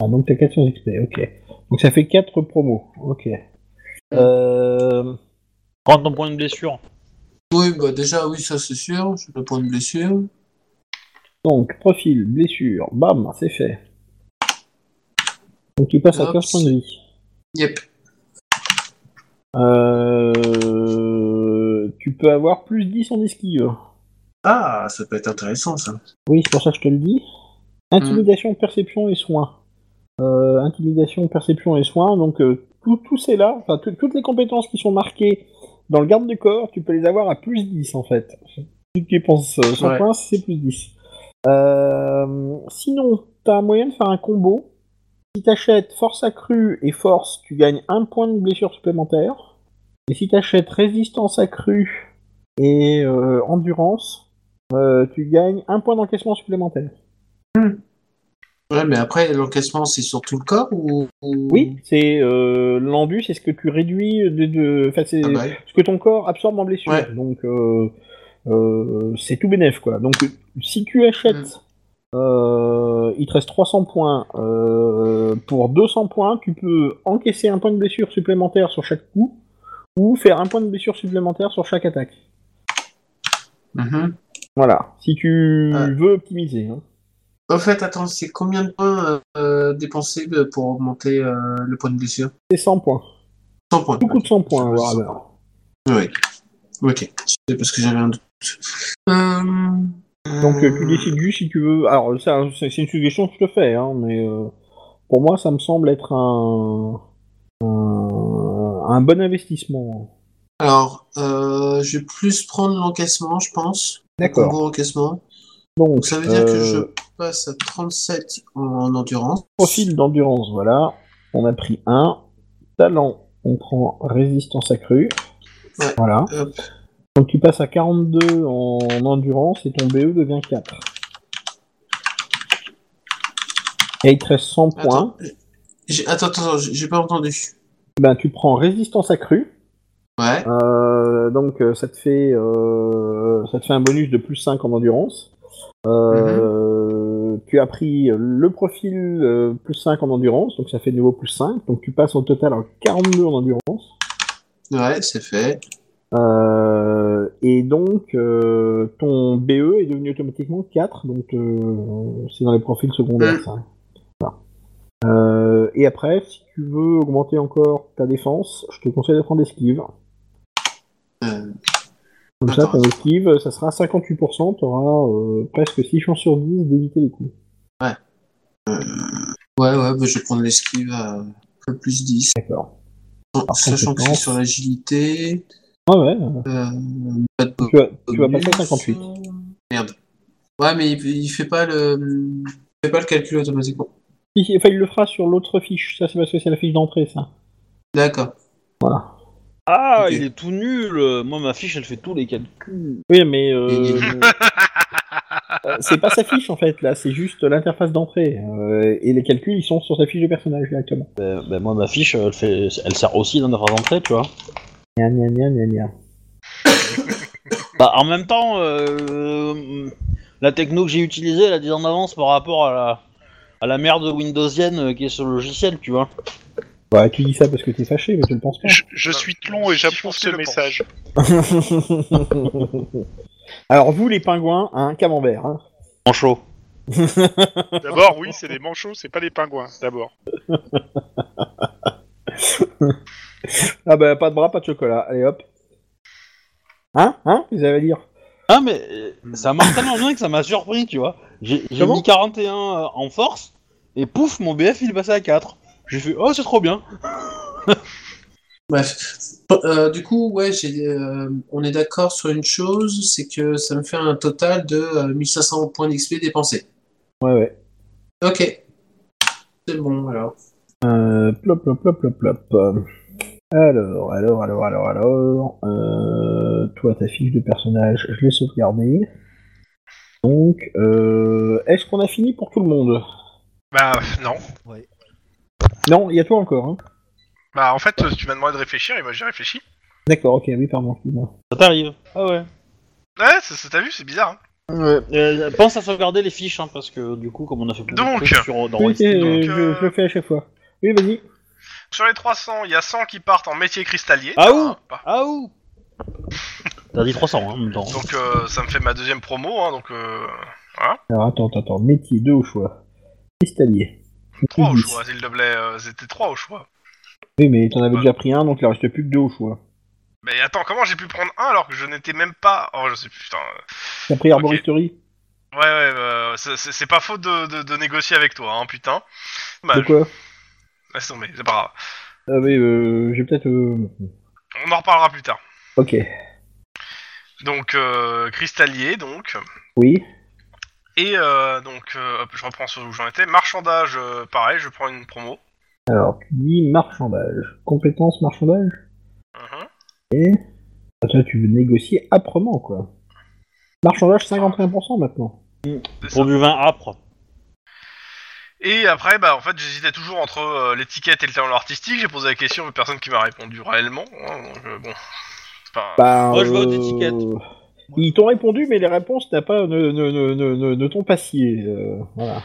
S2: Ah, donc t'as 400 XP, ok. Donc ça fait 4 promos, ok. Euh...
S1: Prends ton point de blessure.
S6: Oui, bah déjà, oui, ça c'est sûr. J'ai le point de blessure.
S2: Donc, profil, blessure, bam, c'est fait. Donc il passe à
S6: Hop.
S2: 15 points de vie.
S6: Yep.
S2: Euh, Tu peux avoir plus 10 en esquive.
S6: Ah, ça peut être intéressant ça.
S2: Oui, c'est pour ça que je te le dis. Intimidation, perception et soins. Euh, intimidation, perception et soins. Donc euh, tout, tout c'est là. Enfin, tout- toutes les compétences qui sont marquées dans le garde du corps, tu peux les avoir à plus 10 en fait. Si tu dépenses euh, 100
S6: Ouais.
S2: points, c'est plus 10. Euh, sinon, tu as moyen de faire un combo. Si t'achètes force accrue et force, tu gagnes un point de blessure supplémentaire. Et si t'achètes résistance accrue et euh, endurance, euh, tu gagnes un point d'encaissement supplémentaire.
S6: Ouais, mais après, l'encaissement, c'est sur tout le corps ou... ou-
S2: Oui, c'est euh, l'endu, c'est ce que tu réduis de, de enfin, c'est
S6: Ah bah oui.
S2: ce que ton corps absorbe en blessure.
S6: Ouais.
S2: Donc euh, euh, c'est tout bénef quoi. Donc si tu
S6: Mm.
S2: achètes, euh, il te reste 300 points. euh, pour 200 points, tu peux encaisser un point de blessure supplémentaire sur chaque coup ou faire un point de blessure supplémentaire sur chaque attaque.
S6: Mhm.
S2: Voilà, si tu
S6: Ouais.
S2: veux optimiser. hein.
S6: Au fait, attends, Bah, c'est combien de points euh, dépensés pour augmenter euh, le point de blessure
S2: C'est 100 points.
S6: 100 points.
S2: Beaucoup de 100 points,
S6: Ouais,
S2: Warhammer.
S6: Oui. Ok. C'est parce que j'avais un doute. Euh,
S2: Donc euh,
S6: euh,
S2: tu décides juste si tu veux. Alors ça, c'est c'est une suggestion que je te fais, hein, mais euh, pour moi ça me semble être un un, un bon investissement.
S6: Alors, euh, je vais plus prendre l'encaissement, je pense.
S2: D'accord.
S6: Combo encaissement.
S2: Donc
S6: Donc ça veut dire que
S2: euh,
S6: je passe à 37 en endurance.
S2: profil d'endurance, voilà. On a pris un talent. On prend résistance accrue.
S6: Ouais.
S2: Voilà.
S6: Hop.
S2: Donc tu passes à 42 en endurance et ton BE devient 4. Et il te reste 100 points.
S6: Attends, j'ai- attends, attends, j'ai j'ai pas entendu.
S2: Ben, tu prends résistance accrue.
S6: Ouais.
S2: Euh, donc euh, ça te fait euh, ça te fait un bonus de plus 5 en endurance. Euh, tu as pris euh, le profil euh, plus 5 en endurance, donc ça fait de nouveau plus 5. Donc tu passes au total à 42 en endurance.
S6: Ouais, c'est fait.
S2: Euh, et donc, euh, ton BE est devenu automatiquement 4, donc euh, c'est dans les profils secondaires. ça. Voilà. Euh, et après, si tu veux augmenter encore ta défense, je te conseille de prendre esquive.
S6: Euh,
S2: Comme ça,
S6: Attends.
S2: ton esquive, ça sera 58%, t'auras euh, presque 6 chances sur 10 d'éviter les coups.
S6: ouais, ouais, bah, je vais prendre l'esquive à à plus 10.
S2: D'accord.
S6: Sachant que c'est
S2: conséquence.
S6: sur l'agilité.
S2: Ah ouais,
S6: Euh, pas de
S2: tu vas, tu vas
S6: bonus.
S2: passer à 58.
S6: Merde. Ouais, mais il, il fait pas le, il fait pas le calcul automatiquement.
S2: Il- Enfin, il le fera sur l'autre fiche, ça c'est parce que c'est la fiche d'entrée, ça.
S6: D'accord.
S2: Voilà.
S1: Ah,
S6: Ok.
S1: il est tout nul. Moi, ma fiche, elle fait tous les calculs.
S2: Oui, mais... euh,
S6: Et-
S2: Euh, c'est pas sa fiche en fait là, c'est juste l'interface d'entrée. Euh, et les calculs ils sont sur sa fiche de personnage directement.
S1: Ben, ben, moi, ma fiche, elle, fait... elle sert aussi dans notre entrée, tu vois.
S2: Gna, gna, gna, gna, gna.
S1: Bah, en même temps, euh, la techno que j'ai utilisée, elle a 10 ans d'avance par rapport à la, à la merde windowsienne euh, qui est sur le logiciel, tu vois.
S2: Bah tu dis ça parce que t'es fâché, mais je le pense pas.
S3: Je, je suis Tlon et j'approuve
S4: Si
S3: ce
S4: je le
S3: message.
S2: Alors vous les pingouins, un camembert. Hein.
S1: En chaud.
S3: D'abord, oui, c'est des manchots, c'est pas des pingouins, d'abord.
S2: Ah bah pas de bras, pas de chocolat. Allez hop. Hein Hein Vous avez à dire
S1: Ah, mais euh, ça marche tellement bien que ça m'a surpris, tu vois. J'ai j'ai
S2: Comment
S1: mis 41 euh, en force, et pouf, mon BF, il est passé à 4. J'ai fait, oh, c'est trop bien.
S6: Bref. Euh, du coup, ouais, j'ai, euh, on est d'accord sur une chose, c'est que ça me fait un total de euh, 1500 points d'XP dépensés.
S2: Ouais ouais.
S6: Ok. C'est bon, alors.
S2: Euh, plop plop plop plop plop. Euh, Alors alors alors alors alors. Euh, toi ta fiche de personnage, je l'ai sauvegardée. Donc euh, est-ce qu'on a fini pour tout le monde
S4: Bah non.
S2: Non, il y a toi encore. Hein.
S4: Bah en fait, tu m'as demandé de réfléchir et moi j'ai réfléchi.
S2: D'accord, ok, oui, pardon, excuse-moi.
S1: Ça t'arrive. Ah ouais.
S4: Ouais, ça, ça, t'as vu, c'est bizarre. hein.
S1: Euh, pense à sauvegarder les fiches, hein, parce que du coup, comme on a fait beaucoup
S4: Donc.
S1: de trucs sur, dans
S2: Oui,
S1: Westfield,
S2: euh, je,
S4: euh,
S2: je le fais à chaque fois. Oui, vas-y.
S4: Sur les 300, il y a 100 qui partent en métier cristallier.
S1: Ah ouh
S4: Pas-
S1: Ah ouh T'as dit 300 hein, en même temps.
S4: Donc euh, ça me fait ma deuxième promo, hein, donc euh,
S2: Alors, attends, attends, attends, métier, deux au choix. Cristallier.
S4: 3 au
S2: Dix.
S4: choix, s'il te plaît, euh, c'était 3 au choix.
S2: Oui, mais t'en avais déjà pris un, donc il en reste plus que deux au choix.
S4: Mais attends, comment j'ai pu prendre un alors que je n'étais même pas... Oh, je sais plus, putain... euh,
S2: T'as pris Arboristerie
S4: Ouais, ouais, euh, c'est- c'est c'est pas faute de, de- de négocier avec toi, hein, putain. Bah,
S2: De quoi
S4: je- laisse tomber, c'est pas grave.
S2: Ah oui, euh, j'ai peut-être... euh,
S4: On en reparlera plus tard.
S2: Ok.
S4: Donc, euh, cristallier, donc.
S2: Oui.
S4: Et euh, donc, euh, hop, je reprends sur où j'en étais. Marchandage, euh, pareil, je prends une promo.
S2: Alors, tu dis marchandage. Compétence marchandage
S4: Mhm.
S2: Et... Ah, Toi, tu veux négocier âprement, quoi. Marchandage, 51% maintenant.
S4: C'est ça.
S1: Pour du vin âpre.
S4: Et après, bah, en fait, j'hésitais toujours entre euh, l'étiquette et le talent artistique. J'ai posé la question aux personnes qui m'a répondu réellement. hein, donc, euh, bon, c'est pas-
S2: Bah,
S1: Moi, je vote
S2: euh,
S1: étiquette.
S2: Ils t'ont répondu, mais les réponses t'as pas, ne, ne, ne, ne, ne, ne t'ont pas scié. euh, voilà.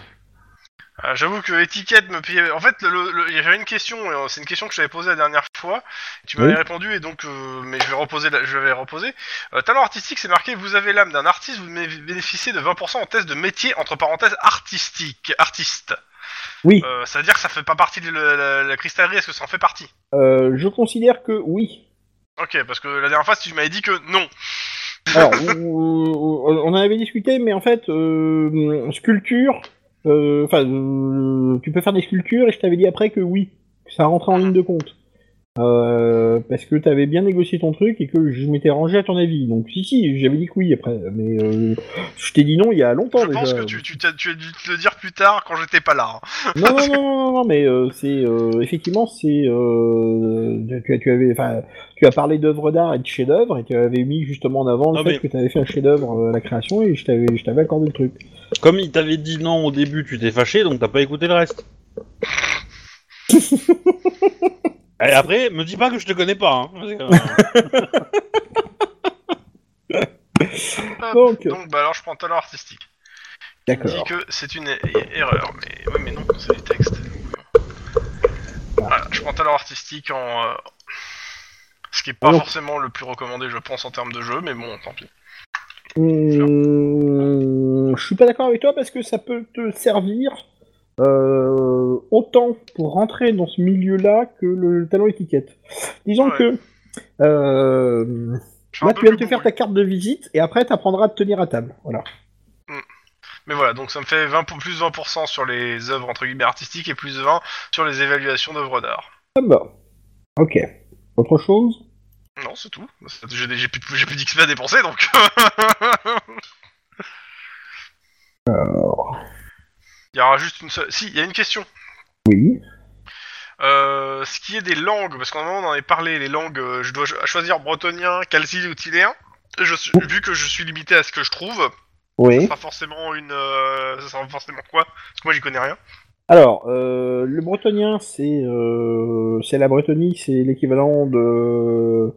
S4: Ah, J'avoue que étiquette me payait. En fait, le- le- il j'avais une question. et, euh, C'est une question que je t'avais posée la dernière fois. Tu m'avais
S2: Oui.
S4: répondu et donc, euh, mais je vais reposer. la- Je vais reposer. Euh, talent artistique, c'est marqué. Vous avez l'âme d'un artiste. Vous mé- bénéficiez de 20% en test de métier entre parenthèses artistique, artiste.
S2: Oui.
S4: Euh, ça veut dire que ça fait pas partie de la, la- la cristallerie. Est-ce que ça en fait partie
S2: Euh, je considère que oui.
S4: Ok, parce que la dernière fois, tu m'avais dit que non.
S2: Alors, on, on- on en avait discuté, mais en fait, euh, sculpture, euh, enfin, euh, tu peux faire des sculptures, et je t'avais dit après que oui, que ça rentrait en ligne de compte. Euh, parce que t'avais bien négocié ton truc et que je m'étais rangé à ton avis. Donc, si, si, j'avais dit que oui après, mais euh, je t'ai dit non il y a longtemps
S4: Je
S2: déjà.
S4: pense que tu, tu, t'as- tu as dû te le dire plus tard quand j'étais pas là. hein.
S2: non, non, non, non, non, non, mais euh, c'est euh, effectivement, c'est euh, tu, as- tu avais, enfin, tu as parlé d'œuvres d'art et de chefs-d'œuvre et tu avais mis justement en avant le
S1: Non,
S2: fait
S1: mais-
S2: que tu avais fait un chef-d'œuvre euh, à la création et je t'avais, je t'avais accordé le truc.
S1: Comme il t'avait dit non au début, tu t'es fâché, donc t'as pas écouté le reste. Et après, me dis pas que je te connais pas. Hein. parce que, euh,
S4: Hop.
S2: Donc,
S4: Ah, Donc, bah alors je prends talent artistique. dit
S2: D'accord.
S4: que c'est une é- erreur. Mais ouais, mais non, c'est du texte. Voilà, je prends talent artistique en. euh, Ce qui est pas
S2: Alors.
S4: forcément le plus recommandé, je pense, en termes de jeu, mais bon, tant pis.
S2: Hum, je suis pas d'accord avec toi parce que ça peut te servir euh, autant pour rentrer dans ce milieu-là que le talent étiquette. Disons
S4: Ah Ouais.
S2: que euh,
S4: Je suis un
S2: là,
S4: peu
S2: tu viens de
S4: plus
S2: te faire ta carte de visite et après, tu apprendras à te tenir à table. Voilà.
S4: Mais voilà, donc ça me fait 20 pour- plus 20% sur les œuvres entre guillemets artistiques et plus 20 sur les évaluations d'œuvres d'art.
S2: Ça me va. Ok. Autre chose
S4: Non, c'est tout. J'ai j'ai plus, de- j'ai plus d'XP à dépenser, donc... Il y aura juste une seule... Si, il y a une question.
S2: Oui.
S4: Euh, ce qui est des langues, parce qu'en un moment on en avait parlé, les langues, euh, je dois cho- choisir bretonien, calci ou tiléen. Je, suis- vu que je suis limité à ce que je trouve, ça
S2: Oui.
S4: sera forcément une... euh, ça sera forcément quoi Parce que moi j'y connais rien.
S2: Alors, euh, le bretonien, c'est euh, c'est la Bretonie, c'est l'équivalent de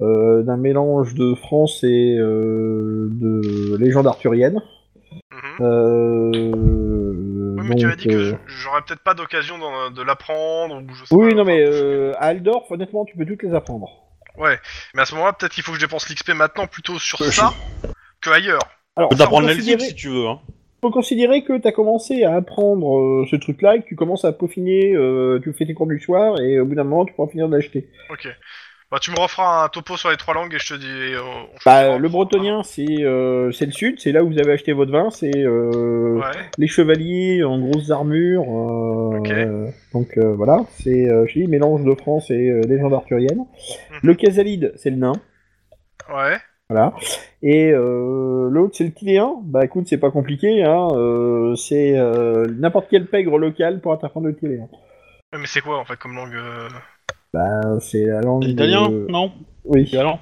S2: euh, d'un mélange de France et euh, de légende arthurienne.
S4: Mhm.
S2: Euh,
S4: Oui, mais
S2: donc,
S4: tu avais dit que
S2: euh,
S4: je- j'aurais peut-être pas d'occasion d'en- de l'apprendre ou je sais
S2: Oui,
S4: pas,
S2: non,
S4: enfin,
S2: mais euh, à Aldorf, honnêtement, tu peux toutes les apprendre.
S4: Mais à ce moment-là, peut-être qu'il faut que je dépense l'XP maintenant plutôt sur
S1: Euh,
S4: ça que ailleurs.
S2: Alors,
S1: Tu peux
S2: faut
S1: t'apprendre l'elfique
S2: considérer-
S1: si tu veux. Hein.
S2: faut considérer que tu as commencé à apprendre euh, ce truc-là et que tu commences à peaufiner, euh, tu fais tes cours du soir et au bout d'un moment, tu pourras finir d'acheter.
S4: Ok. Bah, tu me referas un topo sur les trois langues et je te dis. et, euh, on
S2: Bah,
S4: fera-
S2: le bretonien, c'est euh, c'est le sud, c'est là où vous avez acheté votre vin, c'est euh,
S4: Ouais.
S2: les chevaliers en grosses armures. euh,
S4: Ok.
S2: euh, donc euh, voilà, c'est euh, je dis, mélange de France et euh, légende arthurienne.
S4: Mhm.
S2: Le casalide, c'est le nain.
S4: Ouais.
S2: Et euh, l'autre, c'est le tiléen. Bah écoute, c'est pas compliqué, hein, euh, c'est euh, n'importe quel pègre local pour t'apprendre le tiléen.
S4: Ouais, Mais c'est quoi en fait comme langue euh,
S2: Euh, c'est la langue.
S1: L'italien
S2: de-
S1: Non.
S2: Oui.
S1: L'italien.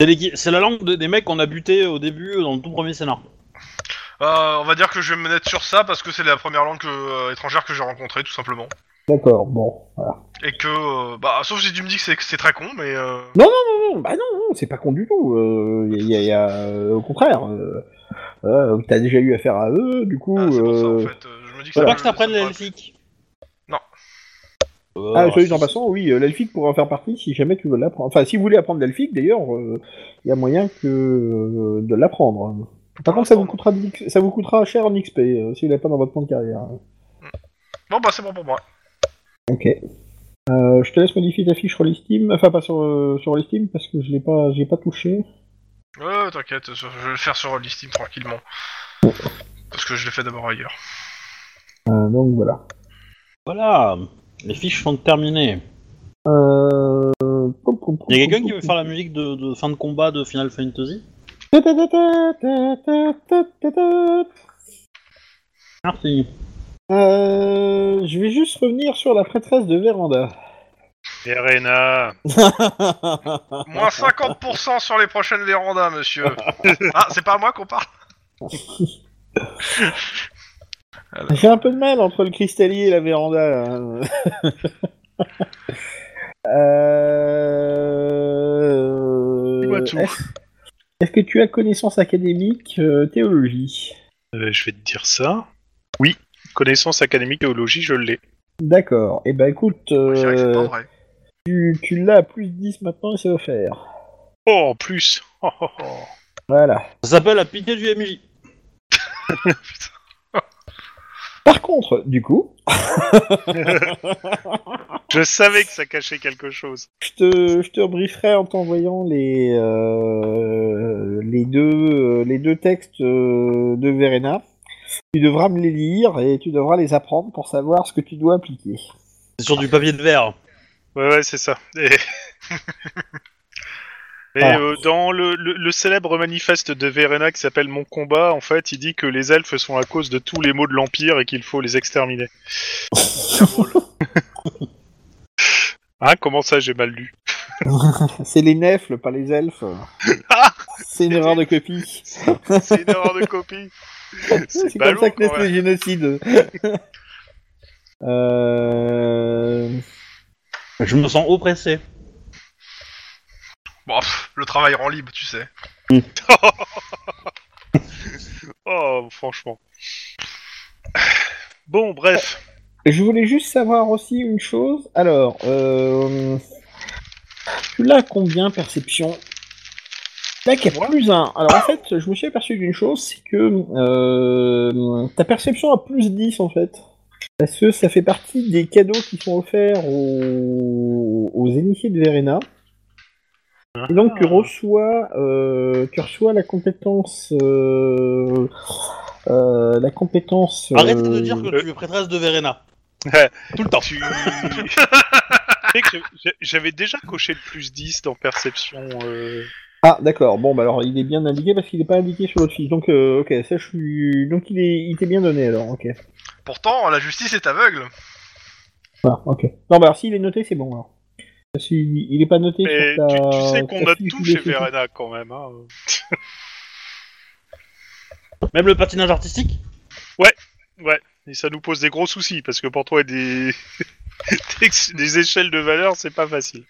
S1: C'est l'équi- C'est la langue de- des mecs qu'on a buté au début euh, dans le tout premier scénar.
S4: Euh, On va dire que je vais me mettre sur ça parce que c'est la première langue que- euh, étrangère que j'ai rencontrée tout simplement.
S2: D'accord, bon. Voilà.
S4: Et que. euh, bah, sauf si tu me dis que c'est- que c'est très con, mais. euh,
S2: Non, bah non, non, c'est pas con du tout. euh, y a- y a- y a, euh, au contraire, euh, euh, t'as déjà eu affaire à eux, du coup.
S4: ah, c'est pour ça en
S2: euh,
S4: fait. Euh, Je me dis que
S1: Faut
S4: ça
S1: pas
S4: me-
S1: que je t'apprenne
S4: ça me-
S1: l'elfique.
S4: Non.
S1: Euh,
S2: Ah, soit dit en
S1: si-
S2: passant, oui, euh, l'elfique pourrait en faire partie si jamais tu veux l'apprendre. Enfin, si vous voulez apprendre l'elfique, d'ailleurs, il y a moyen que euh, de l'apprendre. Par contre, ça vous coûtera, de l'X- ça vous coûtera cher en XP euh, si vous l'avez pas dans votre plan de carrière.
S4: Bon, bah, c'est bon pour moi.
S2: Ok. Euh, je te laisse modifier ta fiche sur l'Esteam, enfin pas sur, euh, sur l'Esteam parce que je l'ai pas, j'ai pas touché.
S4: Euh, t'inquiète, je je vais le faire sur Rollistim tranquillement. Parce que je l'ai fait d'abord ailleurs.
S2: Euh, donc voilà.
S1: Voilà. Les fiches sont terminées.
S2: Euh...
S1: Il y a quelqu'un qui veut faire la musique de, de fin de combat de Final Fantasy
S2: Euh,
S1: Merci.
S2: Euh, je vais juste revenir sur la prêtresse de Véranda.
S3: Serena.
S4: Moins 50% sur les prochaines vérandas, monsieur. Ah, c'est pas à moi qu'on parle.
S2: J'ai un peu de mal entre le cristallier et la Véranda. là. Euh,
S3: Dis-moi tout.
S2: Est-ce est-ce que tu as connaissance académique, euh, théologie
S3: Euh, je vais te dire ça. Oui. Connaissance académique théologie, je l'ai.
S2: D'accord. Et eh ben écoute,
S4: Je dirais que c'est pas
S2: euh,
S4: vrai.
S2: tu, tu l'as à plus 10 maintenant et c'est offert.
S3: Oh, en plus. Oh, oh, oh.
S2: Voilà.
S1: Ça s'appelle la pitié du MJ.
S2: Par contre, du coup,
S3: Je savais que ça cachait quelque chose.
S2: je te, je te brieferai en t'envoyant les, euh, les, deux, les deux textes euh, de Verena. Tu devras me les lire et tu devras les apprendre pour savoir ce que tu dois appliquer.
S1: C'est sur du papier de verre.
S3: Ouais, ouais, c'est ça. Et... Mais
S2: Voilà.
S3: euh, dans le, le- le célèbre manifeste de Verena qui s'appelle Mon combat, en fait, il dit que les elfes sont à cause de tous les maux de l'Empire et qu'il faut les exterminer. Hein, comment ça, j'ai mal lu
S2: C'est les nefles, pas les elfes.
S3: Ah
S2: C'est une erreur de copie.
S3: C'est une erreur de copie
S2: C'est comme
S3: ballot,
S2: ça que
S3: quand
S2: naissent
S3: même.
S2: les génocides. euh...
S1: Je me sens oppressé.
S4: Bon, pff, le travail rend libre, tu sais.
S3: Oh, enfin, franchement. Bon, bref.
S2: Je voulais juste savoir aussi une chose. Alors, euh... tu l'as combien perception Là, qu'il y a plus un. Alors en fait, je me suis aperçu d'une chose, c'est que euh, ta perception a plus 10 en fait. Parce que ça fait partie des cadeaux qui sont offerts aux, aux initiés de Verena. Et donc tu reçois, euh, tu reçois la compétence, euh, euh, la compétence.
S1: Arrête
S2: euh,
S1: de dire que tu es prêtresse de Verena. Tout le temps.
S3: Tu- Tu sais que j'ai- J'avais déjà coché le plus 10 dans perception. euh,
S2: Ah d'accord. Bon bah alors il est bien indiqué parce qu'il n'est pas indiqué sur l'autre fiche. Donc euh, ok, ça je suis. Donc il est, il t'est bien donné alors. Ok.
S4: Pourtant, la justice est aveugle.
S2: Ah, ok. Non, bah alors s'il est noté, c'est bon alors. S'il il est pas noté,
S3: Mais
S2: sur
S3: tu,
S2: ta-
S3: tu sais
S2: ta
S3: qu'on a
S2: fiche
S3: tout
S2: de
S3: chez
S2: fiche.
S3: Verena quand même. hein.
S1: Même le patinage artistique
S3: Et ça nous pose des gros soucis parce que pour toi, des, des- des échelles de valeur, c'est pas facile.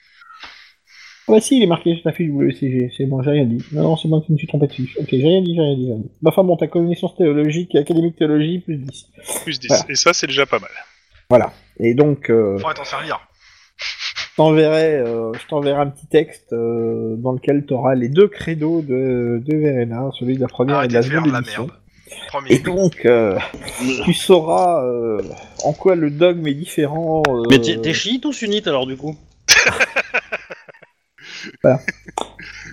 S2: Ouais, Ah, bah, si, il est marqué sur ta fiche WCG. C'est bon, j'ai rien dit. Non, non, c'est moi qui me suis trompé de fiche. Ok, j'ai rien dit, j'ai rien dit. j'ai rien dit. Bah, Enfin bon, ta connaissance théologique, académique théologie, plus 10.
S3: Plus 10.
S2: Voilà.
S3: Et ça, c'est déjà pas mal.
S2: Et donc, euh,
S4: Faudrait t'en servir.
S2: je t'enverrai, euh, je t'enverrai un petit texte euh, dans lequel tu auras les deux credos de, de Verena, celui de la première
S3: Ah,
S4: Arrêtez
S2: et de la
S4: de faire
S2: seconde
S4: de la
S2: édition.
S4: merde. Promis.
S2: Et donc, euh, tu sauras euh, en quoi le dogme est différent. euh,
S1: Mais t'es t'es chiite ou sunnite alors du coup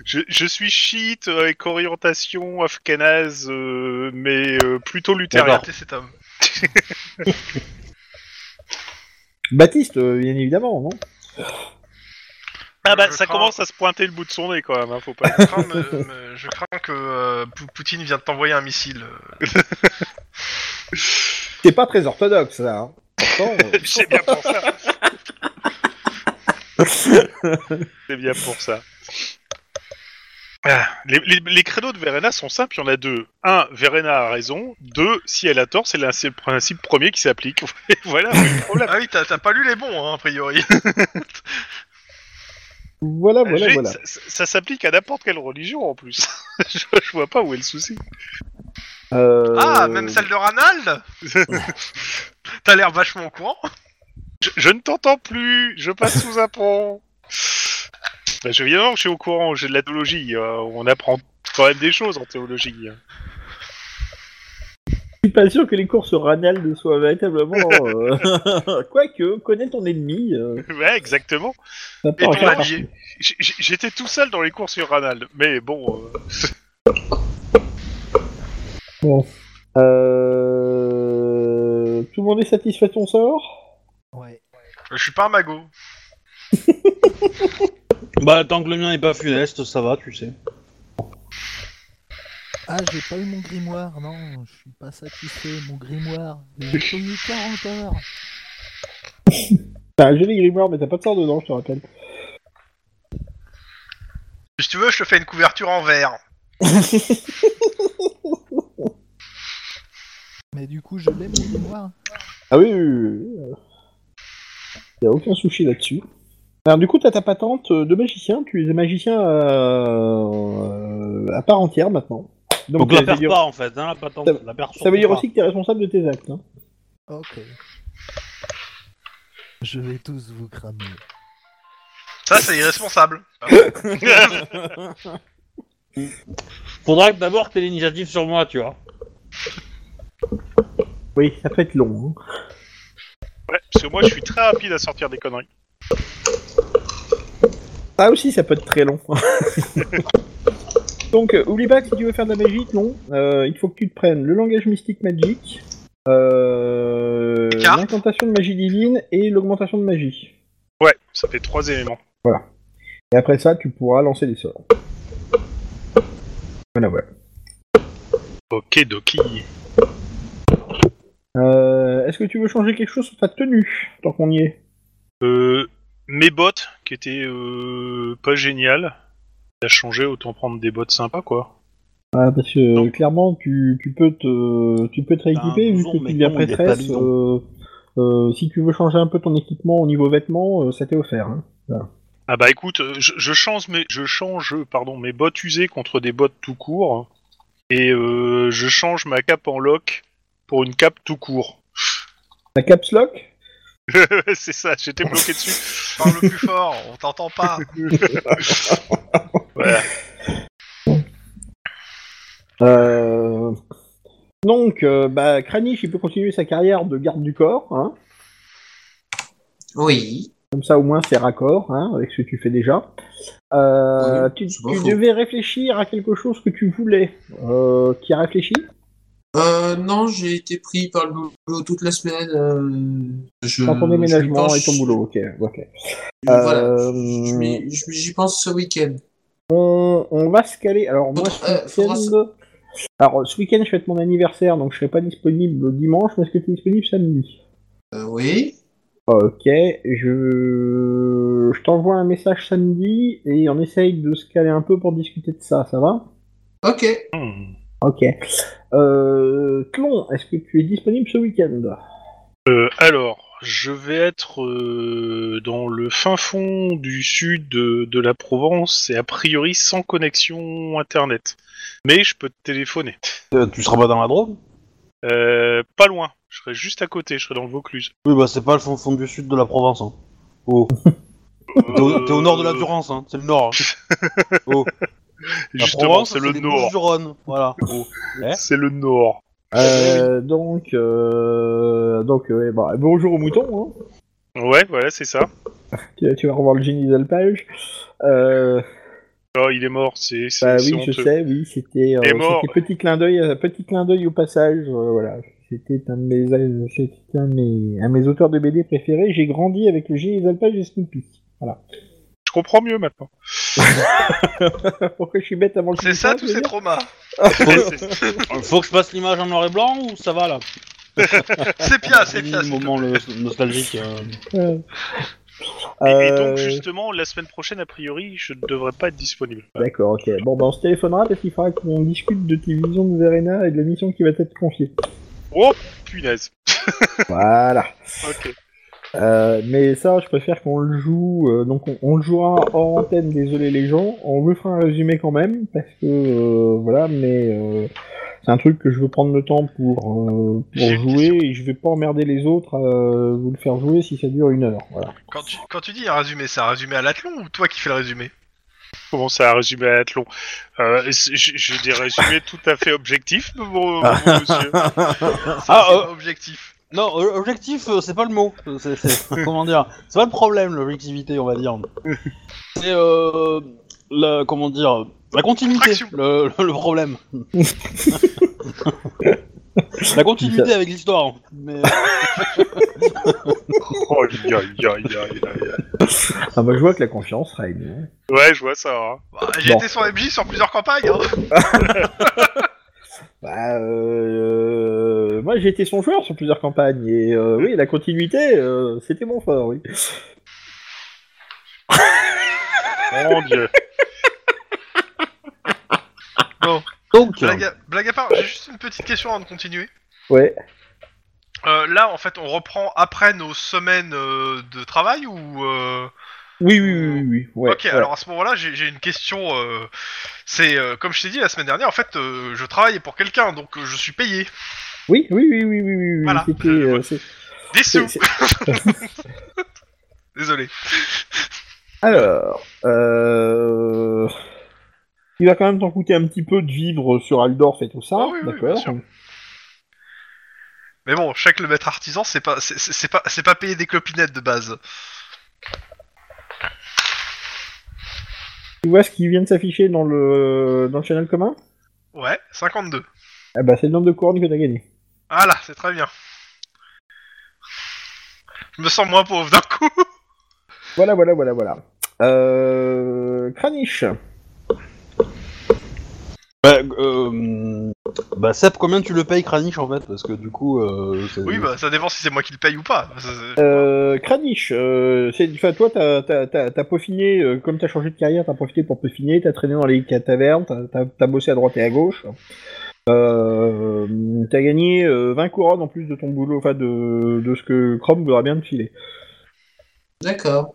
S3: Je, je suis chiite avec orientation afghanaise, euh, mais euh, plutôt luthérienne.
S4: Arrêtez cet homme.
S2: Baptiste, euh, bien évidemment, non
S3: Ah bah,
S4: Je
S3: ça
S4: crains-
S3: commence à se pointer le bout de son nez quand même, hein, faut pas.
S4: Je crains, me- me- je crains que euh, Pou- Poutine vient de t'envoyer un missile.
S2: C'est pas très orthodoxe, ça. hein. Pourtant, euh,
S3: C'est bien pour ça. C'est bien pour ça. Ah, Les, les, les créneaux de Verena sont simples, il y en a deux. Un, Verena a raison. Deux, si elle a tort, c'est l'un- c'est le principe premier qui s'applique. Et voilà, le problème.
S4: Ah oui, t'as t'as pas lu les bons, hein, a priori.
S2: voilà, voilà,
S3: J'ai-
S2: voilà.
S3: Ça, ça- ça s'applique à n'importe quelle religion en plus. je, je vois pas où est le souci.
S2: Euh,
S4: Ah, même celle de Ranald T'as l'air vachement au courant.
S3: Je, je ne t'entends plus, je passe sous un pont. Bah, je, évidemment que je suis au courant, j'ai de la théologie. euh, on apprend quand même des choses en théologie.
S2: Je suis pas sûr que les courses ranales soient véritablement. euh, Quoique, connais ton ennemi. euh,
S3: ouais, exactement.
S2: Oh, ça
S4: Et
S2: peut en
S4: ton
S2: faire
S4: allié.
S2: partie.
S3: J- j- J'étais tout seul dans les cours sur Ranald, mais bon. euh,
S2: Euh, Tout le monde est satisfait de son sort
S5: Ouais.
S4: Je suis pas un magot.
S1: Bah tant que le mien n'est pas funeste, ça va, tu sais.
S5: Ah, j'ai pas eu mon grimoire, non, je suis pas satisfait, mon grimoire. J'ai connu 40 heures.
S2: T'as un joli grimoire, mais t'as pas de sort dedans, je te rappelle.
S4: Si tu veux, je te fais une couverture en verre.
S5: Mais du coup, je l'ai mon grimoire.
S2: Ah oui, oui, oui, oui, euh, y a aucun souci là-dessus. Alors, du coup, t'as ta patente euh, de magicien, tu es magicien euh, euh, à part entière maintenant.
S1: Donc,
S2: ça
S1: la
S2: veut
S1: perds
S2: dire-
S1: pas en fait, hein, la patente.
S2: Ça-
S1: la perds
S2: Ça veut dire
S1: surtout
S2: aussi que t'es responsable de tes actes. hein.
S5: Ok. Je vais tous vous cramer.
S4: Ça, c'est irresponsable.
S1: pas. Faudra que d'abord que t'aies l'initiative sur moi, tu vois.
S2: Oui, ça peut être long. hein.
S3: ouais, parce que moi, je suis très rapide à sortir des conneries.
S2: Ah aussi, ça peut être très long. Donc, euh, oublie pas que si tu veux faire de la magie, non, euh, il faut que tu te prennes le langage mystique magique, euh,
S4: Carte.
S2: l'incantation de magie divine et l'augmentation de magie.
S3: Ouais, ça fait trois éléments.
S2: Et après ça, tu pourras lancer des sorts. Voilà, voilà.
S3: Ok, Doki.
S2: Euh, Est-ce que tu veux changer quelque chose sur ta tenue, tant qu'on y est
S3: Euh, mes bottes, qui étaient euh, pas géniales, ça changé, autant prendre des bottes sympas, quoi.
S2: ah, Parce que
S3: Non.
S2: clairement, tu, tu peux te tu peux te rééquiper,
S1: T'as un
S2: vu
S1: blouson,
S2: que
S1: mais
S2: tu deviens
S1: Ben, non, il est pas
S2: prêtresse.
S1: blouson.
S2: euh, euh, si tu veux changer un peu ton équipement au niveau vêtements, euh, ça t'est offert. hein.
S3: Ah bah écoute, euh, je, je change mes, je change, pardon, mes bottes usées contre des bottes tout court. hein. Et euh, je change ma cape en lock pour une cape tout court.
S2: La caps lock
S3: c'est ça, j'étais bloqué dessus.
S4: Parle plus fort, on t'entend
S3: Ah.
S4: pas.
S3: Voilà.
S2: Euh, Donc, euh, bah, Kranich, il peut continuer sa carrière de garde du corps. Hein.
S6: Oui.
S2: Comme ça, au moins, c'est raccord hein, avec ce que tu fais déjà. Euh,
S6: Oui,
S2: tu
S6: c'est pas
S2: tu
S6: faux.
S2: devais réfléchir à quelque chose que tu voulais. Euh, qui a réfléchi
S6: Euh, non, j'ai été pris par le boulot toute la semaine. euh, je,
S2: Dans ton
S6: je
S2: déménagement
S6: pense-
S2: et ton boulot, ok. ok.
S6: Voilà.
S2: Euh,
S6: Je m'y- je m'y- J'y pense ce week-end.
S2: On, on va se caler. Alors moi, ce
S6: Faudra- euh, faudra
S2: week-end, alors ce week-end, je fête mon anniversaire, donc je serai pas disponible dimanche, mais est-ce que tu es disponible samedi
S6: Euh, oui.
S2: Ok, je, je t'envoie un message samedi et on essaye de se caler un peu pour discuter de ça. Ça va
S6: Ok.
S2: Ok. Euh, Clon, est-ce que tu es disponible ce week-end
S3: Euh, alors, je vais être euh, dans le fin fond du sud de, de la Provence et a priori sans connexion internet. Mais je peux te téléphoner.
S1: Euh, Tu seras pas dans la Drôme
S3: Euh, pas loin, je serai juste à côté, je serai dans le Vaucluse.
S1: Oui, bah c'est pas le fond, fond du sud de la Provence. Hein. Oh. T'es au, t'es au nord de la Durance, hein. c'est le nord. hein. La
S3: Justement,
S1: Provence, hein,
S3: c'est le
S1: les
S3: nord.
S1: Bouches-du-Rhône, voilà. Oh. Eh
S3: C'est le nord.
S2: euh, Donc, euh, donc, euh, bah, bonjour aux moutons. Hein.
S3: Ouais, voilà, c'est ça.
S2: Tu, tu vas revoir le génie d'alpage. Euh,
S3: Oh, il est mort, c'est c'est-
S2: Bah
S3: c'est
S2: oui, je
S3: honteux.
S2: sais, oui, c'était euh,
S3: Et mort.
S2: c'était petit clin d'œil, euh, petit clin d'œil au passage, euh, voilà. C'était un de mes, euh, c'était un de mes, un de mes auteurs de BD préférés. J'ai grandi avec le génie des Alpages et Snoopy. Voilà.
S3: Je comprends mieux maintenant.
S2: Pourquoi je suis bête avant le
S4: C'est ça tous ces
S2: trop
S4: traumas.
S3: C'est-
S1: Faut que je passe l'image en noir et blanc ou ça va là
S4: C'est bien, c'est bien.
S1: le moment le- nostalgique. euh.
S3: et, et
S2: Euh,
S3: donc justement, la semaine prochaine, a priori, je ne devrais pas être disponible.
S2: D'accord, ok. Bon, bah on se téléphonera parce qu'il faudra qu'on discute de tes visions de Verena et de la mission qui va t'être confiée.
S3: Oh, punaise.
S2: voilà.
S3: Ok.
S2: Euh, mais ça, je préfère qu'on le joue. euh, donc, on, on le jouera hors antenne, désolé les gens. On vous fera un résumé quand même, parce que euh, voilà, mais euh, c'est un truc que je veux prendre le temps pour, euh, pour
S4: J'ai une
S2: jouer et je vais pas emmerder les autres, euh, vous le faire jouer si ça dure une heure. Voilà.
S4: Quand tu, quand tu dis un résumé, c'est un résumé à l'athlon ou toi qui fais le résumé
S3: commencer à résumer à Athlon. Euh, c'est- J'ai j'ai des résumés tout à fait objectifs, mon, mon monsieur.
S1: Ah,
S4: C'est
S2: oh.
S1: euh,
S4: objectif.
S1: non, euh, objectif, euh, c'est pas le mot. C'est, c'est- comment dire C'est pas le problème, l'objectivité, on va dire. C'est euh, la, comment dire la continuité,
S4: Contraction.
S1: le, le problème. la continuité avec l'histoire. Mais...
S3: Oh, ya, ya, ya, ya, ya.
S2: Ah bah, je vois que la confiance règne. hein.
S3: Ouais, je vois ça. hein.
S4: Bah, J'ai
S2: Bon.
S4: été son MJ sur plusieurs campagnes. hein.
S2: Bah, euh, moi, j'ai été son joueur sur plusieurs campagnes et euh, oui, la continuité, euh, c'était mon fort, oui.
S3: Mon dieu.
S1: Donc,
S4: Blague, à, blague à part, j'ai juste une petite question avant de continuer.
S2: Ouais.
S4: Euh, là, en fait, on reprend après nos semaines euh, de travail ou euh,
S2: Oui, oui, oui, oui. oui. Ouais,
S4: ok,
S2: ouais.
S4: alors à ce moment-là, j'ai j'ai une question. euh, c'est euh, comme je t'ai dit la semaine dernière, en fait, euh, je travaille pour quelqu'un, donc euh, je suis payé.
S2: Oui, oui, oui, oui, oui, oui, oui.
S4: Voilà.
S2: C'était, euh, c'est-
S4: Des
S2: c'est-
S4: sous.
S2: c'est-
S4: Désolé.
S2: Alors, euh... il va quand même t'en coûter un petit peu de vivre sur Aldorf et tout ça,
S4: Ah oui, oui, bien
S2: d'accord
S4: sûr. Mais bon, je sais que le maître artisan, c'est pas, c'est- c'est c'est pas, c'est pas payer des clopinettes de base.
S2: Tu vois ce qui vient de s'afficher dans le dans le channel commun
S4: Ouais, 52.
S2: Ah bah c'est le nombre de couronnes que t'as gagné.
S4: Voilà, c'est très bien. Je me sens moins pauvre d'un coup.
S2: Voilà, voilà, voilà, voilà. Euh... Kranich,
S1: bah, euh, bah, Seb, combien tu le payes Kranich en fait Parce que du coup, euh, c'est-
S4: Oui, bah ça dépend si c'est moi qui le paye ou pas. Ça, c'est-
S2: euh, Kranich, euh, c'est, enfin, toi t'as, t'as, t'as, t'as peaufiné, euh, comme t'as changé de carrière, t'as profité pour peaufiner, t'as traîné dans les tavernes, t'as, t'as, t'as bossé à droite et à gauche. Euh, t'as gagné euh, 20 couronnes en plus de ton boulot, enfin de, de ce que Chrome voudra bien te filer.
S6: D'accord.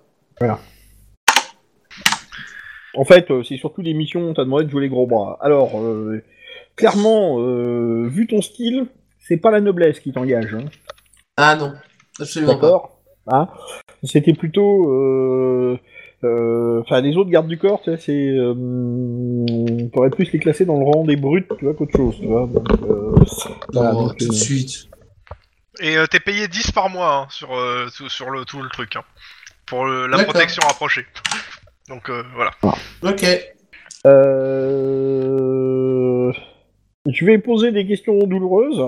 S2: En fait, euh, c'est surtout des missions où on t'a demandé de jouer les gros bras. Alors, euh, clairement, euh, euh, vu ton style, c'est pas la noblesse qui t'engage. hein.
S6: Ah non, absolument pas.
S2: D'accord Hein C'était plutôt. euh, euh, Enfin, les autres gardes du corps, tu vois, c'est. euh, on pourrait plus les classer dans le rang des brutes, tu vois, qu'autre chose, tu vois. donc, euh, voilà,
S6: Non,
S2: donc,
S6: tout de
S2: euh,
S6: suite.
S4: Et euh, t'es payé 10 par mois hein, sur, euh, tout- sur le, tout le truc. hein, pour le- la
S6: D'accord.
S4: protection rapprochée. Donc euh, voilà.
S6: Ok. Eh,
S2: Euh... Je vais poser des questions douloureuses.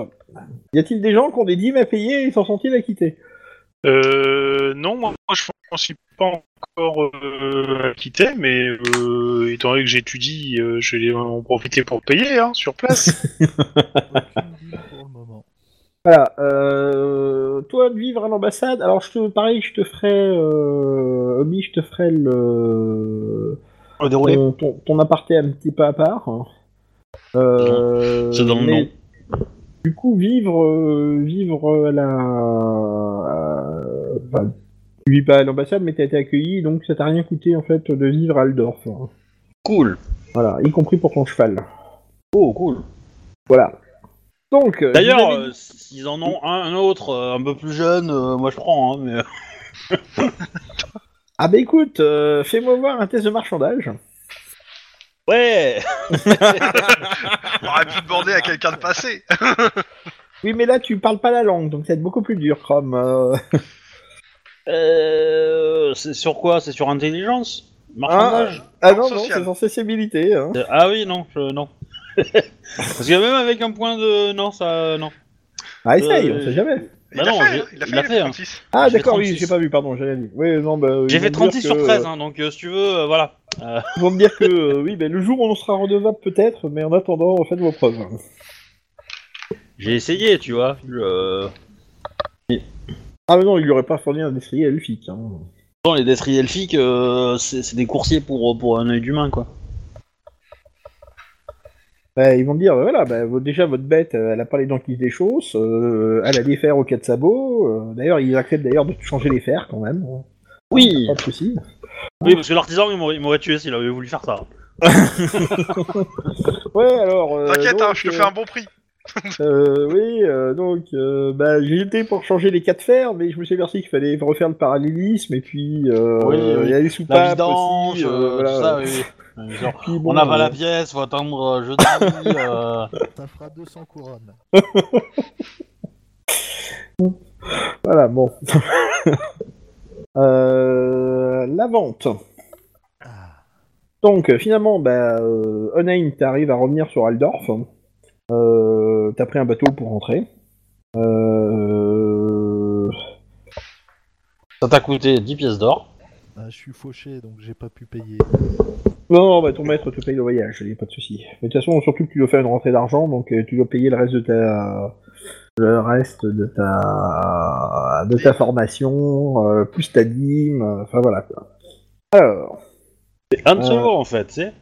S2: Y a-t-il des gens qui ont des dîmes à payer et s'en sont-ils acquittés
S3: Euh, non, moi, moi, je ne suis pas encore euh, acquitté, mais euh, étant donné que j'étudie, euh, je vais en profiter pour payer hein, sur place.
S5: Aucune idée pour le moment.
S2: Voilà. Euh... Toi, de vivre à l'ambassade. Alors, je te, pareil, je te ferai, euh... Obi, je te ferai le ton, ton, ton aparté un petit peu à part. hein. Euh...
S1: C'est dans le
S2: mais-
S1: nom.
S2: Du coup, vivre, euh, vivre à la, à- enfin, tu vis pas à l'ambassade, mais t'as été accueilli, donc ça t'a rien coûté en fait de vivre à Aldorf. hein.
S1: Cool.
S2: Voilà, y compris pour ton cheval.
S1: Oh, cool.
S2: Voilà. Donc. euh,
S1: D'ailleurs,
S2: vis-à-vis-
S1: euh, s'ils en ont un, un autre, euh, un peu plus jeune, euh, moi je prends. Hein, mais...
S2: ah bah écoute, euh, fais-moi voir un test de marchandage.
S1: Ouais
S4: On aurait pu demander à quelqu'un de passer.
S1: Bah
S2: Oui, mais là tu parles pas la langue, donc ça va être beaucoup plus dur, Chrome. euh.
S1: euh, C'est sur quoi C'est sur intelligence Marchandage
S2: Ah non, non,
S4: Social.
S2: c'est sans sensibilité. Hein.
S1: Euh, Ah oui, non, je- non. Parce que même avec un point de. Non, ça. Non.
S2: Ah essaye,
S1: Euh,
S2: on sait jamais.
S4: Il,
S1: Bah
S4: a
S1: non,
S4: fait,
S1: j'ai-
S4: hein, il a fait,
S1: il l'a
S4: les
S1: fait, hein.
S4: 36.
S2: Ah
S1: j'ai
S2: d'accord, oui,
S1: 36.
S2: j'ai pas vu, pardon, j'avais dit. Oui, non, bah, ils
S1: J'ai
S2: vont
S1: fait
S2: me dire
S1: 36 sur
S2: que-
S1: 13, hein, donc euh, si tu veux, euh, voilà.
S2: Ils vont me dire que euh, oui, ben, le jour où on sera redevable peut-être, mais en attendant, faites vos preuves.
S1: J'ai essayé, tu vois. Euh, je-
S2: Ah mais non, il lui aurait pas fourni un destrier elfique. Hein.
S1: Pourtant, les destriers elfiques, euh, c'est c'est des coursiers pour, pour un œil d'humain, quoi.
S2: Ouais, ils vont me dire, voilà, bah, vo- déjà votre bête, euh, elle a pas les dents qui se déchaussent, euh, elle a des fers aux quatre sabots. euh, d'ailleurs, ils acceptent d'ailleurs de te changer les fers quand même. hein.
S1: Oui
S2: Pas de souci.
S1: Oui, parce que l'artisan, il m'aurait- il m'aurait tué s'il avait voulu faire ça.
S2: Ouais, alors. euh,
S4: T'inquiète, hein,
S2: donc,
S4: je te
S2: euh,
S4: fais un bon prix.
S2: Euh, oui, euh, donc euh, bah, j'ai été pour changer les quatre fers, mais je me suis aperçu qu'il fallait refaire le parallélisme et puis euh,
S1: Oui, oui.
S2: il y a les
S1: La
S2: soupapes
S1: vidange,
S2: aussi. euh,
S1: euh,
S2: voilà.
S1: tout ça, oui. oui. Genre,
S2: Puis bon,
S1: On n'a pas
S2: euh,
S1: la pièce, faut attendre euh, jeudi. euh,
S5: Ça fera 200 couronnes.
S2: Voilà, bon. Euh, la vente.
S5: Ah,
S2: Donc euh, finalement, bah, euh, Onain, t'arrives à revenir sur Aldorf. Euh, T'as pris un bateau pour rentrer. Euh,
S1: Ça t'a coûté 10 pièces d'or.
S5: bah, je suis fauché donc j'ai pas pu payer.
S2: Non, non, bah, ton maître te paye le voyage, il a pas de souci. Mais de toute façon, surtout que tu dois faire une rentrée d'argent, donc euh, tu dois payer le reste de ta, le reste de ta, de ta formation, euh, plus ta dîme, euh, enfin voilà. quoi. Alors,
S1: C'est un de
S2: Euh.
S1: seul en fait, c'est.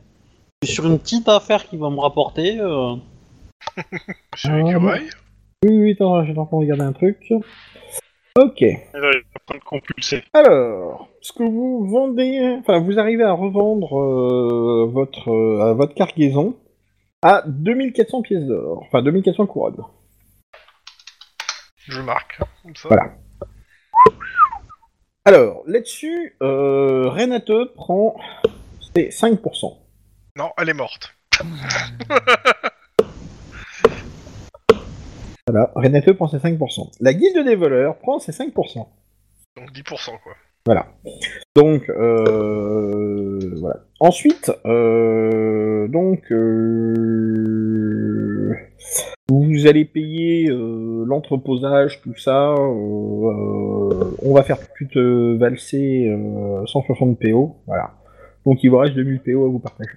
S1: Sur une petite affaire qui va me rapporter. euh,
S4: Monsieur
S2: Ah,
S4: l'écureuil.
S2: oui, oui, attends, j'ai encore regardé un truc. Ok.
S3: Elle Ah va prendre compulsé.
S2: Alors, ce que vous vendez, enfin, vous arrivez à revendre euh, votre, euh, votre cargaison à 2400 pièces d'or, enfin 2400 couronnes.
S4: Je marque. Comme ça.
S2: Voilà. Alors, là-dessus, euh, Renate prend c'est 5%.
S4: Non, elle est morte.
S2: Voilà, Renate prend ses 5%. La guilde des voleurs prend ses 5%.
S4: Donc 10% quoi.
S2: Donc, euh, voilà. Ensuite, euh, donc, euh, vous allez payer euh, l'entreposage, tout ça. euh, euh, on va faire tout de suite euh, valser euh, 160 PO, voilà. Donc il vous reste 2000 PO à vous partager.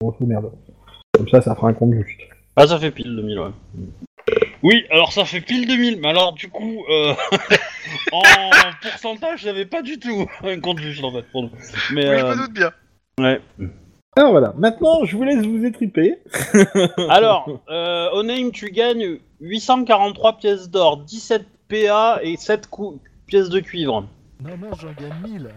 S2: Grosso merde. Comme ça, ça fera un compte juste.
S1: Ah, ça fait pile 2000, ouais. Oui, alors ça fait pile 2000, mais alors du coup, euh, en pourcentage, j'avais pas du tout un compte juste en fait pour nous. Mais,
S4: Oui, je
S1: euh,
S4: me doute bien.
S1: ouais.
S2: Alors voilà, maintenant je vous laisse vous étriper.
S1: Alors, euh, au name, tu gagnes 843 pièces d'or, 17 PA et 7 cou- pièces de cuivre.
S5: Non, non, j'en gagne 1000.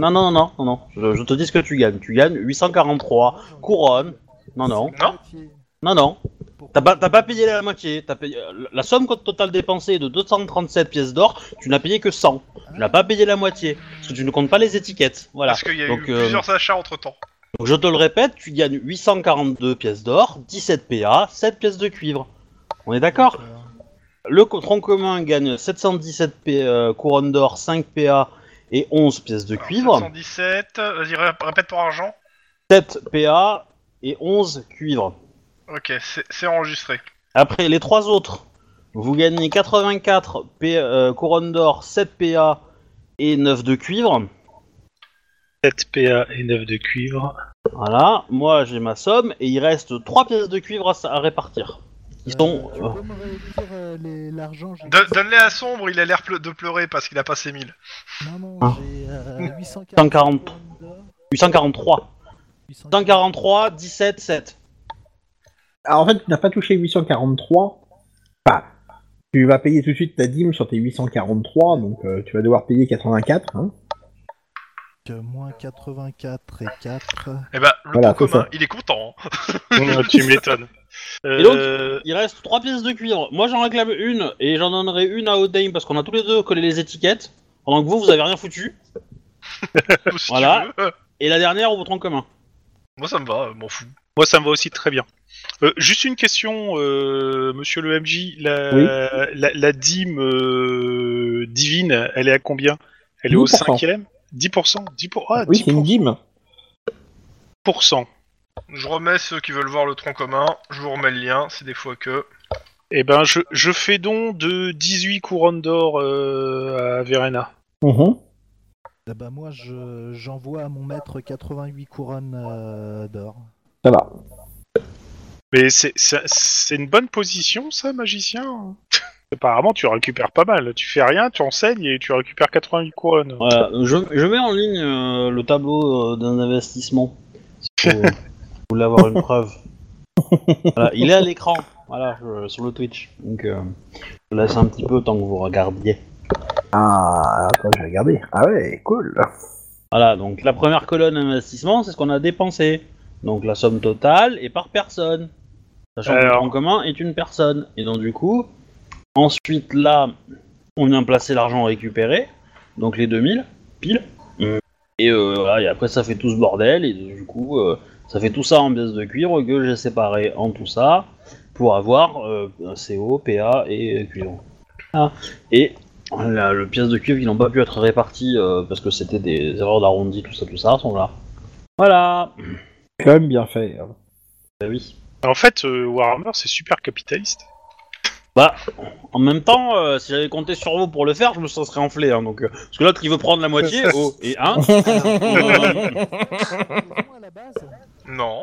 S1: Non, non, non, non, non, je, je te dis ce que tu gagnes. Tu gagnes 843 couronnes. Ah, Non, non,
S5: C'est la moitié.
S1: non, non.
S5: pour.
S1: T'as pas, t'as pas payé la moitié. T'as payé... euh, la- La somme totale dépensée est de 237 pièces d'or, tu n'as payé que 100. Tu n'as pas payé la moitié. Parce que tu ne comptes pas les étiquettes. Voilà.
S4: Parce qu'il y a
S1: Donc,
S4: eu
S1: euh,
S4: plusieurs achats entre temps.
S1: Donc je te le répète, tu gagnes 842 pièces d'or, 17 PA, 7 pièces de cuivre. On est d'accord
S5: Euh,
S1: Le co- tronc commun gagne 717 P- euh, couronnes d'or, 5 PA et 11 pièces de cuivre.
S4: 117, euh, vas-y, ré- répète pour argent.
S1: 7 PA et 11 cuivre.
S4: Ok, c'est c'est enregistré.
S1: Après, les trois autres, vous gagnez 84 P- euh, couronnes d'or, 7 PA et 9 de cuivre.
S3: 7 PA et 9 de cuivre.
S1: Voilà, moi j'ai ma somme et il reste 3 pièces de cuivre à, sa- à répartir. Ils sont...
S5: tu peux me redire euh, les- l'argent j'ai-
S4: Do- Donne-les à Sombre, il a l'air ple- de pleurer parce qu'il a passé 1000.
S5: Non, non,
S1: Ah.
S5: j'ai euh, 840.
S1: 143. 843. 143, 17, 7.
S2: Alors en fait, tu n'as pas touché 843. Enfin, tu vas payer tout de suite ta dîme sur tes 843, donc euh, tu vas devoir payer 84. Hein.
S5: Moins 84 et 4.
S4: Eh ben, le
S2: Voilà,
S4: pot
S2: c'est
S4: commun,
S2: ça.
S4: il est content. hein.
S3: tu m'étonnes.
S1: Et donc
S3: Euh,
S1: Il reste 3 pièces de cuivre. Moi j'en réclame une et j'en donnerai une à Odame parce qu'on a tous les deux collé les étiquettes. Pendant que vous, vous avez rien foutu.
S4: Ou hein, si tu
S1: Voilà.
S4: veux.
S1: Et la dernière au tronc commun.
S4: Moi, ça me va, euh, m'en fous.
S3: Moi, ça me va aussi très bien. Euh, juste une question, euh, monsieur le MJ. La,
S2: Oui.
S3: la, la dîme euh, divine, elle est à combien Elle est au
S2: 10%.
S3: cinquième 10% 10%, pour... ah,
S2: oui, c'est une dîme.
S3: 10%.
S4: Je remets ceux qui veulent voir le tronc commun, je vous remets le lien, c'est des fois que.
S3: Eh ben, je, je fais don de 18 couronnes d'or euh, à Verena.
S2: Mhm.
S5: Ah bah moi, je- j'envoie à mon maître 88 couronnes euh, d'or.
S2: Ça va.
S3: Mais c'est- c'est c'est une bonne position, ça, magicien Apparemment, tu récupères pas mal. Tu fais rien, tu enseignes et tu récupères 88 couronnes.
S1: Voilà, je, je mets en ligne euh, le tableau euh, d'un investissement. Si vous, vous voulez avoir une preuve. Voilà, il est à l'écran, voilà, euh, sur le Twitch. Donc euh, je laisse un petit peu tant que vous regardiez.
S2: Ah, attends, je vais regarder. Ah ouais, cool.
S1: Voilà, donc la première colonne investissement, c'est ce qu'on a dépensé. Donc la somme totale est par personne. Sachant que
S3: Alors.
S1: en commun est une personne. Et donc du coup, ensuite là, on vient placer l'argent récupéré, donc les 2000, pile. Et, euh, voilà, et après ça fait tout ce bordel, et du coup, euh, ça fait tout ça en pièces de cuivre que j'ai séparé en tout ça pour avoir euh, CO, PA et euh, cuivre. Ah, Et la, Oh le pièce de cuivre qui n'ont pas pu être réparties euh, parce que c'était des erreurs d'arrondi, tout ça, tout ça, sont là. Voilà
S2: Quand même bien fait. hein.
S1: Bah oui.
S3: En fait, euh, Warhammer, c'est super capitaliste.
S1: Bah, en même temps, euh, si j'avais compté sur vous pour le faire, je me serais enflé, hein, donc... euh, parce que l'autre, il veut prendre la moitié, oh, et un...
S5: Excusez-moi, à la base,
S4: Non.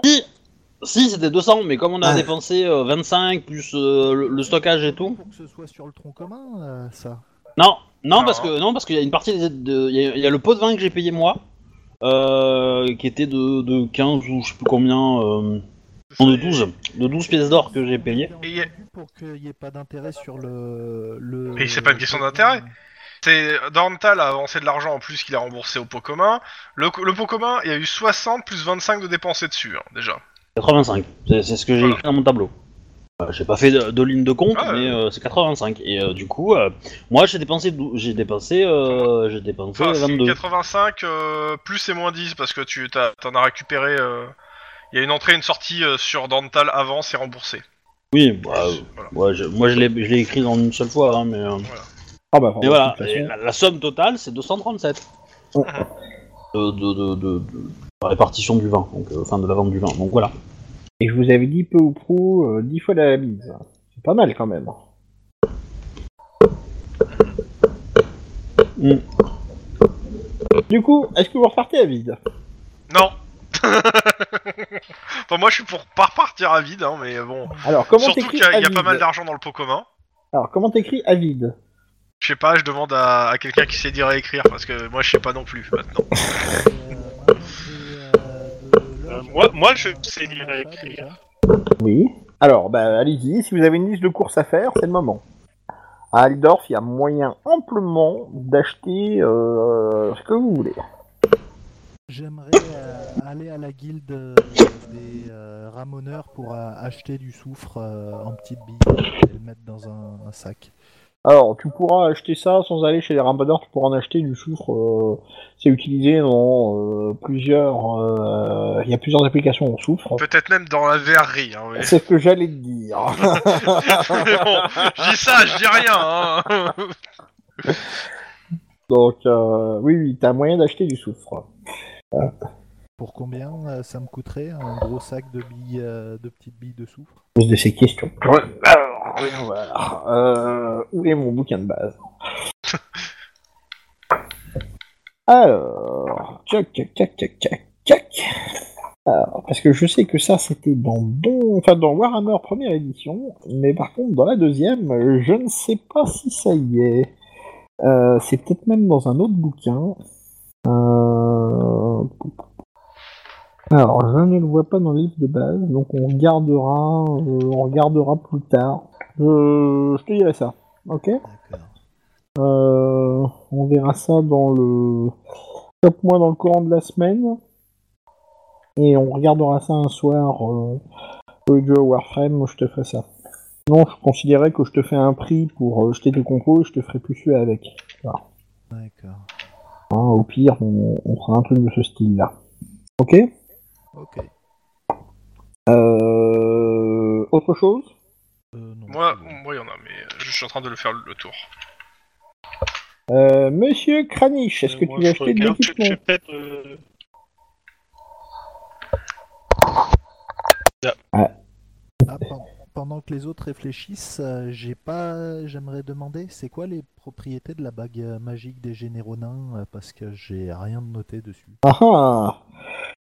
S1: Si, c'était 200, mais comme on a
S6: Ah.
S1: dépensé euh, 25, plus euh, le, le stockage et tout...
S5: Pour que ce soit sur le tronc commun, euh, ça.
S1: Non, non,
S4: Non.
S1: parce que non parce qu'il y a une partie des- de il y, a- il y a le pot de vin que j'ai payé moi euh, qui était de, de 15 ou je sais plus combien euh, non, de 12 de 12 pièces d'or que j'ai payé.
S5: Et il y a- Pour qu'il n'y ait pas d'intérêt sur le. le...
S4: Mais c'est pas une question d'intérêt. C'est Dorntal a avancé de l'argent en plus qu'il a remboursé au pot commun. Le, co- le pot commun, il y a eu 60 plus 25 de dépensés dessus, hein, déjà.
S1: 85. C'est c'est ce que j'ai
S4: Voilà.
S1: écrit dans mon tableau. Euh, j'ai pas fait de, de ligne de compte,
S4: Ah,
S1: mais euh, c'est 85. Et euh, du coup, euh, moi j'ai dépensé dou- j'ai dépensé euh, j'ai dépensé
S4: Enfin, Ah, c'est
S1: 22.
S4: 85 euh, plus et moins 10 parce que tu t'as- t'en as récupéré. euh, Il y a une entrée et une sortie euh, sur Dorntal avant, c'est remboursé.
S1: Oui, bah, euh,
S4: Voilà.
S1: ouais, je- moi je l'ai je l'ai écrit dans une seule fois, hein, mais, euh,
S2: Ah bah,
S1: mais
S2: pardon,
S1: voilà.
S2: de toute
S1: Et
S2: façon.
S1: la, la somme totale c'est 237.
S2: Oh.
S1: De, de, de, de- de la répartition du vin, donc euh, enfin de la vente du vin. Donc voilà.
S2: Et je vous avais dit peu ou prou euh, 10 fois la mise. C'est pas mal quand même.
S4: Hmm.
S1: Mm.
S2: Du coup, est-ce que vous repartez à vide
S4: Non Enfin, moi je suis pour pas repartir à vide, hein, mais bon.
S2: Alors comment
S4: Surtout
S2: t'écris
S4: qu'il y a, il y a
S2: avide
S4: pas mal d'argent dans le pot commun.
S2: Alors comment t'écris à vide
S4: Je sais pas, je demande à, à quelqu'un qui sait dire et écrire parce que moi je sais pas non plus maintenant.
S5: Et, euh, maintenant, j'ai, euh, de
S3: Euh,
S5: l'or,
S3: moi-
S5: j'ai
S3: moi, je
S5: un-
S3: sais lire
S5: un
S3: et
S5: achat,
S3: écrire.
S5: déjà.
S2: Oui. Alors bah allez-y, si vous avez une liste de courses à faire, c'est le moment. À Aldorf, il y a moyen amplement d'acheter euh, ce que vous voulez.
S5: J'aimerais euh, aller à la guilde euh, des euh, ramoneurs pour euh, acheter du soufre euh, en petites billes et le mettre dans un, un sac.
S2: Alors, tu pourras acheter ça sans aller chez les ramadeurs, tu pourras en acheter du soufre. euh, c'est utilisé dans euh, plusieurs. euh, Il y a plusieurs applications en soufre.
S4: Peut-être même dans la verrerie. Hein, mais-
S2: C'est ce que j'allais te dire.
S4: Mais bon, je dis ça, je dis rien. Hein.
S2: Donc, euh, oui, oui, t'as moyen d'acheter du soufre.
S5: Pour combien euh, ça me coûterait un gros sac de billes, euh, de petites billes de soufre
S2: Pose de ces questions. Alors, voyons voir. Euh, où est mon bouquin de base Alors, tchac, tchac, tchac, tchac, tchac, tchac. Alors, parce que je sais que ça, c'était dans bon, enfin dans Warhammer première édition, mais par contre dans la deuxième, euh, je ne sais pas si ça y est. Euh, c'est peut-être même dans un autre bouquin. Euh, alors, je ne le vois pas dans le livre de base, donc on regardera, euh, on regardera plus tard. Je- je te dirai ça, ok
S5: D'accord.
S2: euh, on verra ça dans le top moi dans le courant de la semaine. Et on regardera ça un soir euh, Audio Warframe, je te ferai ça. Non, je considérais que je te fais un prix pour euh, jeter tes compos et je te ferai plus celui avec.
S5: D'accord.
S2: Hein, au pire, on, on fera un truc de ce style-là. Ok
S5: Ok.
S2: Euh, Autre chose
S5: Euh, non,
S4: Moi,
S5: c'est bon.
S4: moi, il y en a, mais euh, je suis en train de le faire le tour.
S2: Euh, Monsieur Kranich, est-ce que tu veux acheter de l'équipement
S3: Euh, Je vais peut-être. euh,
S5: Ah, pen- pendant que les autres réfléchissent, euh, j'ai pas. J'aimerais demander, c'est quoi les propriétés de la bague euh, magique des généraux nains euh, Parce que j'ai rien de noté dessus.
S2: Ah ah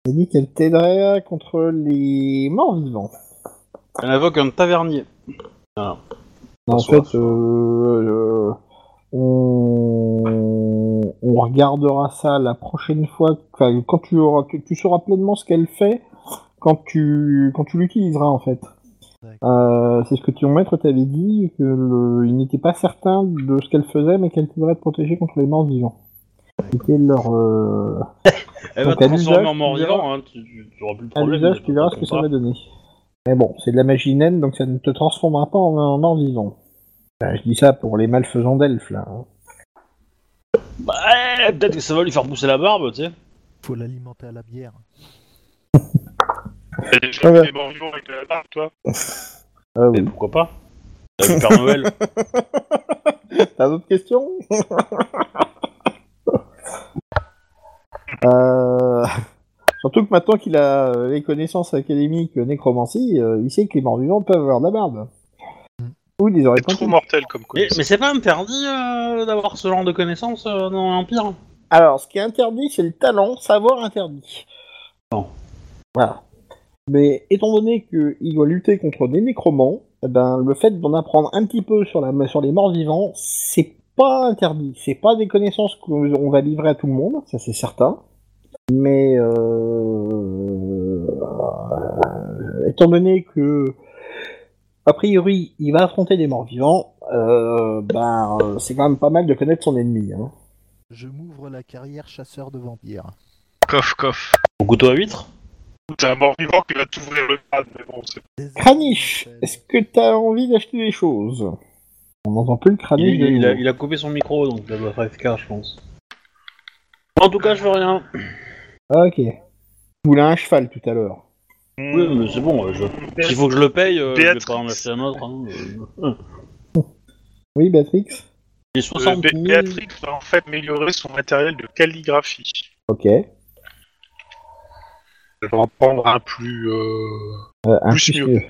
S2: T'as dit qu'elle t'aiderait contre les morts vivants.
S1: Elle invoque un tavernier. Voilà.
S2: En
S1: Bonsoir.
S2: fait, euh, euh, on, on regardera ça la prochaine fois, enfin, quand tu auras, tu, tu sauras pleinement ce qu'elle fait quand tu, quand tu l'utiliseras en fait.
S5: D'accord.
S2: Euh, c'est ce que ton maître t'avait dit, que le- il n'était pas certain de ce qu'elle faisait, mais qu'elle t'aiderait à te protéger contre les morts vivants. C'était leur, euh,
S1: Elle va
S2: Donc, à
S1: te transformer
S2: l'usage,
S1: Eh ben, en mort
S2: tu verras.
S1: vivant, hein, tu, tu- tu auras plus de
S2: à
S1: problème.
S2: l'usage,
S1: mais
S2: tu verras
S1: quand
S2: ce que
S1: on
S2: ça
S1: part.
S2: va donner. Mais bon, c'est de la magie naine, donc ça ne te transformera pas en un mort vivant. Ben, je dis ça pour les malfaisants d'elfes, là. hein.
S1: Bah, eh, peut-être que ça va lui faire pousser la barbe, tu sais.
S5: Faut l'alimenter à la bière.
S3: t'as déjà
S2: Ah ouais.
S3: fait mort-vivant avec la barbe, toi
S2: Ah oui.
S1: Mais pourquoi pas Avec le Père Noël.
S2: T'as d'autres questions Euh, Surtout que maintenant qu'il a euh, les connaissances académiques euh, nécromancie, euh, il sait que les morts-vivants peuvent avoir de la barbe. Ou des oreilles
S3: C'est trop
S2: pointues.
S3: mortel comme quoi.
S1: mais Eh, mais c'est pas interdit euh, d'avoir ce genre de connaissances euh, dans l'Empire
S2: Alors, ce qui est interdit, c'est le talent, savoir interdit.
S1: Bon.
S2: Voilà. Mais étant donné qu'il doit lutter contre des nécromants, eh ben, le fait d'en apprendre un petit peu sur, la, sur les morts vivants, c'est pas interdit. C'est pas des connaissances qu'on va livrer à tout le monde, ça c'est certain. Mais euh, euh, étant donné que, a priori, il va affronter des morts vivants, euh, ben, euh, c'est quand même pas mal de connaître son ennemi. Hein.
S5: Je m'ouvre la carrière chasseur de vampires.
S4: Coff, coff.
S1: Au couteau à huître
S3: C'est un mort-vivant qui va t'ouvrir le crâne, mais bon, c'est
S5: Des
S2: Kranich,
S5: immortels.
S2: est-ce que t'as envie d'acheter des choses On n'entend plus le
S1: il,
S2: Kranich.
S1: il- il a,
S2: de nouveau.
S1: il a coupé son micro, donc ça doit faire efficace, je pense. En tout cas, je veux rien.
S2: Ah, Ok. Tu voulais un cheval tout à l'heure.
S1: Oui, mais c'est
S3: Hmm.
S1: bon, euh, je... s'il faut que je le paye, euh, je vais
S3: Béatrix.
S1: pas en acheter un autre. hein, euh, euh.
S2: Oui, Béatrix
S1: Il est
S3: Euh,
S1: 60
S3: Bé-
S1: 000.
S3: Béatrix va en fait améliorer son matériel de calligraphie.
S2: Ok. Euh,
S3: Elle va en prendre un plus. euh,
S2: un
S3: Plus
S2: plus
S3: mieux.
S2: mieux,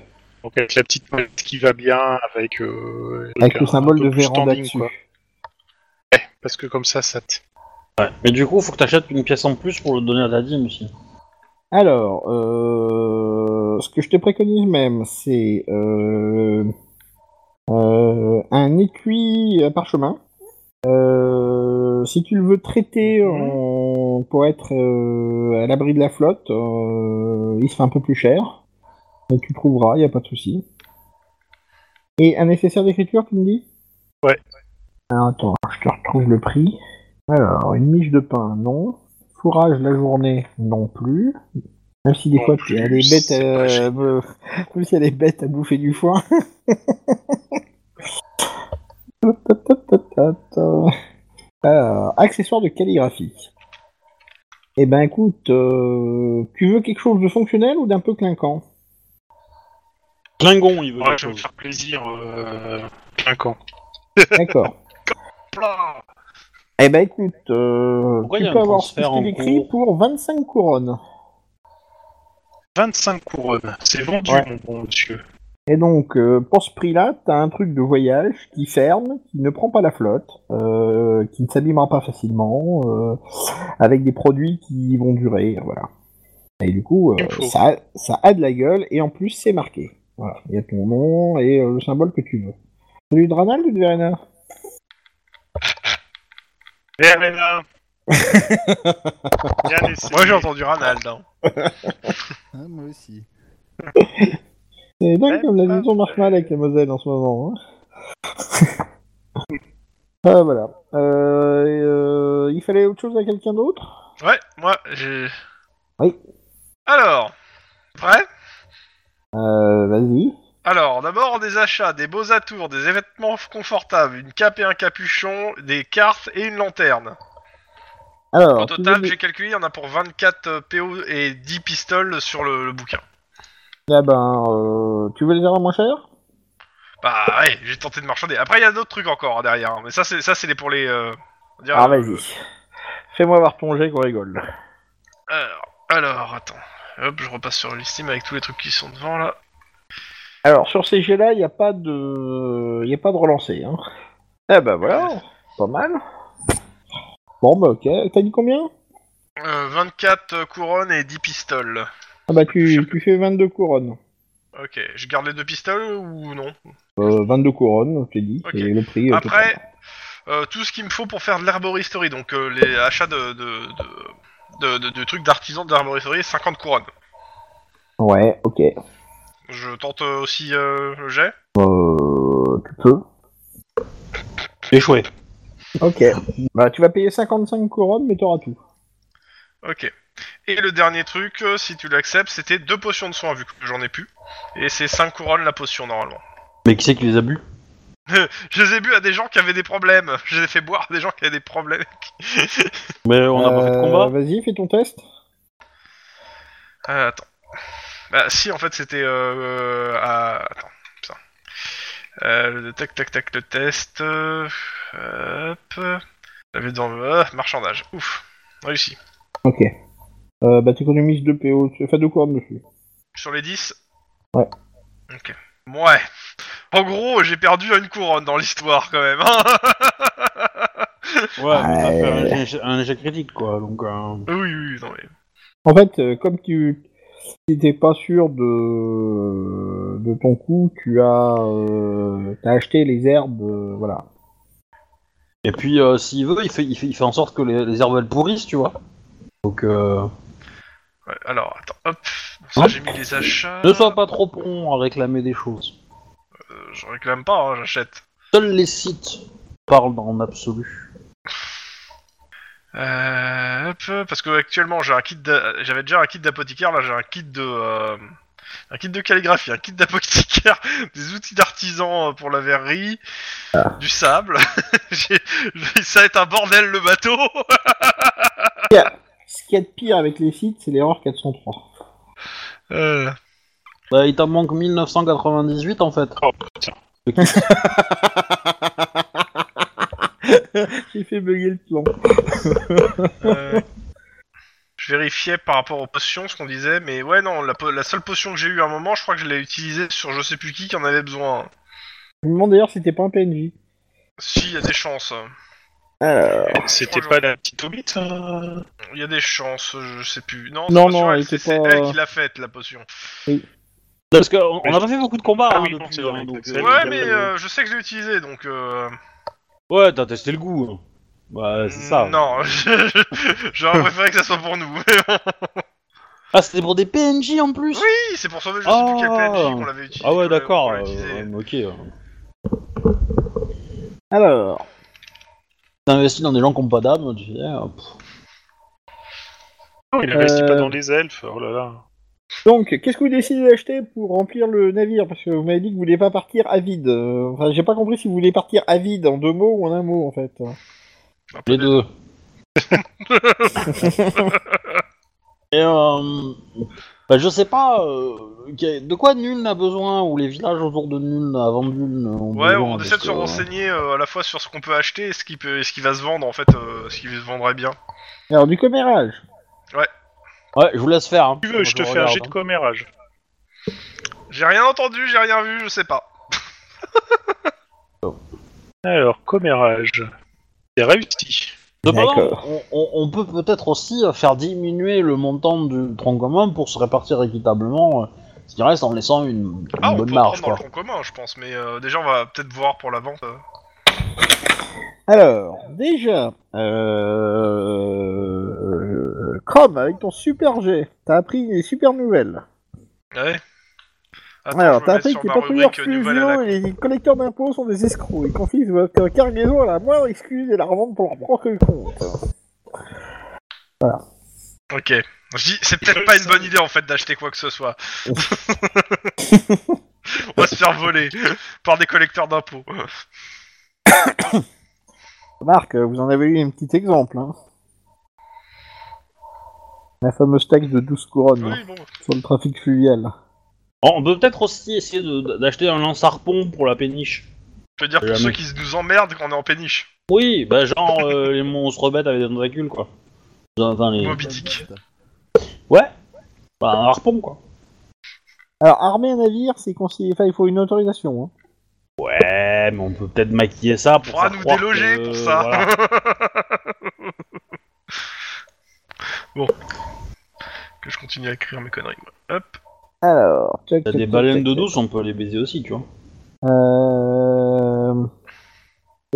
S3: Donc avec la petite palette qui va bien, avec. euh,
S2: avec
S3: un-
S2: le
S3: un
S2: symbole
S3: peu
S2: de
S3: plus
S2: véranda
S3: standing,
S2: dessus.
S3: quoi. Ouais, parce que comme ça, ça te.
S1: Mais du coup, faut que t'achètes une pièce en plus pour le donner à ta dîme aussi.
S2: Alors, euh, ce que je te préconise même, c'est euh, euh, un étui à parchemin. Euh, si tu le veux traiter en- pour être euh, à l'abri de la flotte, euh, il sera un peu plus cher. Mais tu trouveras, il n'y a pas de souci. Et un nécessaire d'écriture, tu me dis
S3: Ouais.
S2: Alors, attends, je te retrouve le prix. Alors, une miche de pain, non. fourrage la journée non plus. Même si des
S3: Non
S2: fois
S3: plus,
S2: elle est bête,
S3: c'est pas
S2: à... même si elle est bête à bouffer du foin. Alors, accessoires de calligraphie. Eh ben écoute, euh, tu veux quelque chose de fonctionnel ou d'un peu clinquant
S1: Klingon, il veut.
S3: Ouais,
S1: quelque
S3: je vais me
S1: chose.
S3: faire plaisir. Euh, un camp.
S2: D'accord.
S3: Plah
S2: eh ben écoute, euh,
S1: Pourquoi
S2: tu
S1: y a
S2: peux
S1: un
S2: avoir ce
S1: transfert en
S2: que écrit
S1: cours
S2: pour 25 couronnes.
S3: 25 couronnes. C'est vendu,
S2: Ouais.
S3: mon bon monsieur.
S2: Et donc, euh, pour ce prix-là, t'as un truc de voyage qui ferme, qui ne prend pas la flotte, euh, qui ne s'abîmera pas facilement, euh, avec des produits qui vont durer, voilà. Et du coup, euh,
S3: Il faut.
S2: ça, a- ça a de la gueule, et en plus, c'est marqué. Voilà, il y a ton nom et euh, le symbole que tu veux. Celui de Ranald ou de Verena
S3: Verena Bien essayé.
S4: Moi j'ai entendu Ranald. hein.
S5: Hein, moi aussi.
S2: C'est dingue
S3: Eh,
S2: comme la
S3: bah,
S2: maison marche mal avec la Moselle en ce moment. hein. Ah, voilà. Euh, et, euh, il fallait autre chose à quelqu'un d'autre
S4: Ouais, moi j'ai.
S2: Oui.
S4: Alors, prêt
S2: euh, Vas-y.
S4: Alors, d'abord des achats, des beaux atours, des vêtements confortables, une cape et un capuchon, des cartes et une lanterne.
S2: Alors,
S4: Au
S2: tu
S4: total,
S2: veux-
S4: j'ai calculé, il y en a pour 24 euh, PO et 10 pistoles sur le, le bouquin.
S2: Ah ben, euh, tu veux les avoir moins chers
S4: Bah ouais, j'ai tenté de marchander. Après, il y a d'autres trucs encore hein, derrière, hein, mais ça, c'est ça, c'est les pour les. euh, on dirait-
S2: Ah vas-y. Fais-moi voir ton jet qu'on rigole.
S4: Alors, alors, attends. Hop, je repasse sur le Steam avec tous les trucs qui sont devant là.
S2: Alors, sur ces jets-là, il n'y a pas de... Il a pas de relancé, hein. Ah bah voilà, pas mal. Bon bah ok, t'as dit combien
S4: Euh, 24 couronnes et 10 pistoles.
S2: Ah bah tu, tu fais 22 couronnes.
S4: Ok, je garde les deux pistoles ou non
S2: Euh, 22 couronnes, je t'ai dit,
S4: Ok.
S2: et le prix... euh,
S4: Après,
S2: total.
S4: euh, tout ce qu'il me faut pour faire de l'herboristerie, donc euh, les achats de, de, de, de, de- de trucs d'artisans de l'herboristerie, 50 couronnes.
S2: Ouais, ok.
S4: Je tente euh, aussi euh, le jet.
S2: Euh, tu peux.
S1: Échoué.
S2: Ok. Bah tu vas payer 55 couronnes, mais t'auras tout.
S4: Ok. Et le dernier truc, euh, si tu l'acceptes, c'était deux potions de soins, vu que j'en ai plus. Et c'est 5 couronnes la potion, normalement.
S1: Mais qui c'est qui les a bu
S4: Je les ai bu à des gens qui avaient des problèmes. Je les ai fait boire à des gens qui avaient des problèmes.
S1: Mais on n'a pas fait de
S2: Euh,
S1: combat.
S2: Vas-y, fais ton test.
S4: Euh, attends. Bah, si, en fait, c'était. Euh, euh, à- Attends, putain. Euh, le tac, tac, tac, le test. euh, hop. J'avais dans le. euh, marchandage. Ouf. Réussi.
S2: Ok. Euh, bah t'économises 2 PO, tu fais 2 couronnes dessus.
S4: Sur les 10
S2: Ouais.
S4: Ok. Ouais. En gros, j'ai perdu une couronne dans l'histoire, quand même. hein.
S1: Ouais, mais ça
S2: Ouais.
S1: fait un échec- un, échec critique, quoi. Donc, euh,
S4: oui, oui, non, mais.
S2: En fait, euh, comme tu n'étais pas sûr de, de ton coup, tu as, euh, t'as acheté les herbes, euh, voilà.
S1: Et puis, euh, s'il veut il, fait, il, fait, il fait en sorte que les, les herbes elles pourrissent, tu vois. Donc, euh,
S4: Ouais, alors, attends, hop. Ça,
S1: Hop.
S4: j'ai mis les achats.
S1: ne sois pas trop prompt à réclamer des choses.
S4: Euh, je réclame pas, hein, j'achète.
S1: Seuls les sites parlent en absolu.
S4: Euh, hop, parce que actuellement j'ai un kit, d'a- j'avais déjà un kit d'apothicaire, là j'ai un kit de, euh, un kit de calligraphie, un kit d'apothicaire, des outils d'artisan euh, pour la verrerie, du sable. J'ai- j'ai- Ça va être un bordel le bateau.
S2: Ce qu'il y a de pire avec les sites, c'est l'erreur 403.
S4: Euh,
S1: Bah, il t'en manque 1998 en fait.
S3: Oh, putain.
S2: J'ai fait bugger le plan.
S4: euh, je vérifiais par rapport aux potions ce qu'on disait, mais ouais non, la, po- la seule potion que j'ai eu à un moment, je crois que je l'ai utilisée sur je sais plus qui qui en avait besoin.
S2: Je me demande d'ailleurs si t'es pas un PNJ.
S4: Si, y a des chances.
S3: C'était pas la petite hobbit euh
S4: Il y a des chances, je sais plus. Non,
S2: Non,
S4: c'est pas
S2: non,
S4: sur
S2: elle
S4: c'est
S2: était
S4: c'est
S2: pas- euh,
S4: elle qui l'a faite la potion.
S1: Parce qu'on n'a pas fait beaucoup de combats
S3: Ah
S1: hein,
S3: oui, non,
S1: depuis.
S3: c'est vrai,
S1: hein, donc,
S3: c'est vrai.
S1: euh,
S4: Ouais, mais euh, je sais que je l'ai utilisé, donc. Euh...
S1: Ouais, t'as testé le goût. Bah, c'est ça.
S4: Non, j'aurais préféré que ça soit pour nous. Mais bon.
S1: Ah, c'était pour des PNJ en plus
S4: oui, c'est pour sauver, je sais
S1: Ah.
S4: plus quel PNJ qu'on l'avait utilisé.
S1: Ah ouais,
S4: qu'on l'a-
S1: d'accord.
S4: qu'on l'a
S1: euh,
S4: utilisé.
S1: ouais, mais ok. euh.
S2: Alors,
S1: T'investis dans des gens qui n'ont pas d'âme, tu sais. euh, pff.
S3: Non, il investit
S2: Euh.
S3: pas dans les elfes, oh là là.
S2: Donc, qu'est-ce que vous décidez d'acheter pour remplir le navire Parce que vous m'avez dit que vous voulez pas partir à vide. Euh, Enfin, j'ai pas compris si vous voulez partir à vide en deux mots ou en un mot, en fait.
S1: Les deux. Et euh, bah, je sais pas euh, que- de quoi Nuln a besoin ou les villages autour de Nuln avant de Nuln. ont
S4: Ouais,
S1: besoin,
S4: on
S1: parce
S4: essaie de se
S1: que,
S4: renseigner euh, à la fois sur ce qu'on peut acheter et ce qui, peut, et ce qui va se vendre en fait, euh, ce qui se vendrait bien.
S2: Alors, du commérage.
S1: Ouais, je vous laisse faire. hein.
S3: Tu veux, je te fais un
S1: regarde,
S3: jet de
S1: hein.
S3: commérage.
S4: J'ai rien entendu, j'ai rien vu, je sais pas.
S3: Alors, commérage. C'est réussi.
S1: Cependant,
S2: D'accord.
S1: on, on- on peut peut-être aussi euh, faire diminuer le montant du tronc commun pour se répartir équitablement euh, ce qui reste en laissant une, une
S4: Ah, on
S1: bonne
S4: peut
S1: marge. Quoi.
S4: prendre dans le tronc commun, je pense, mais euh, déjà on va peut-être voir pour la vente. euh.
S2: Alors, déjà, euh... Chrome, avec ton super G, t'as appris des super nouvelles.
S4: Ouais. Attends,
S2: Alors,
S4: je me
S2: t'as
S4: mets
S2: appris
S4: sur
S2: que les
S4: ma
S2: patrouilleurs
S4: rubrique, euh, nouvelle à la
S2: fluviaux et les collecteurs d'impôts sont des escrocs. Ils confisquent votre cargaison à la moindre excuse et la revendent pour leur propre compte.
S4: Ok. Je dis, c'est peut-être pas une bonne idée en fait d'acheter quoi que ce soit. On va se faire voler par des collecteurs d'impôts.
S2: Marc, euh, vous en avez eu un petit exemple. Hein. La fameuse taxe de 12 couronnes
S4: Oui, bon.
S2: sur le trafic fluvial.
S1: On peut peut-être aussi essayer de- d'acheter un lance-harpon pour la péniche.
S4: Je veux dire pour
S1: Jamais.
S4: ceux qui nous emmerdent quand on est en péniche.
S1: Oui, bah genre euh, les monstres bêtes avec des tentacules quoi. Enfin, les-
S4: Moby Dick.
S1: Ouais, bah, un harpon quoi.
S2: Alors, armer un navire, c'est conseillé. Enfin, il faut une autorisation. Hein.
S1: Ouais, mais on peut peut-être maquiller ça pour.
S4: Faudra
S1: faire
S4: nous
S1: croire
S4: déloger
S1: que-
S4: pour ça.
S1: voilà.
S4: bon. Que je continue à écrire mes conneries. moi. Hop.
S2: Alors, tchac,
S1: T'as
S2: tchac,
S1: des
S2: tchac,
S1: baleines
S2: tchac,
S1: de
S2: tchac.
S1: douce, on peut les baiser aussi, tu vois.
S2: Euh...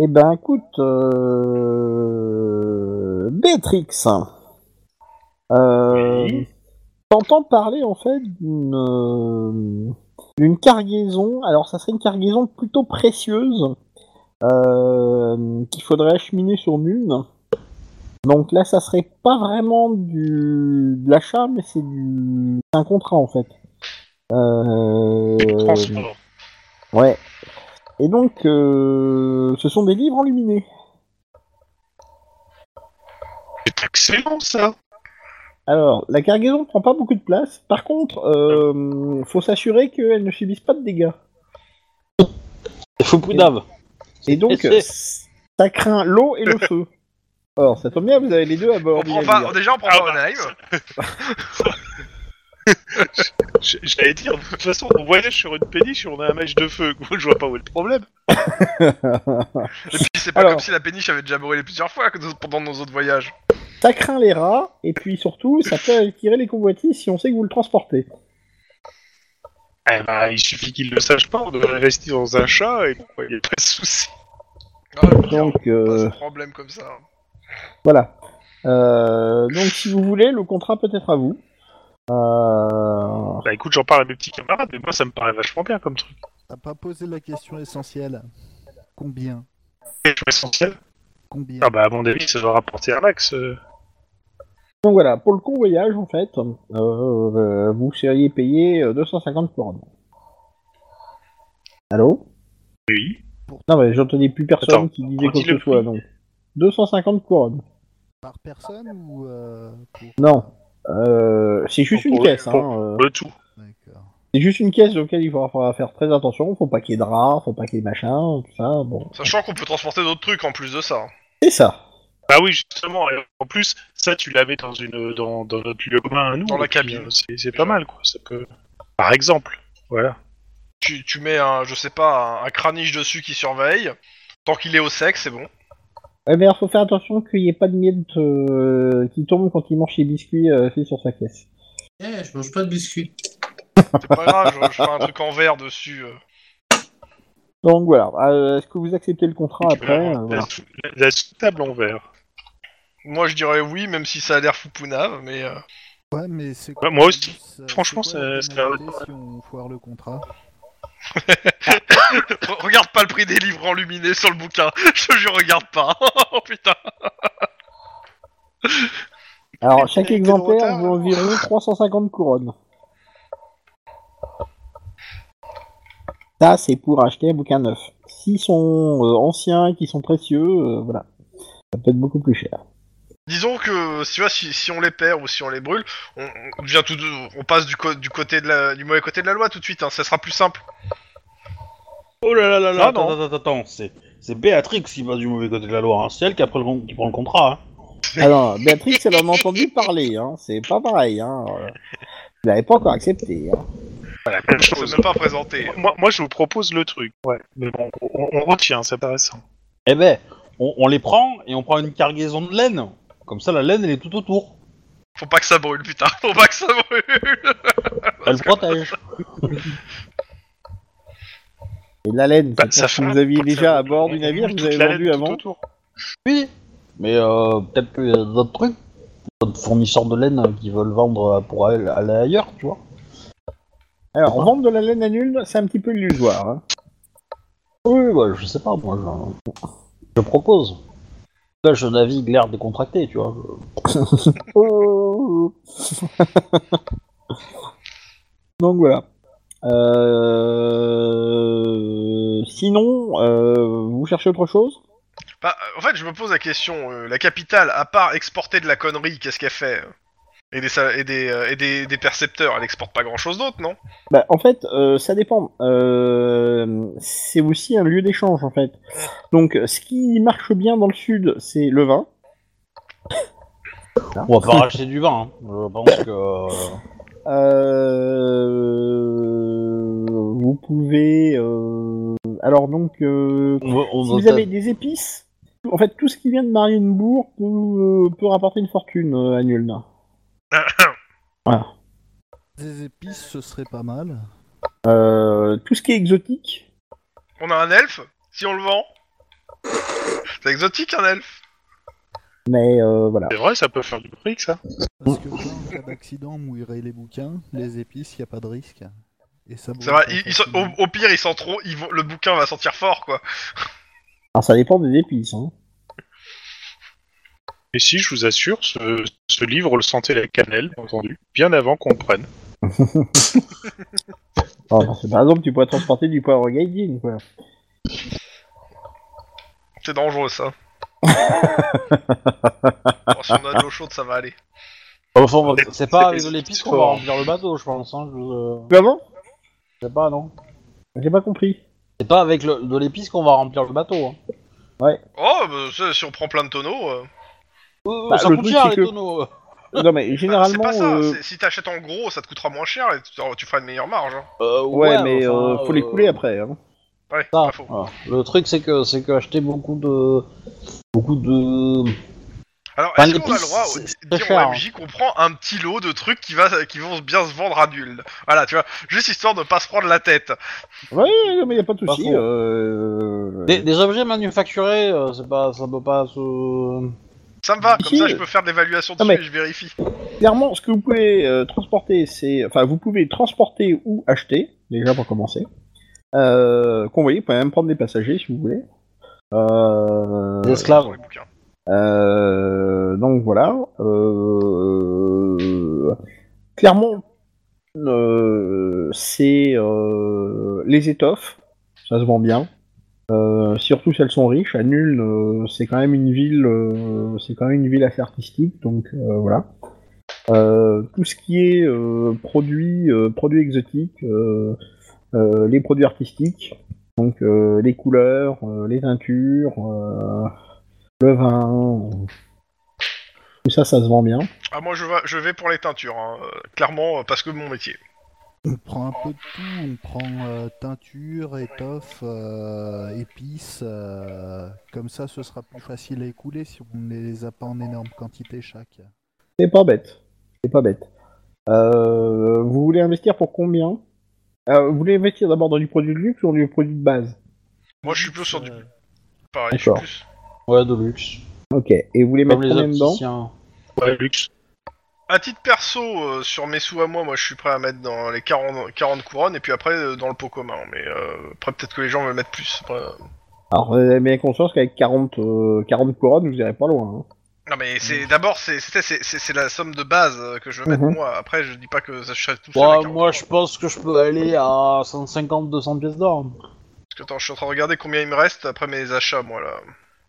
S2: Eh ben, écoute, euh... Béatrix, euh...
S3: Oui.
S2: t'entends parler en fait d'une euh, d'une cargaison. Alors, ça serait une cargaison plutôt précieuse euh, qu'il faudrait acheminer sur Nune. Donc là, ça serait pas vraiment du de l'achat, mais c'est du c'est un contrat en fait. Euh...
S3: Transport.
S2: Ouais. Et donc, euh, ce sont des livres enluminés.
S3: C'est excellent ça.
S2: Alors, la cargaison ne prend pas beaucoup de place. Par contre, euh, faut s'assurer qu'elle ne subisse pas de dégâts.
S1: Il faut plus d'ave.
S2: Et donc,
S1: pressé.
S2: ça craint l'eau et le feu. Alors, ça tombe bien, vous avez les deux à bord.
S4: On
S2: du
S4: prend
S2: navire.
S4: pas, déjà on prend
S3: Ah,
S4: pas un
S3: bah,
S4: live.
S3: J- J'allais dire, de toute façon, on voyage sur une péniche et on a un match de feu. Je vois pas où est le problème.
S4: Et puis c'est pas
S2: Alors.
S4: comme si la péniche avait déjà brûlé plusieurs fois que nous- pendant nos autres voyages.
S2: Ça craint les rats, et puis surtout, ça peut attirer les convoitises si on sait que vous le transportez.
S3: Eh ben, il suffit qu'ils le sachent pas, on devrait investir dans un chat et pourquoi il n'y a pas de souci.
S4: Ah, je veux dire,
S2: Donc,
S4: pas
S2: euh,
S4: ce problème comme ça.
S2: Voilà. Euh, donc, si vous voulez, le contrat peut être à vous. Euh,
S3: Bah écoute, j'en parle à mes petits camarades, mais moi ça me paraît vachement bien comme truc.
S5: T'as pas posé la question essentielle. Combien
S3: C'est essentiel.
S5: Combien
S3: Ah bah à mon avis, ça doit rapporter un max. euh.
S2: Donc voilà, pour le convoyage, en fait, euh, euh, vous seriez payé euh, 250 couronnes. Allô
S3: Oui.
S2: Non, mais j'entendais plus personne
S3: Attends,
S2: qui disait quoi
S3: redis
S2: que ce
S3: le
S2: soit,
S3: prix.
S2: donc. 250 couronnes.
S5: Par personne ou euh, pour...
S2: Non. Euh, c'est juste
S3: Pour-
S2: une
S3: pour-
S2: caisse,
S3: pour-
S2: hein, euh,
S3: Le tout.
S5: D'accord.
S2: C'est juste une caisse auquel il faudra- faudra faire très attention. Faut pas qu'il y ait de rats, faut pas qu'il y ait de machin, tout ça, bon.
S4: Sachant qu'on peut transporter d'autres trucs en plus de ça.
S2: C'est ça.
S3: Bah oui, justement, et en plus, ça tu l'avais dans une dans, dans notre lieu commun à nous.
S4: Dans la
S3: et puis,
S4: cabine.
S3: euh, C'est c'est pas mal quoi, ça peut. Par exemple. Voilà.
S4: Tu, tu mets un, je sais pas, un, un craniche dessus qui surveille. Tant qu'il est au sec, c'est bon.
S2: Ouais, mais alors Eh faut faire attention qu'il n'y ait pas de miettes euh, qui tombent quand il mange ses biscuits euh, faits sur sa caisse.
S6: Eh, je mange pas de biscuits.
S4: C'est pas grave, je, je fais un truc en verre dessus. euh.
S2: Donc voilà. Euh, Est-ce que vous acceptez le contrat après
S3: la,
S2: Euh, voilà.
S3: sou- la- la sous-table en verre.
S4: Moi je dirais oui, même si ça a l'air foupounave, mais. euh,
S5: Ouais, mais c'est
S3: Ouais, moi aussi.
S5: c'est-
S3: Franchement,
S5: euh, c'est quoi la
S3: c'est- c'est un-
S5: pénalité si on foire le contrat.
S4: Re- Regarde pas le prix des livres enluminés sur le bouquin. Je te jure, regarde pas. oh putain.
S2: Alors, chaque
S3: T'es- t'es de
S2: exemplaire
S3: retard,
S2: vaut
S3: alors.
S2: environ 350 couronnes. Ça, c'est pour acheter un bouquin neuf. S'ils sont euh, anciens, qui sont précieux, euh, voilà. Ça peut être beaucoup plus cher.
S4: Disons que si, tu vois, si, si on les perd ou si on les brûle, on, on devient tout, de- on passe du, co- du côté de la, du mauvais côté de la loi tout de suite. hein, ça sera plus simple.
S1: Oh là là là là,
S3: Ah,
S1: attends,
S3: non.
S1: attends, attends, attends, c'est, c'est Béatrix qui va du mauvais côté de la loi, hein. c'est elle qui, a pris le con- qui prend le contrat. hein.
S2: Alors, Béatrix, elle en a entendu parler, hein. C'est pas pareil, hein. Euh, Vous l'avez pas encore accepté, hein.
S4: On s'est même pas présenté.
S3: Moi, moi, je vous propose le truc. Ouais, mais bon, on, on retient, c'est intéressant.
S1: Eh ben, on, on les prend et on prend une cargaison de laine. Comme ça, la laine, elle est tout autour.
S4: Faut pas que ça brûle, putain. Faut pas que ça brûle.
S1: Elle protège.
S2: Et de la laine,
S3: Bah,
S2: c'est
S3: ça
S2: pour ce que
S3: fera-
S2: vous aviez
S3: ça
S2: déjà
S3: fera-
S2: à bord du
S3: on- on
S2: navire,
S3: met
S2: que vous
S3: toute
S2: avez
S3: la laine
S2: vendu
S3: tout
S2: avant.
S3: autour.
S1: Oui, mais euh, peut-être qu'il y a d'autres trucs, d'autres fournisseurs de laine euh, qui veulent vendre euh, pour aller, aller ailleurs, tu vois.
S2: Alors, vendre de la laine à nul, c'est un petit peu illusoire, hein.
S1: Oui, bah, je sais pas, moi, je, je propose. Là, je navigue l'air décontracté, tu vois.
S2: Oh. Donc voilà. Euh, Sinon, euh, vous cherchez autre chose
S4: Bah, euh, en fait, je me pose la question. euh, la capitale, à part exporter de la connerie, qu'est-ce qu'elle fait euh et des, sa- et, des, euh, et des, des percepteurs, elle exporte pas grand chose d'autre, non
S2: bah, En fait, euh, ça dépend. Euh, c'est aussi un lieu d'échange en fait. Donc, ce qui marche bien dans le sud, c'est le vin.
S1: On va pas racheter du vin, hein. je pense que... euh,
S2: Euh, vous pouvez. euh, alors donc, euh,
S1: on va- on
S2: Si
S1: va
S2: vous
S1: peut-être-
S2: avez des épices, en fait, tout ce qui vient de Marienbourg peut, euh, peut rapporter une fortune euh, à Nulna.
S5: Des épices, ce serait pas mal.
S2: Euh, tout ce qui est exotique,
S4: On a un elfe, si on le vend. C'est exotique un elfe.
S2: mais euh, voilà.
S3: C'est vrai, ça peut faire du fric, ça.
S5: Parce que dans le cas d'accident, mouilleraient les bouquins, les épices, y a pas de risque. Et ça
S4: Ça va,
S5: brûle
S4: ils-
S5: pas
S4: ils sont-
S5: facilement.
S4: au, au pire, ils sentent trop, ils vont- le bouquin va sentir fort, quoi.
S2: Alors ça dépend des épices. Hein.
S3: Et si, je vous assure, ce, ce livre, le sentait la cannelle, bien entendu, bien avant qu'on le prenne.
S2: Alors, parce que, par exemple, tu pourrais transporter du poivre gaijin, quoi.
S4: C'est dangereux, ça. Bon, si on a de l'eau chaude, ça va aller.
S1: Enfin, on va- c'est pas avec de
S3: c'est-
S1: l'épice
S3: c'est
S1: qu'on va
S3: fort.
S1: remplir le bateau, je pense. Hein, je...
S2: Comment
S1: je sais pas, non
S2: Ah J'ai pas compris.
S1: C'est pas avec le- de l'épice qu'on va remplir le bateau. Hein.
S4: Oh, bah, ça, si on prend plein de tonneaux... euh,
S2: Bah,
S1: ça
S2: le
S1: coûte
S2: truc,
S1: cher,
S2: c'est
S1: les
S2: que-
S1: tonneaux. euh.
S2: Non mais
S4: bah,
S2: généralement.
S4: c'est pas ça.
S2: euh,
S4: c'est- Si t'achètes en gros, ça te coûtera moins cher et tu, tu feras une meilleure marge. hein.
S1: Euh,
S2: Ouais, mais
S1: enfin,
S2: euh, faut les
S1: euh,
S2: couler après. Hein.
S4: Ouais,
S1: ça,
S4: pas faux.
S1: voilà. Le truc, c'est que c'est que acheter beaucoup de beaucoup de
S4: Alors,
S1: Enfin,
S4: est-ce qu'on a
S1: l'épice,
S4: le droit
S1: c'est-
S4: de
S1: c'est
S4: dire
S1: cher,
S4: au MJ qu'on prend un petit lot de trucs qui, va, qui vont bien se vendre à nul Voilà, tu vois, juste histoire de pas se prendre la tête.
S2: Ouais, ouais, ouais, mais y a pas de
S1: Pas
S2: souci.
S1: faux.
S2: euh,
S1: des, des objets manufacturés. euh, c'est pas ça peut pas se.
S4: Ça me va, comme
S2: Si.
S4: ça je peux faire de l'évaluation
S2: Non,
S4: dessus
S2: mais-
S4: et je vérifie.
S2: Clairement, ce que vous pouvez euh, transporter, c'est. Enfin, vous pouvez transporter ou acheter, déjà pour commencer. Euh, convoyer, vous pouvez même prendre des passagers si vous voulez. Euh,
S1: Des esclaves.
S4: Dans les bouquins.
S2: euh, donc voilà. Euh, clairement, euh, c'est euh, les étoffes, ça se vend bien. Euh, surtout si elles sont riches. À Nuln, euh, c'est quand même une ville, euh, c'est quand même une ville assez artistique, donc euh, voilà. Euh, tout ce qui est euh, produits, euh, produits exotiques, euh, euh, les produits artistiques, donc euh, les couleurs, euh, les teintures, euh, le vin, euh, tout ça, ça se vend bien.
S4: Ah, moi je vais, je vais pour les teintures, hein, euh, clairement, euh, parce que mon métier.
S5: On prend un peu de tout, on prend euh, teinture, étoffe, euh, épices. euh, comme ça, ce sera plus facile à écouler si on ne les a pas en énorme quantité chaque.
S2: C'est pas bête. C'est pas bête. Euh, vous voulez investir pour combien Euh, Vous voulez investir d'abord dans du produit de luxe ou dans du produit de base
S4: Moi je suis plus sur du
S5: Euh,
S4: pareil, je suis
S2: d'accord.
S4: plus.
S1: Ouais, de luxe.
S2: Ok. Et vous voulez mettre
S1: Comme les
S2: combien dedans
S1: opticiens.
S3: Ouais, luxe.
S4: À titre perso, euh, sur mes sous à moi, moi je suis prêt à mettre dans les 40, 40 couronnes et puis après euh, dans le pot commun. Mais euh, après peut-être que les gens veulent mettre plus. Après, euh,
S2: Alors, vous avez bien conscience qu'avec 40, euh, 40 couronnes, vous irez pas loin. hein.
S4: Non mais c'est d'abord c'est c'est- c'est- c'est- c'est la somme de base euh, que je veux mettre
S2: Mhm.
S4: moi. Après je dis pas que ça je tout
S1: Ouais,
S4: seul.
S1: Bah, moi, je pense que je peux aller à 150-200 pièces d'or. Bah,
S4: Parce que attends, je suis en train de regarder combien il me reste après mes achats moi là.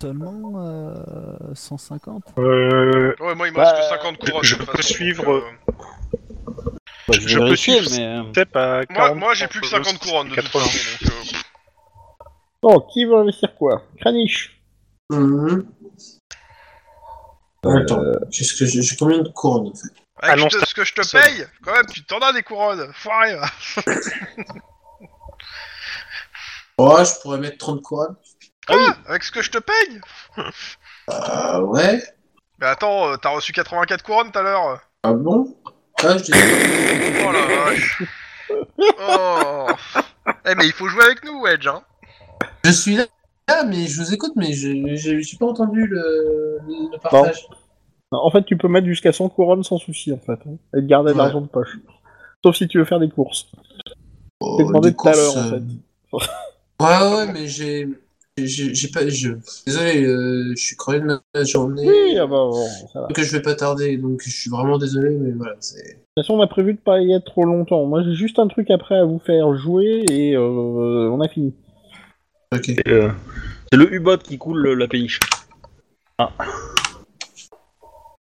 S5: Seulement euh, 150
S3: Euh,
S4: Ouais moi il me
S1: Bah,
S4: reste que 50 couronnes.
S3: je
S4: de toute
S3: peux
S4: façon,
S3: suivre,
S4: donc, euh,
S1: Bah, je vais
S3: Je peux
S1: vérifier,
S3: suivre.
S1: mais... euh,
S3: Step à
S4: Moi,
S3: 40,
S4: moi j'ai plus que 50 couronnes de toute
S3: 80.
S4: façon. Donc, euh,
S2: Donc, qui veut investir quoi Kranich
S6: Mhm. Attends,
S2: Euh.
S6: j'ai ce que j'ai j'ai combien de couronnes en fait
S2: Ah
S4: avec
S3: Allons,
S4: je te- ce que je te
S3: personne.
S4: paye, quand même tu t'en as des couronnes. Foiré. va.
S6: Oh, je pourrais mettre 30 couronnes.
S4: Quoi Avec ce que je te paye
S6: Ah ouais
S4: Mais attends, euh, t'as reçu 84 couronnes tout à l'heure.
S6: Ah bon Ah, je l'ai-
S4: Oh la vache. Oh. Eh mais il faut jouer avec nous Wedge hein.
S6: Je suis là, là, mais je vous écoute, mais je je- j'ai pas entendu le, le partage.
S2: En fait, tu peux mettre jusqu'à 100 couronnes sans souci, en fait, hein, et te garder de
S6: Ouais.
S2: l'argent de poche. Sauf si tu veux faire des courses.
S6: Oh,
S2: T'es demandé
S6: des
S2: tout à l'heure,
S6: courses,
S2: en
S6: euh,
S2: fait.
S6: Ouais, ouais, mais j'ai. J'ai j'ai pas. Je... Désolé, euh, je suis crevé de la journée.
S2: Oui, ah bah, bon, ça va.
S6: Que je vais pas tarder, donc je suis vraiment désolé, mais voilà. c'est...
S2: De toute façon, on a prévu de pas y être trop longtemps. Moi, j'ai juste un truc après à vous faire jouer et euh, on a fini.
S6: Ok.
S1: Euh, C'est le U-Bot qui coule le- la péniche.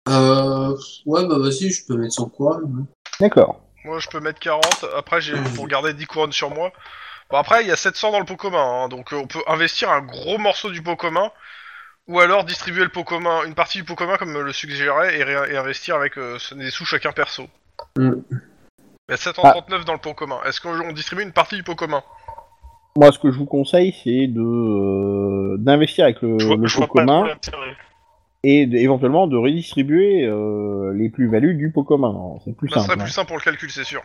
S6: Euh, ouais, bah vas-y, je peux mettre son quoi. hein.
S2: D'accord.
S4: Moi, je peux mettre 40. Après, j'ai pour garder 10 couronnes sur moi. Bon, après, il y a 700 dans le pot commun. hein, donc, euh, on peut investir un gros morceau du pot commun. Ou alors distribuer le pot commun, une partie du pot commun, comme le suggérait, et, ré- et investir avec euh, ce- des sous chacun perso.
S6: Mm.
S4: Il y a 739
S2: Ah.
S4: dans le pot commun. Est-ce qu'on on distribue une partie du pot commun
S2: Moi, ce que je vous conseille, c'est de euh, d'investir avec le,
S3: Je vois,
S2: le
S3: je
S2: pot
S3: vois pas
S2: commun
S3: trop l'intérêt.
S2: et d- éventuellement de redistribuer euh, les plus-values du pot commun. Alors, C'est plus
S3: Bah,
S4: Ça
S2: simple.
S4: serait plus
S2: hein.
S4: simple pour le calcul, c'est sûr.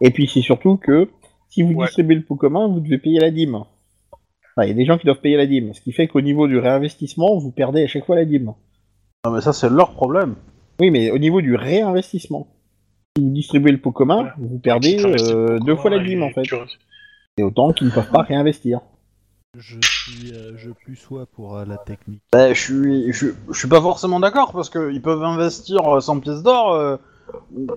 S2: Et puis, c'est surtout que si vous
S3: Ouais.
S2: distribuez le pot commun, vous devez payer la dîme. Enfin, Il y a des gens qui doivent payer la dîme, ce qui fait qu'au niveau du réinvestissement, vous perdez à chaque fois la dîme.
S1: Non, Ah, mais ça, c'est leur problème.
S2: Oui, mais au niveau du réinvestissement, si vous distribuez le pot commun,
S3: Ouais.
S2: vous perdez
S3: Qui t'investit
S2: euh, deux fois la
S3: Et
S2: dîme en fait.
S3: tu-
S2: Et autant qu'ils ne peuvent pas réinvestir.
S5: Je suis, euh, je plus sois pour euh, la technique.
S1: Bah, je suis, je, je suis pas forcément d'accord parce qu'ils peuvent investir euh, 100 pièces d'or. euh,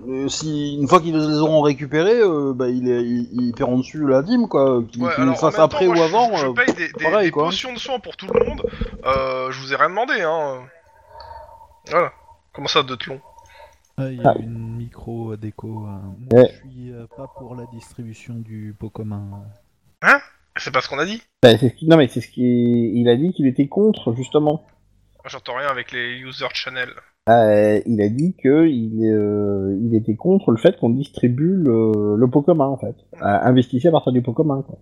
S1: euh, si une fois qu'ils les auront récupérées, euh, bah, ils, ils, ils paieront dessus la dîme quoi. Qu'ils
S4: Ouais,
S1: qu'ils
S4: alors,
S1: le
S4: en
S1: fassent
S4: même temps,
S1: après
S4: moi,
S1: ou
S4: je-
S1: avant.
S4: Je,
S1: euh,
S4: paye des, des-
S1: pareil,
S4: des
S1: quoi.
S4: potions de soins pour tout le monde. Euh, je vous ai rien demandé, hein. Voilà. Comment ça, de tlon
S5: Ah, Il y
S2: Ah.
S5: a une micro euh, déco. hein. Moi,
S2: Ouais.
S5: je suis euh, pas pour la distribution du pot commun.
S4: C'est pas ce qu'on a dit
S2: Bah, c'est ce qui- Non mais c'est ce qu'il a dit qu'il était contre justement.
S4: Moi, J'entends rien avec les user channel.
S2: Euh, il a dit que il, euh, il était contre le fait qu'on distribue le, le pot commun en fait. Euh, investissez à partir du pot commun quoi.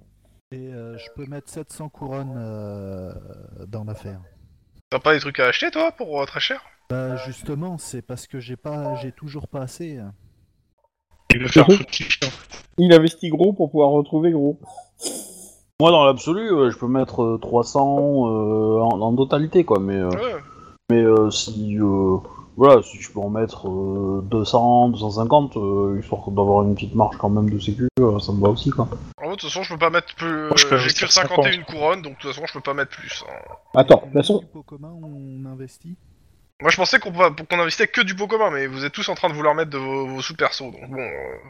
S5: Et euh, je peux mettre 700 couronnes euh, dans l'affaire.
S4: T'as pas des trucs à acheter, toi, pour euh, très cher
S5: Bah justement, c'est parce que j'ai pas, j'ai toujours pas assez. hein.
S3: Il veut faire tout petit chien.
S2: Il investit gros pour pouvoir retrouver gros.
S1: Moi, dans l'absolu, euh, je peux mettre euh, 300 euh, en, en totalité quoi. Mais, euh,
S4: Ouais.
S1: mais euh, si euh, voilà, si je peux en mettre euh, 200, 250, euh, histoire d'avoir une petite marge quand même de sécu, euh, ça me va aussi quoi.
S4: En gros, de toute façon, je peux pas mettre plus. euh,
S3: Moi, je peux
S4: J'ai que
S3: investir
S4: 51 couronnes, donc de toute façon, je peux pas mettre plus. hein.
S2: Attends, de toute façon,
S5: Du pot commun, on investit.
S4: Moi, je pensais qu'on pa- qu'on investissait que du pot commun, mais vous êtes tous en train de vouloir mettre de vos, vos sous perso, donc bon. euh,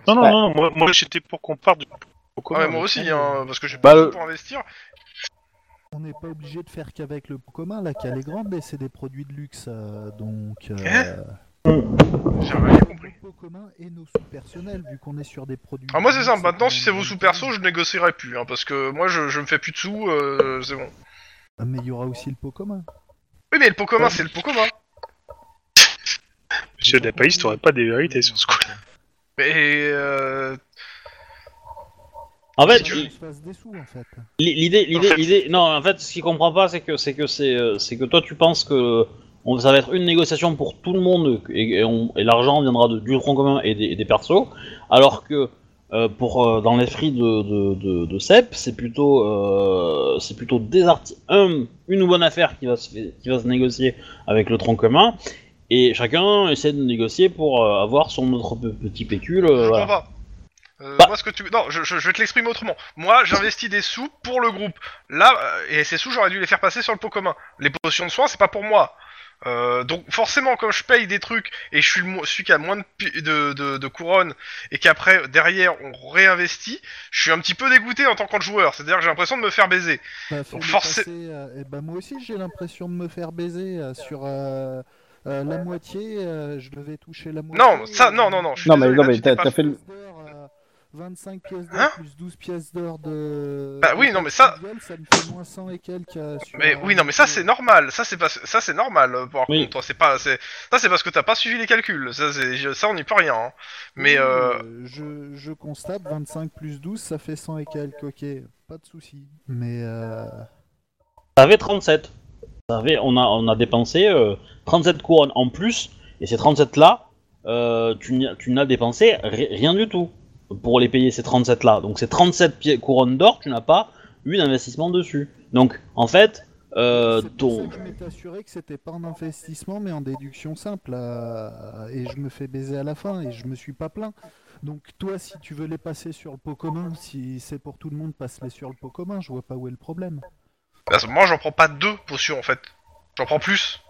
S3: Non, non,
S2: Ouais.
S3: non, moi, moi j'étais pour qu'on parte du pot
S4: Ah,
S3: commun.
S4: mais moi aussi, hein, parce que j'ai
S1: Bah,
S4: pas de
S1: le-
S4: sous pour investir.
S5: On n'est pas obligé de faire qu'avec le pot commun. La cale est grande, mais c'est des produits de luxe, euh, donc. euh,
S4: Hein J'ai rien compris.
S5: le pot commun et nos sous personnels, vu qu'on est sur des produits.
S4: Ah, moi, c'est
S5: de
S4: simple.
S5: luxe,
S4: Maintenant,
S5: quand
S4: si c'est
S5: même
S4: vos sous
S5: une
S4: perso,
S5: cale.
S4: je négocierai plus, hein, parce que moi, je, je me fais plus de sous, euh, c'est bon.
S5: Ah, Mais il y aura aussi le pot commun.
S4: Oui, mais le pot commun, c'est le pot commun.
S3: Monsieur de la Païs, t'aurais pas des vérités sur ce coup-là.
S4: Mais euh,
S1: En fait,
S5: Faut qu'on se fasse des sous en fait.
S1: L'i- L'idée, l'idée,
S3: En fait-
S1: l'idée. Non, en fait, ce qu'il comprend pas, c'est que, c'est que, c'est, euh, c'est que toi, tu penses que on, ça va être une négociation pour tout le monde et, et on- et l'argent viendra de, du tronc commun et des, et des persos, alors que euh, pour euh, dans l'esprit de de, de, de Sepp, c'est plutôt, euh, c'est plutôt des arti- un, une bonne affaire qui va se, fa- qui va se négocier avec le tronc commun. Et chacun essaie de négocier pour euh, avoir son autre pe- petit pécule. euh,
S4: je
S1: voilà.
S4: comprends pas. Euh,
S1: Bah.
S4: Moi, ce que tu... Non, je, je- je vais te l'exprimer autrement. Moi, j'investis des sous pour le groupe. Là, euh, et ces sous, j'aurais dû les faire passer sur le pot commun. Les potions de soins, c'est pas pour moi. Euh, donc forcément, comme je paye des trucs et je suis le mo- celui qui a moins de, pi- de, de, de couronnes et qu'après derrière on réinvestit, je suis un petit peu dégoûté en tant que joueur. C'est-à-dire que j'ai l'impression de me faire baiser.
S5: Bah, faut
S4: Donc
S5: me
S4: forcé-
S5: passer, euh, eh ben, moi aussi j'ai l'impression de me faire baiser euh, sur euh, euh, la moitié, euh, je devais toucher la moitié.
S4: Non, ça, non, non, non. Je suis
S2: Non, mais,
S4: désolé,
S2: non,
S4: là,
S2: mais
S4: j'étais
S2: t'as
S4: pas-
S2: t'as fait le.
S5: Pièces d'or, euh, 25 pièces d'or
S4: Hein
S5: plus 12 pièces d'or de.
S4: Bah oui,
S5: de
S4: non, mais ça-
S5: individuel, ça me fait moins 100 et quelques. euh, sur,
S4: Mais
S5: euh,
S4: oui, non, mais ça c'est normal. Ça c'est pas, ça c'est normal. euh, Par
S1: Oui.
S4: contre, c'est pas, c'est, ça c'est parce que t'as pas suivi les calculs. Ça, c'est, je- ça on n'y peut rien. hein. Mais
S5: Oui,
S4: euh,
S5: je, je constate 25 plus 12, ça fait 100 et quelques, ok, pas de souci. Mais euh,
S1: Ça avait 37. Ça avait- on, a, on a dépensé euh, 37 couronnes en plus, et ces 37-là, euh, tu n'y as- tu n'as dépensé ri- rien du tout pour les payer, ces 37-là. Donc ces 37 pi- couronnes d'or, tu n'as pas eu d'investissement dessus. Donc en fait, euh,
S5: c'est pour
S1: ton...
S5: ça que je m'étais assuré que c'était pas un investissement, mais en déduction simple. euh, et je me fais baiser à la fin et je me suis pas plaint. Donc toi, si tu veux les passer sur le pot commun, si c'est pour tout le monde, passe-les sur le pot commun. Je vois pas où est le problème.
S4: bah, moi j'en prends pas deux potions en fait. J'en prends plus.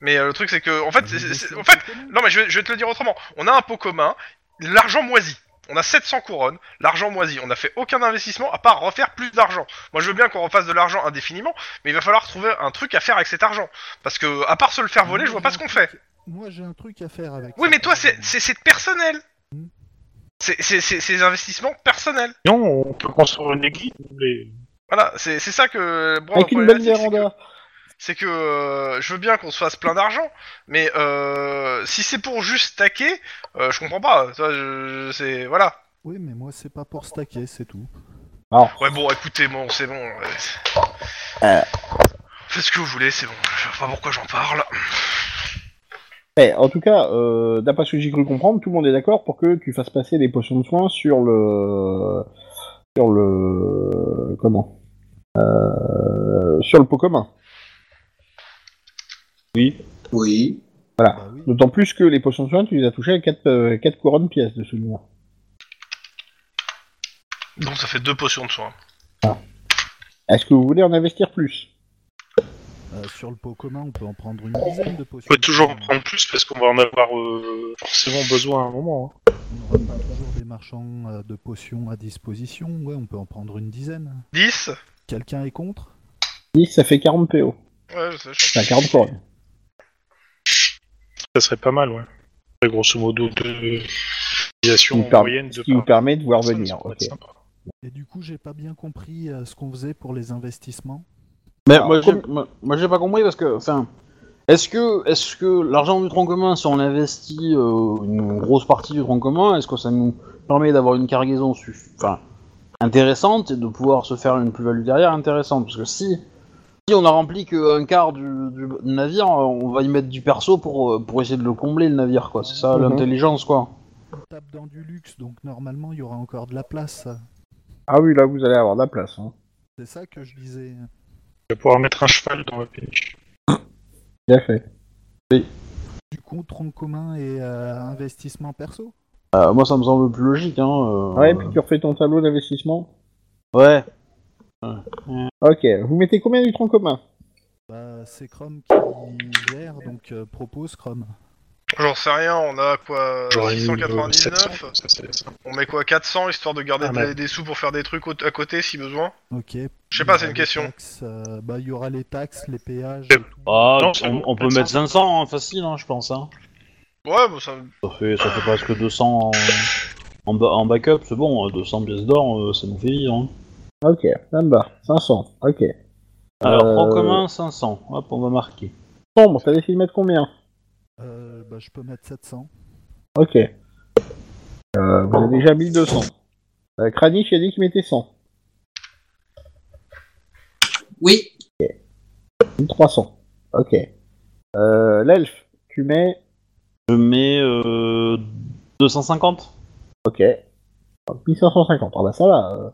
S4: Mais euh, le truc c'est que, en fait, c'est- c'est- c'est- en fait, Non, mais je vais, je vais te le dire autrement. On a un pot commun, l'argent moisi. On a 700 couronnes, l'argent moisi. On n'a fait aucun investissement à part refaire plus d'argent. Moi, je veux bien qu'on refasse de l'argent indéfiniment, mais il va falloir trouver un truc à faire avec cet argent. Parce que, à part se le faire voler, je vois pas ce qu'on fait.
S5: Moi, j'ai un truc à faire avec.
S4: Oui,
S5: ça,
S4: mais toi,
S5: par
S4: c'est
S5: exemple.
S4: c'est- c'est personnel. C'est- C'est c'est- c'est des investissements personnels.
S3: Non, on peut construire une église. si vous voulez.
S4: Voilà, c'est c'est ça que. Brown
S2: Avec
S4: a
S2: une belle
S4: problématique, c'est que-
S2: véranda
S4: c'est que euh, je veux bien qu'on se fasse plein d'argent, mais euh, si c'est pour juste taquer, euh, je comprends pas. Ça, je- je- c'est voilà.
S5: Oui, mais moi, c'est pas pour stacker, c'est tout.
S4: Ouais, bon, écoutez, bon, c'est bon. ouais.
S2: Euh.
S4: Faites ce que vous voulez, c'est bon. Je sais pas pourquoi j'en parle.
S2: Eh, en tout cas, euh, d'après ce que j'ai cru comprendre, tout le monde est d'accord pour que tu fasses passer les potions de soins sur le. sur le. comment Euh, Sur le pot commun.
S6: Oui.
S5: Bah oui.
S2: D'autant plus que les potions de soins, tu les as touchées à 4, couronnes pièces de souvenir.
S4: Donc ça fait deux potions de soin.
S2: Est-ce que vous voulez en investir plus
S5: Euh, sur le pot commun, on peut en prendre une dizaine de
S3: On
S5: potions.
S3: peut toujours en prendre plus parce qu'on va en avoir euh, forcément besoin à un moment. hein.
S5: On aura pas toujours des marchands euh, de potions à disposition. Ouais, on peut en prendre une dizaine.
S4: 10
S5: Quelqu'un est contre
S2: 10, ça fait 40 PO.
S4: Ouais, je sais, je
S2: Enfin, 40 couronnes.
S3: Ça serait pas mal, ouais. Et grosso modo, deux utilisations
S2: Qui vous
S3: moyennes
S2: Ce
S3: de
S2: qui vous
S3: par
S2: permet de voir
S3: personne, ça
S2: venir.
S3: pourrait
S2: ok.
S3: être sympa.
S5: Et du coup, j'ai pas bien compris euh, ce qu'on faisait pour les investissements.
S1: Mais
S2: Alors,
S1: Eh, moi, j'ai-
S2: comme-
S1: moi, moi, j'ai pas compris parce que, enfin, est-ce que, est-ce que l'argent du tronc commun, si on l'investit euh, une grosse partie du tronc commun, est-ce que ça nous permet d'avoir une cargaison suff- enfin, intéressante et de pouvoir se faire une plus-value derrière intéressante Parce que si, si on a rempli qu'un quart du, du navire, euh, on va y mettre du perso pour, euh, pour essayer de le combler le navire, quoi. C'est ça
S2: Mhm.
S1: l'intelligence, quoi.
S5: On tape dans du luxe, donc normalement, il y aura encore de la place.
S2: Ah oui, là, vous allez avoir de la place. Hein.
S5: C'est ça que je disais.
S3: Je vais pouvoir mettre un cheval dans ma péniche.
S2: Bien fait.
S5: Du coup, tronc commun et euh, investissement perso.
S1: Euh, moi, ça me semble plus logique, hein. euh,
S2: Ouais, puis tu refais ton tableau d'investissement
S1: ouais.
S2: Ok, vous mettez combien du tronc commun
S5: Bah, c'est Chrome qui gère, donc euh, propose Chrome.
S4: sais. J'en sais rien, on a quoi
S3: J'aurais mis, euh,
S4: 699
S3: 700, ça, c'est ça.
S4: On met quoi 400 histoire de garder
S3: Ah,
S4: des-
S3: mais-
S4: des sous pour faire des trucs au- à côté si besoin
S5: Ok.
S4: Je sais pas,
S5: Il y
S4: c'est
S5: aura
S4: une
S5: les
S4: question.
S5: taxes, euh, bah, il y aura les taxes, les péages.
S3: Je-
S5: et tout.
S1: Ah,
S3: Non,
S1: on,
S3: c'est-
S1: on peut mettre 500, hein, facile, hein, je pense, hein.
S4: Ouais, bon, ça.
S1: Ça fait, ça fait presque 200 en, en, ba- en backup, c'est bon, hein, 200 pièces d'or, euh, ça nous fait vivre. hein.
S2: Ok, ça me va. 500, ok.
S1: Alors,
S2: Euh,
S1: en commun, 500, hop, on va marquer.
S2: Sombre, t'as décidé de mettre combien
S5: Euh, bah, je peux mettre 700.
S2: Ok. Euh, vous avez déjà 1200. Euh, Kranich a dit qu'il mettait 100.
S6: Oui.
S2: 1300. Ok. Euh, L'elfe, tu mets...
S1: Je mets euh, 250
S2: Ok. 1550. Ah bah ça va. euh.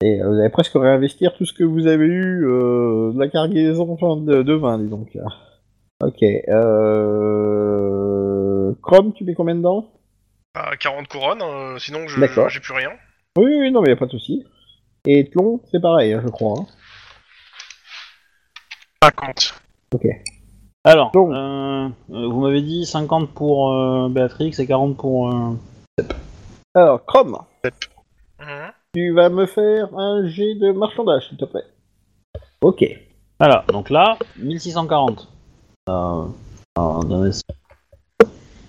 S2: Et euh, vous allez presque réinvestir tout ce que vous avez eu euh, de la cargaison enfin, de, de vin, dis donc. Ok. Euh... Chrome, tu mets combien dedans
S4: À 40 bah, couronnes, euh, sinon je-
S2: D'accord.
S4: je- j'ai plus rien.
S2: Oui, oui, oui, non, mais y a pas de souci. Et Tlon, c'est pareil, hein, je crois. hein.
S3: 50.
S1: Alors,
S2: Donc.
S1: euh, euh, vous m'avez dit 50 pour euh, Béatrix et 40 pour... euh,
S2: Alors, Chrome,
S4: Mhm.
S2: tu vas me faire un jet de marchandage, s'il te plaît. Ok.
S1: Voilà, donc là, 1640.
S3: Ah,
S1: Euh, euh, donnez-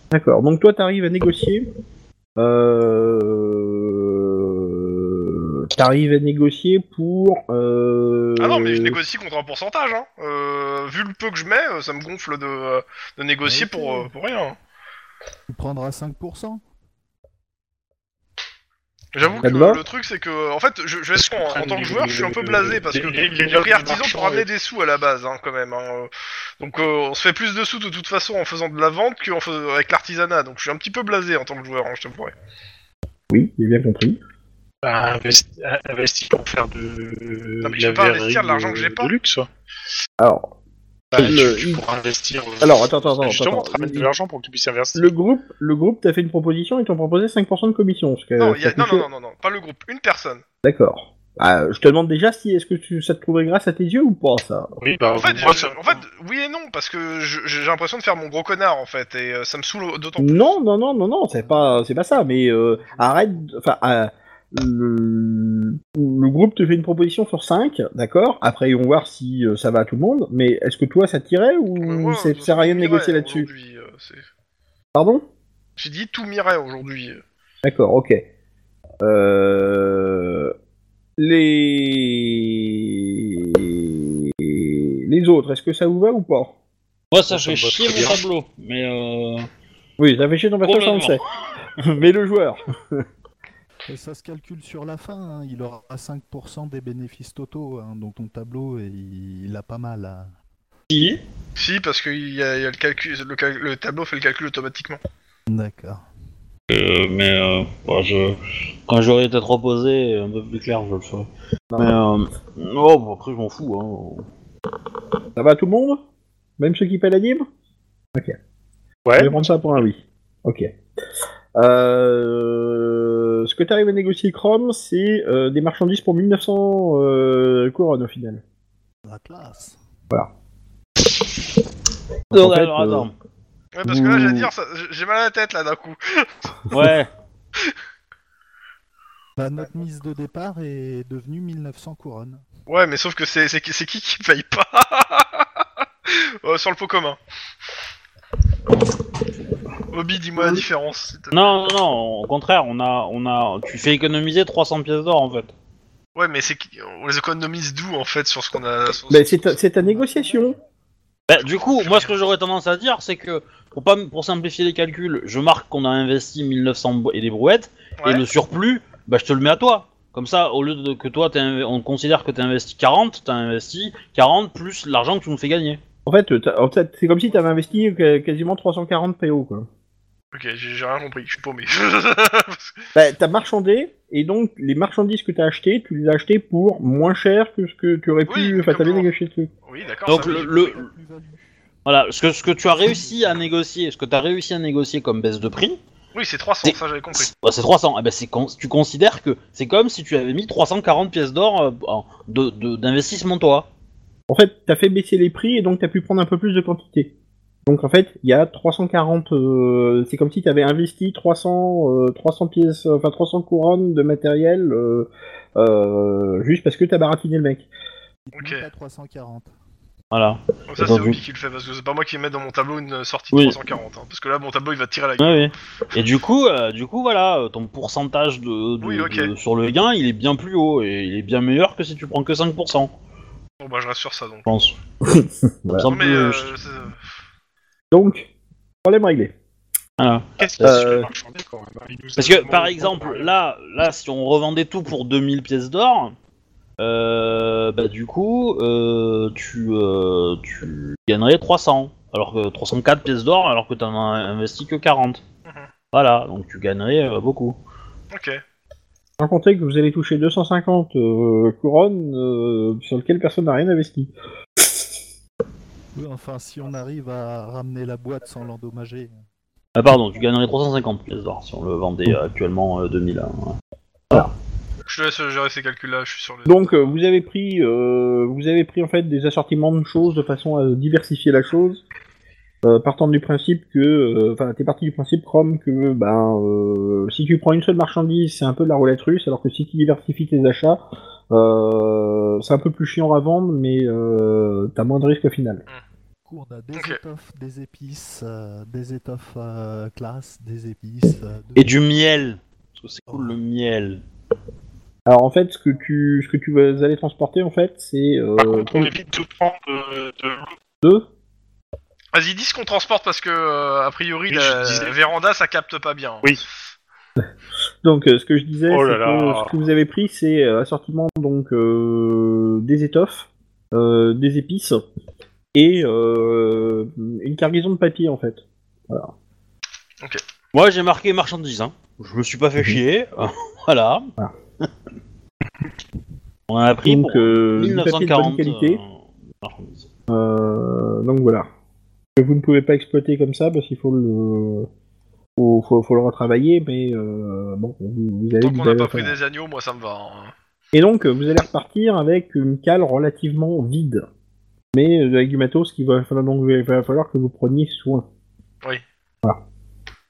S2: D'accord, donc toi t'arrives à négocier. Euh... T'arrives à négocier pour. Euh...
S4: Ah non, mais je négocie contre un pourcentage. Hein. Euh, vu le peu que je mets, euh, ça me gonfle de, euh, de négocier
S5: Ok.
S4: pour, euh, pour rien. hein.
S5: Tu prendras 5%.
S4: J'avoue que
S2: Ça te va
S4: le truc, c'est que, en fait, je, je vais être franc, hein, en tant que joueur, je suis un peu blasé parce que j'ai pris artisan pour ramener des sous à la base, hein, quand même. hein. Donc, euh, on se fait plus de sous de toute façon en faisant de la vente qu'en fais- avec l'artisanat. Donc, je suis un petit peu blasé en tant que joueur, hein, je te pourrais.
S2: Oui, j'ai bien compris.
S3: Bah, investi, investi pour faire de.
S4: Non, mais je peux pas
S3: verrerie euh,
S4: investir l'argent que j'ai
S3: de
S4: pas.
S3: luxe.
S2: Alors,
S3: Bah,
S2: Le-
S3: tu, tu pourras investir. euh,
S2: alors attends, attends, attends.
S3: Justement,
S2: attends.
S3: tu ramènes de l'argent pour que tu puisses investir.
S2: Le groupe, le groupe t'a fait une proposition, ils t'ont proposé 5% de commission. ce qui a-
S4: Non,
S2: Euh, ça
S4: il y a- non,
S2: touchait-
S4: non, non, non, non, pas le groupe, une personne.
S2: D'accord. Ah, je te demande déjà si est-ce que tu, ça te trouverait grâce à tes yeux ou pas ça.
S3: Oui, bah,
S4: En fait,
S3: moi,
S4: je-
S3: ça-
S4: en fait, oui et non, parce que je- j'ai l'impression de faire mon gros connard, en fait, et euh, ça me saoule d'autant plus.
S2: Non, non, non, non, non, c'est pas, c'est pas ça. Mais euh, arrête, enfin, euh, le, le groupe te fait une proposition sur 5, d'accord. Après, ils vont voir si euh, ça va à tout le monde. Mais est-ce que toi, ça tirait ou
S4: Mais moi,
S2: Mmh, ça
S4: ça
S2: ça sert à rien de
S4: m'irait
S2: négocier là-dessus
S4: aujourd'hui, euh, c'est-
S2: Pardon
S4: J'ai dit tout m'irait aujourd'hui.
S2: D'accord, ok. Euh... Les les autres, est-ce que ça vous va ou pas
S1: Moi, ça fait
S3: me va
S1: chier mon
S3: très bien.
S1: tableau, mais... Euh...
S2: Oui, ça fait chier ton perso, ça on le sait. Mais le joueur.
S5: Et ça se calcule sur la fin. hein. Il aura 5% des bénéfices totaux. hein. Donc ton tableau, il, il a pas mal. hein.
S1: Si,
S4: Si, parce que il y a, il y a le, calcul, le, cal- le tableau fait le calcul automatiquement.
S5: D'accord.
S1: euh, mais euh, bon, je... quand j'aurai peut-être reposé un peu plus clair, je le ferai. Mais, euh... oh, bon, après, je m'en fous. Hein.
S2: Ça va à tout le monde Même ceux qui paient la dîme
S3: ouais.
S2: Je vais prendre ça pour un oui. Ok. Euh... Ce que tu arrives à négocier, Chrome, c'est euh, des marchandises pour 1900 euh, couronnes au final.
S5: La classe.
S2: Donc, en
S1: Donc,
S2: fait,
S1: alors,
S2: euh,
S1: attends.
S4: Ouais, parce que là,
S2: Ouh.
S4: j'allais dire, ça- j'ai mal à la tête, là, d'un coup.
S1: Ouais,
S5: Bah, notre mise de départ est devenue 1900 couronnes.
S4: Ouais, mais sauf que c'est c'est qui c'est qui qui paye pas Euh, Sur le pot commun. Bobby, dis-moi
S2: Mmh.
S4: la différence. s'il te plaît.
S1: non, non, non, au contraire, on a, on a... tu fais économiser 300 pièces d'or, en fait.
S4: Ouais, mais c'est qui- on les économise d'où en fait sur ce qu'on a. sur-
S2: Mais Bah, Ben, c'est ta- c'est ta négociation.
S1: Bah, du coup, moi, ce que j'aurais tendance à dire, c'est que pour pas m- pour simplifier les calculs, je marque qu'on a investi 1900 bou- et des brouettes,
S4: Ouais.
S1: et le surplus, bah, je te le mets à toi. Comme ça, au lieu de que toi, t'aies inv- on considère que t'as investi 40, t'as investi 40 plus l'argent que tu nous fais gagner.
S2: En fait, t'as- en fait, c'est comme si tu avais investi euh, quasiment 340 PO. Quoi.
S4: Ok, j'ai j'ai rien compris, je suis paumé.
S2: Bah, t'as marchandé, et donc les marchandises que t'as achetées, tu les as achetées pour moins cher que ce que tu aurais
S4: Oui,
S2: pu. Enfin, t'avais
S4: exactement.
S2: négocié dessus.
S4: oui, d'accord.
S1: Donc,
S4: ça,
S1: le,
S4: oui.
S1: le-
S5: La plus-value.
S1: voilà, ce que, ce que tu as réussi à négocier, ce que t'as réussi à négocier comme baisse de prix,
S4: Oui, c'est 300,
S1: C'est-
S4: ça j'avais compris.
S1: bah, c'est 300. Eh ben, c'est con- tu considères que c'est comme si tu avais mis 340 pièces d'or euh, en- de- de- d'investissement, toi.
S2: En fait, t'as fait baisser les prix, et donc t'as pu prendre un peu plus de quantité. Donc en fait, il y a 340. euh, c'est comme si t'avais investi 300, euh, 300 pièces, enfin 300 couronnes de matériel euh, euh, juste parce que t'as baratiné le mec.
S5: Il
S4: Ok.
S5: monte à 340.
S1: Voilà.
S4: Donc ça, c'est
S1: Attends,
S4: Bobby
S1: je-
S4: qui le fait parce que c'est pas moi qui mets dans mon tableau une sortie
S1: Oui.
S4: de 340. hein, parce que là, mon tableau il va te tirer à la gueule.
S1: Ouais, ouais. Et du coup, euh, du coup, voilà, euh, ton pourcentage de, de-
S4: Oui, ok.
S1: de- sur le gain, il est bien plus haut et il est bien meilleur que si tu prends que 5%, je
S4: Bon, bah, je reste sur ça donc.
S1: pense.
S2: Voilà.
S1: Ça me
S4: Non, mais
S1: semble
S4: euh,
S1: juste.
S4: c'est-
S2: Donc, problème réglé.
S1: Voilà.
S3: Qu'est-ce qu'il se
S2: Euh,
S3: fait marchander quand même hein Il nous a
S1: Parce que,
S3: vraiment-
S1: par exemple, là, là, si on revendait tout pour 2000 pièces d'or, euh, bah du coup, euh, tu, euh, tu gagnerais 300, alors que 304 pièces d'or, alors que t'en as investi que 40.
S4: Mhm.
S1: Voilà, donc tu gagnerais euh, beaucoup.
S4: Ok.
S2: Sans compter que vous allez toucher 250 euh, couronnes euh, sur lesquelles personne n'a rien investi.
S5: Oui, enfin, si on arrive à ramener la boîte sans l'endommager.
S1: Ah pardon, tu gagnerais 350 pièces d'or si on le vendait euh, actuellement euh, 2000. hein.
S4: Je te laisse euh, gérer ces calculs-là, je suis sur le.
S2: Donc euh, vous avez pris, euh, vous avez pris en fait des assortiments de choses de façon à diversifier la chose. euh, partant du principe que, euh, enfin, t'es parti du principe, Chrome, que ben, euh, si tu prends une seule marchandise, c'est un peu de la roulette russe, alors que si tu diversifies tes achats, euh, c'est un peu plus chiant à vendre, mais euh, t'as moins de risques au final.
S5: coup, on a des
S4: Ok.
S5: étoffes, des épices, euh, des étoffes euh, classe, des épices. euh, de-
S1: Et du miel. Parce que c'est cool le miel.
S2: Alors en fait, ce que tu, ce que tu vas aller transporter, en fait, c'est euh,
S3: Par contre, on
S2: ton-
S3: évite de prendre euh, de l'eau.
S2: deux.
S4: Vas-y, dis ce qu'on transporte parce que, euh, a priori,
S3: Oui,
S4: la,
S3: je disais.
S4: la véranda ça capte pas bien.
S3: Oui.
S2: Donc, euh, ce que je disais,
S3: Oh
S2: c'est
S3: là là.
S2: que ce que vous avez pris, c'est euh, assortiment donc euh, des étoffes, euh, des épices et euh, une cargaison de papier en fait.
S1: Moi, j'ai marqué marchandises. Hein. Je me suis pas fait chier. voilà.
S2: Voilà.
S1: On en a pris
S2: donc,
S1: pour
S2: euh, du papier de
S1: 1940.
S2: bonne qualité.
S1: euh, marchandises.
S2: Euh, donc voilà. Que vous ne pouvez pas exploiter comme ça parce qu'il faut le faut, faut- faut le retravailler, mais euh, bon, vous, vous avez
S4: Tant
S2: du
S4: qu'on n'a
S2: bel-
S4: pas pris
S2: enfin,
S4: des agneaux, moi ça me va. hein.
S2: Et donc, euh, vous allez repartir avec une cale relativement vide, mais euh, avec du matos qu'il va falloir donc il va falloir que vous preniez soin.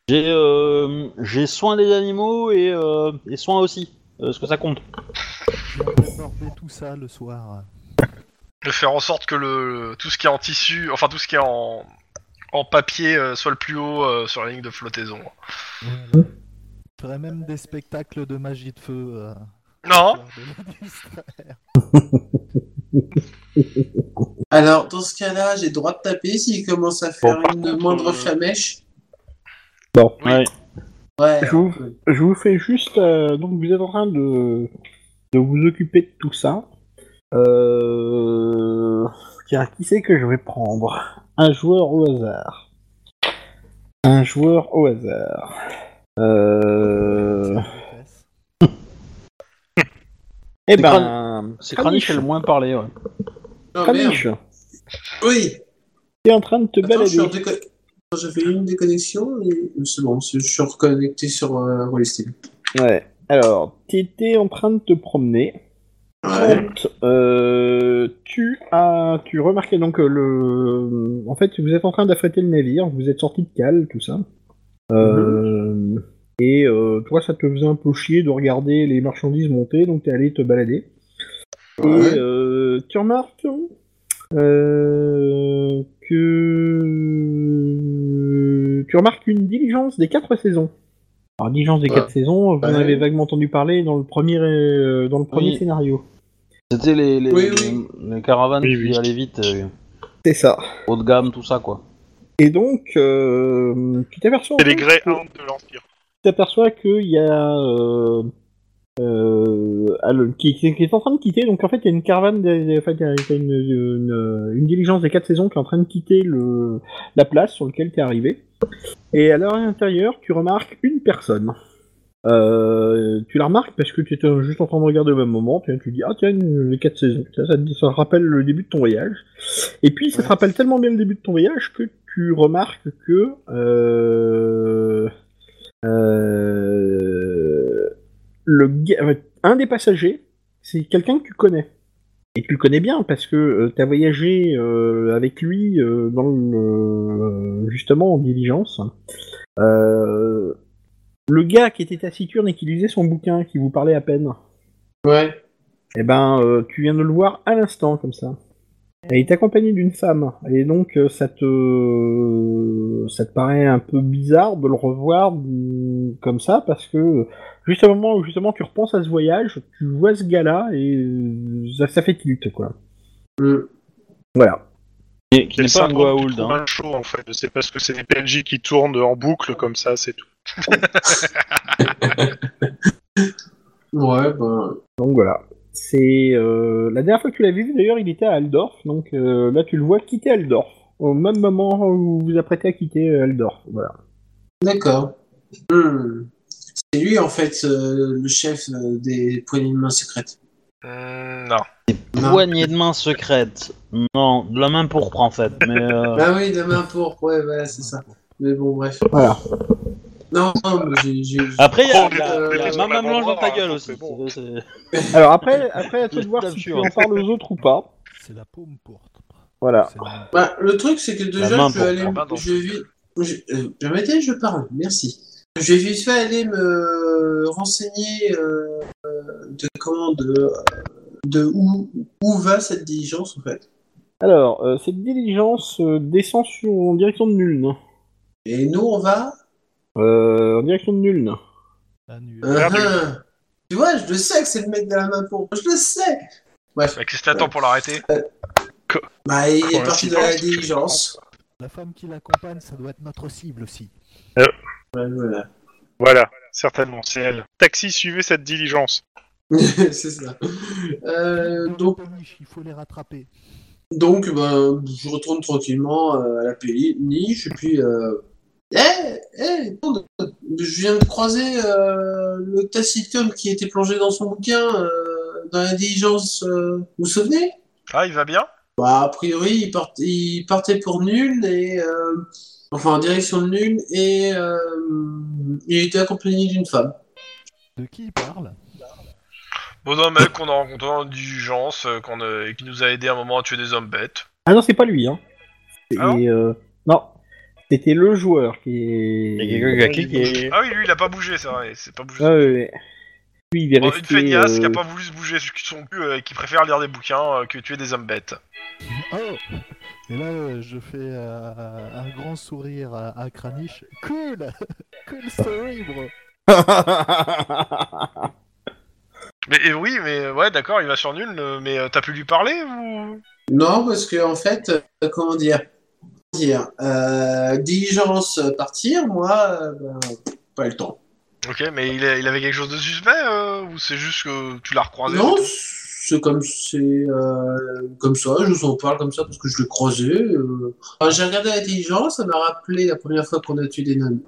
S1: J'ai euh, j'ai soin des animaux et, euh, et soin aussi. Euh, Est-ce que ça compte
S5: J'ai absorbé tout ça le soir.
S4: De faire en sorte que le tout ce qui est en tissu, enfin tout ce qui est en, en papier euh, soit le plus haut euh, sur la ligne de flottaison.
S5: Voilà. Je ferais même des spectacles de magie de feu. euh,
S4: Non
S5: histoire de les distraire.
S6: Alors, dans ce cas-là, j'ai le droit de taper s'il commence à faire
S1: Bon, par
S6: une
S1: contre,
S6: moindre
S1: euh,
S6: flamèche.
S2: Bon.
S4: Oui.
S1: Ouais.
S6: Ouais.
S2: Je vous, je vous fais juste. euh, donc, vous êtes en train de, de vous occuper de tout ça. Euh, tiens, qui c'est que je vais prendre Un joueur au hasard. Un joueur au hasard. Euh,
S5: C'est les fesses.
S2: eh
S1: C'est
S2: ben.
S1: C'est Kranich le moins parlé, ouais.
S6: Oh, merde.
S2: Kranich,
S6: Oui.
S2: t'es en train de te
S6: Attends, je suis en
S2: balader.
S6: déco- Attends, J'ai fait une déconnexion et c'est bon, c'est- je suis reconnecté sur euh, Rollistim.
S2: Ouais. Alors, t'étais en train de te promener. Compte, euh, tu as, tu remarquais donc euh, le, en fait, vous êtes en train d'affréter le navire, vous êtes sorti de cale, tout ça. Euh, Et euh, toi, ça te faisait un peu chier de regarder les marchandises monter, donc t'es allé te balader.
S6: Ouais.
S2: Et euh, tu remarques euh, que tu remarques une diligence des quatre saisons. Alors, diligence des
S6: Ouais.
S2: quatre saisons, vous en
S6: Ouais.
S2: avez vaguement entendu parler dans le premier, euh, dans le premier
S1: Oui.
S2: scénario.
S1: C'était les, les,
S6: Oui,
S1: les, les caravanes
S3: Oui,
S1: qui
S3: oui.
S1: allaient vite, euh,
S2: C'est ça.
S1: haut de gamme, tout ça, quoi.
S2: Et donc, euh, tu t'aperçois en
S3: C'est les
S2: fait,
S3: grès
S2: que-
S3: 1 de l'Empire.
S2: tu t'aperçois qu'il y a euh, euh, ah, le- qui, qui- qui est en train de quitter. Donc en fait, il y a une caravane, des- des- enfin, il y a il y a une, une- une diligence des quatre saisons qui est en train de quitter le, la place sur laquelle t'es arrivé. Et à leur intérieur, tu remarques une personne. Euh, tu la remarques parce que tu étais juste en train de regarder au même moment. Tu, tu dis ah tiens une- les quatre saisons. Ça, ça, te- ça te rappelle le début de ton voyage. Et puis ça te
S5: Ouais.
S2: rappelle tellement bien le début de ton voyage que tu remarques que euh, euh, le ga- euh, un des passagers, c'est quelqu'un que tu connais. Et tu le connais bien parce que tu as voyagé euh, avec lui euh, dans le, justement en diligence. Euh, le gars qui était taciturne et qui lisait son bouquin, qui vous parlait à peine,
S6: Ouais.
S2: eh ben euh, tu viens de le voir à l'instant comme ça. Et il est accompagné d'une femme. Et donc euh, ça te ça te paraît un peu bizarre de le revoir mm, comme ça parce que juste au moment où justement tu repenses à ce voyage, tu vois ce gars-là et euh, ça, ça fait tilt quoi.
S6: Mm.
S2: Voilà.
S1: Qui, qui
S3: C'est le
S1: n'est pas un
S3: syndrome du
S1: Goa'uld, hein.
S3: Truman Show, en fait. C'est parce que c'est des PNJ qui tournent en boucle comme ça, c'est tout.
S6: Ouais, bah.
S2: Donc voilà. C'est euh, la dernière fois que tu l'as vu d'ailleurs, il était à Aldorf. Donc euh, là tu le vois quitter Aldorf au même moment où vous vous apprêtez à quitter euh, Aldorf. Voilà.
S6: D'accord. Hmm. C'est lui, en fait, euh, le chef euh, des poignées de main secrètes.
S4: Hmm, non.
S6: Non.
S1: Poignée de main secrète. Non, de la main pourpre, en fait. Mais euh,
S6: Ah oui, la main pour. Ouais, voilà, c'est ça. Mais bon, bref.
S2: Voilà.
S6: Non, non, mais j'ai. j'ai-
S1: Après, il y
S3: Oh,
S1: a,
S3: mais
S1: il y a-
S6: bon,
S1: il y a
S6: mais
S1: ma main
S3: bon,
S1: blanche dans ta
S3: bon,
S1: gueule
S3: bon,
S1: aussi.
S3: hein, c'est bon.
S1: C'est- c'est-
S2: Alors après, après à toi de voir
S1: Bien
S2: si tu
S1: sûr.
S2: en parles aux autres ou pas.
S5: C'est la paume pourpre.
S2: Ah.
S1: Voilà.
S5: C'est une-
S6: Bah, le truc, c'est que
S1: La
S6: déjà,
S1: main
S6: je
S1: pour
S6: vais aller.
S4: la main dans
S6: Je vais. vite- Je, euh, permettez, je parle, merci. Je vais vite fait aller me renseigner euh, euh, de comment, de, euh, de où, où va cette diligence en fait.
S2: Alors, euh, cette diligence euh, descend sur, en direction de Nuln.
S6: Et nous, on va.
S2: Euh, en direction de Nuln.
S5: un nul.
S6: Euh,
S3: Perdu.
S6: hein. Tu vois, je le sais que c'est le mec de la main pour. Je le sais
S4: Bah, Qu'est-ce que t'attends pour l'arrêter
S6: Bah, il est parti de la
S3: Coïncidence,
S6: diligence.
S5: La femme qui l'accompagne, ça doit être notre cible aussi.
S6: Ouais, voilà.
S3: Voilà, certainement, c'est elle. Taxi, suivez cette diligence.
S6: c'est ça. Euh,
S5: Dans le
S6: donc,
S5: péniche, il faut les rattraper.
S6: donc ben, je retourne tranquillement euh, à la péli- niche et puis. Euh... Eh, eh, attends, je viens de croiser euh, le taciturne qui était plongé dans son bouquin euh, dans la diligence. euh, Vous vous souvenez
S4: Ah, il va bien
S6: Bah, a priori, il, part- il partait pour nul et. euh, Enfin, en direction de nul et. euh, Il était accompagné d'une femme.
S5: De qui il parle
S4: Bon, d'un mec qu'on a rencontré en diligence, euh, qu'on, euh, qui nous a aidé un moment à tuer des hommes bêtes.
S2: Ah non, c'est pas lui, hein.
S4: Ah non
S2: Et, euh, non, c'était le joueur qui est.
S1: Il y a quelqu'un qui a cliqué.
S4: Ah oui, lui, il a pas bougé, ça, vrai, c'est pas bougé.
S2: Ouais, ouais, ouais. Lui, Ah, il est
S4: Bon,
S2: resté.
S4: une feignasse qui a
S2: euh,
S4: pas voulu se bouger sur son cul euh, et qui préfère lire des bouquins euh, que tuer des hommes bêtes.
S5: Oh Et là, euh, je fais euh, un grand sourire à, à Kranich. Cool Cool story, bro
S4: Mais et oui, mais ouais, d'accord, il va sur nul, euh, mais euh, t'as pu lui parler ou
S6: Non, parce que en fait, euh, comment dire, dire euh, diligence euh, partir, moi, euh, ben, pas le temps.
S4: Ok, mais il, a- il avait quelque chose de suspect euh, ou c'est juste que tu l'as recroisé
S6: Non,
S4: c'est tout
S6: c'est comme c'est euh, comme ça. Je vous en parle comme ça parce que je l'ai croisé. euh. Enfin, J'ai regardé la diligence, ça m'a rappelé la première fois qu'on a tué des non-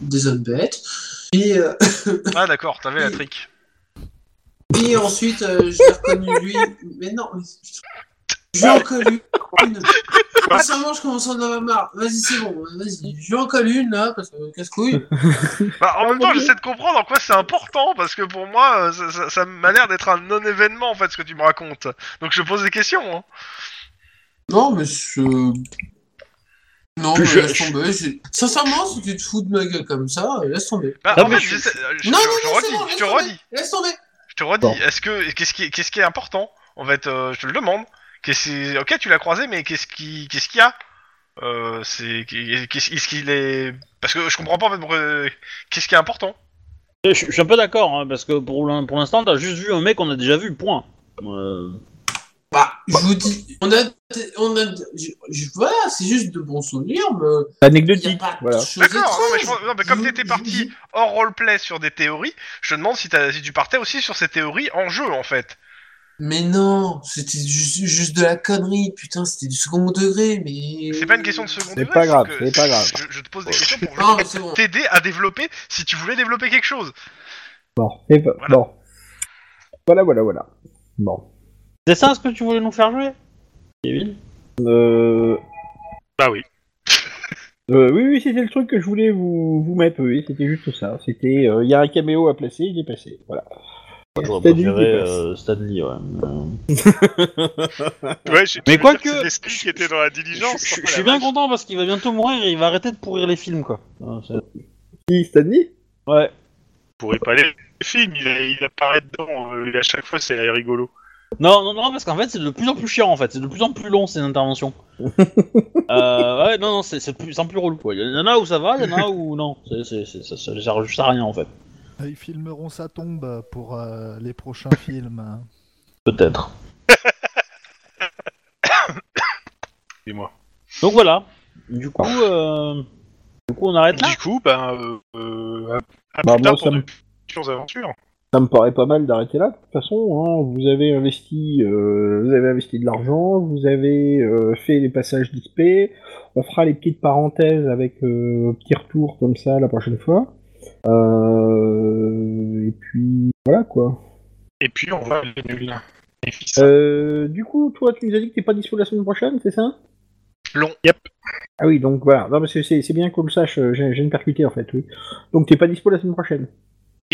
S6: des hommes bêtes. Et, euh,
S4: Ah d'accord, t'avais la trick.
S6: et ensuite, euh, je l'ai reconnu lui. Mais non, mais- je l'ai reconnu. une. Ah, Sincèrement, je commence à en avoir marre. Vas-y, c'est bon. Vas-y, je lui en colle une là parce que casse couille.
S4: Bah, en même
S2: mon
S4: temps,
S2: Dieu.
S4: j'essaie de comprendre en quoi c'est important parce que pour moi, euh, ça, ça- ça m'a l'air d'être un non-événement en fait ce que tu me racontes. Donc je pose des questions. Hein.
S6: Non, mais je... Non,
S1: Puis
S6: mais
S1: je-
S6: laisse tomber. c'est- Sincèrement, si tu te fous de ma gueule comme ça, euh, laisse tomber.
S4: Bah,
S1: Non,
S4: en
S1: mais
S4: fait,
S1: je-
S4: j'essaie- euh, je,
S6: Non,
S4: je- je
S6: non, non, c'est
S4: redis,
S6: bon,
S4: je
S6: laisse
S4: te
S6: tomber.
S4: redis,
S6: Laisse tomber.
S4: je te redis. Est-ce que qu'est-ce qui qu'est-ce qui est important en fait euh, Je te le demande. Qu'est-ce qui- Ok, tu l'as croisé, mais qu'est-ce qui qu'est-ce qu'il y a euh, C'est qu'est-ce est-ce qu'il est Parce que je comprends pas en fait. pourquoi- euh, Qu'est-ce qui est important
S1: Je, je suis un peu d'accord, hein, parce que pour l'in- pour l'instant, t'as juste vu un mec qu'on a déjà vu, point. Euh,
S6: Bah, je vous dis, on a, on a, je, je- voilà, c'est juste de bons souvenirs, mais il n'y a
S2: Anecdotique,
S6: pas
S2: voilà.
S6: de choses
S4: D'accord, non, mais je
S6: étranges.
S4: pense- non, mais comme
S6: Je-
S4: t'étais
S6: je-
S4: parti hors roleplay sur des théories, je te demande si, t'as- si tu partais aussi sur ces théories en jeu en fait.
S6: Mais non, c'était juste, juste de la connerie, putain, c'était du second degré, mais.
S4: C'est pas une question de seconde.
S2: C'est
S4: degré,
S2: pas grave,
S4: que
S2: c'est pas grave.
S4: Je, je te pose des questions pour
S6: Non, mais c'est bon.
S4: t'aider à développer si tu voulais développer quelque chose.
S2: Bon, et va-
S4: Voilà.
S2: bon. Voilà, voilà, voilà. Bon.
S1: C'est ça ce que tu voulais nous faire jouer Kevin
S2: Euh,
S3: Bah oui.
S2: euh, oui, oui, c'était le truc que je voulais vous, vous mettre, oui, c'était juste ça. C'était, euh, il y a un caméo à placer, il est passé, voilà.
S1: J'aurais
S2: Stanley
S1: préféré
S2: qui passe.
S1: euh, Stanley, ouais. Euh,
S3: Ouais, j'ai-
S1: Mais
S3: je veux
S1: quoi
S3: dire,
S1: que-
S3: C'est l'esprit qui était dans la diligence.
S1: je- je-
S3: Oh
S1: je
S3: la
S1: suis bien
S3: vache.
S1: content parce qu'il va bientôt mourir et il va arrêter de pourrir les films, quoi. Ah, c'est-
S2: Qui, Stanley
S1: Ouais.
S3: pourrait pas aller. Le film, il, il apparaît dedans, euh, et à chaque fois c'est rigolo.
S1: Non, non, non, parce qu'en fait, c'est de plus en plus chiant, en fait. C'est de plus en plus long, ces interventions. euh, ouais, non, non, c'est c'est de plus en plus relou, quoi. Il y en a où ça va, il y en a où non. C'est- c'est- c'est- ça, ça sert juste à rien, en fait.
S5: Euh, Ils filmeront sa tombe pour euh, les prochains films. hein.
S1: Peut-être.
S3: Dis-moi.
S1: Donc voilà. Du coup, euh, du coup on arrête là
S3: Du coup, ben, euh, euh, à- à
S2: Bah,
S3: plus tard
S2: moi, ça
S3: pour
S2: me-
S3: de futures aventures.
S2: Ça me paraît pas mal d'arrêter là. De toute façon, hein, vous avez investi, euh, vous avez investi de l'argent, vous avez euh, fait les passages d'XP. On fera les petites parenthèses avec euh, petit retour comme ça la prochaine fois. Euh, et puis voilà quoi.
S3: Et puis on va aller nul. Et puis ça.
S2: Euh, du coup, toi, tu nous as dit que t'es pas dispo la semaine prochaine, c'est ça
S4: Long.
S3: Yep.
S2: Ah oui, donc voilà. Non, mais c'est- c'est c'est bien qu'on le sache. euh, J'ai j'ai une percutée en fait. Oui. Donc t'es pas dispo la semaine prochaine.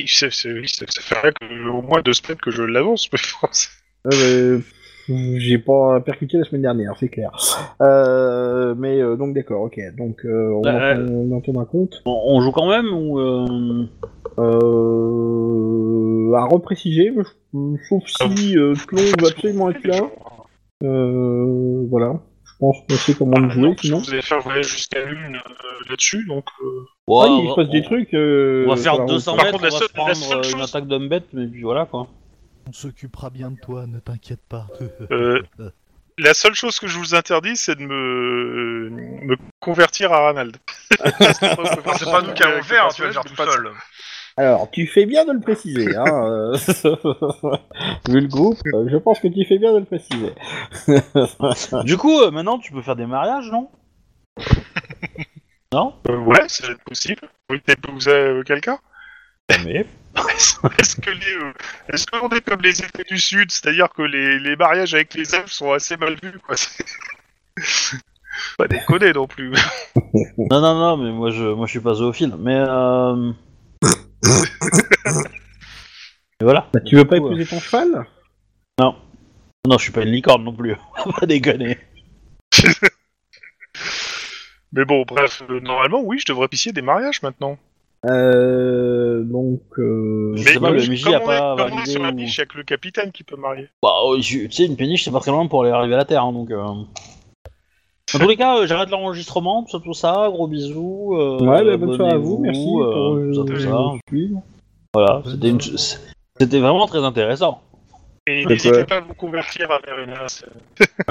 S3: Oui, ça, ça- oui, ça- ça fait rien que, au moins deux semaines que je l'avance, mais je pense.
S2: Euh, J'ai pas percuté la semaine dernière, c'est clair. Euh, mais euh, donc d'accord, ok. Donc euh, on,
S1: Ouais,
S2: en,
S1: ouais.
S2: on en tiendra compte.
S1: On, on joue quand même ou euh,
S2: Euh, à repréciser, mais je- sauf si euh, Tlon veut absolument être là. Euh, voilà. Je pense qu'on sait comment le jouer, sinon.
S3: Vous allez faire voyage jusqu'à l'une euh, là-dessus, donc. euh,
S1: ouais,
S2: Ouais, il
S1: on-
S2: se passe des
S1: on-
S2: trucs. euh,
S1: On va faire
S2: voilà,
S1: 200
S3: Par
S1: mètres,
S3: contre, la
S1: on va
S3: seule-
S1: se
S3: la seule
S1: prendre euh, une
S3: chose-
S1: attaque d'homme bête, mais puis voilà quoi.
S5: On s'occupera bien de toi, ne t'inquiète pas.
S3: Euh, La seule chose que je vous interdis, c'est de me, me convertir à Ranald.
S4: Enfin, c'est pas nous qui allons le faire, hein, tu vas le faire tout seul.
S2: Alors, tu fais bien de le préciser, hein. euh, Vu le groupe, euh, je pense que tu fais bien de le préciser.
S1: Du coup, euh, maintenant tu peux faire des mariages, non Non
S3: Euh, ouais, c'est possible. Vous épousez euh, quelqu'un
S1: Mais.
S3: Est-ce que les, euh, est-ce qu'on est comme les États du Sud, c'est-à-dire que les, les mariages avec les elfes sont assez mal vus, quoi. c'est- pas déconner non plus.
S1: Non, non, non, mais moi je, moi, je suis pas zoophile. Mais. Euh... Et voilà.
S2: Bah, tu veux pas
S1: Ouais.
S2: épouser ton cheval
S1: euh, Non, je suis pas une licorne non plus. On va pas déconner.
S3: Mais bon, bref, euh, normalement, oui, je devrais pisser des mariages maintenant.
S2: Euh, donc, euh,
S1: Je
S3: Mais
S1: sais pas,
S3: comme
S1: le
S3: je-
S1: MJ
S3: comme
S1: a
S3: on
S1: pas
S3: est, comme on est
S1: validé
S3: sur la
S1: ou-
S3: niche, il y a que le capitaine qui peut marier.
S1: Bah, euh, je- tu sais, une péniche c'est pas très loin pour aller arriver à la Terre, hein, donc. Euh... Dans tous les cas, euh, j'arrête l'enregistrement, tout ça, tout ça, gros bisous. euh,
S2: ouais, bah, bonne soirée à
S1: abonnez-vous,
S2: vous, merci
S1: euh,
S2: pour euh,
S1: tout ça, tout ça.
S2: nous suivre.
S1: Voilà,
S5: Bonne
S1: c'était une-
S5: soirée.
S1: c'était vraiment très intéressant.
S3: Et
S2: C'est
S3: n'hésitez
S2: quoi
S3: pas à vous convertir à Verena. c'est-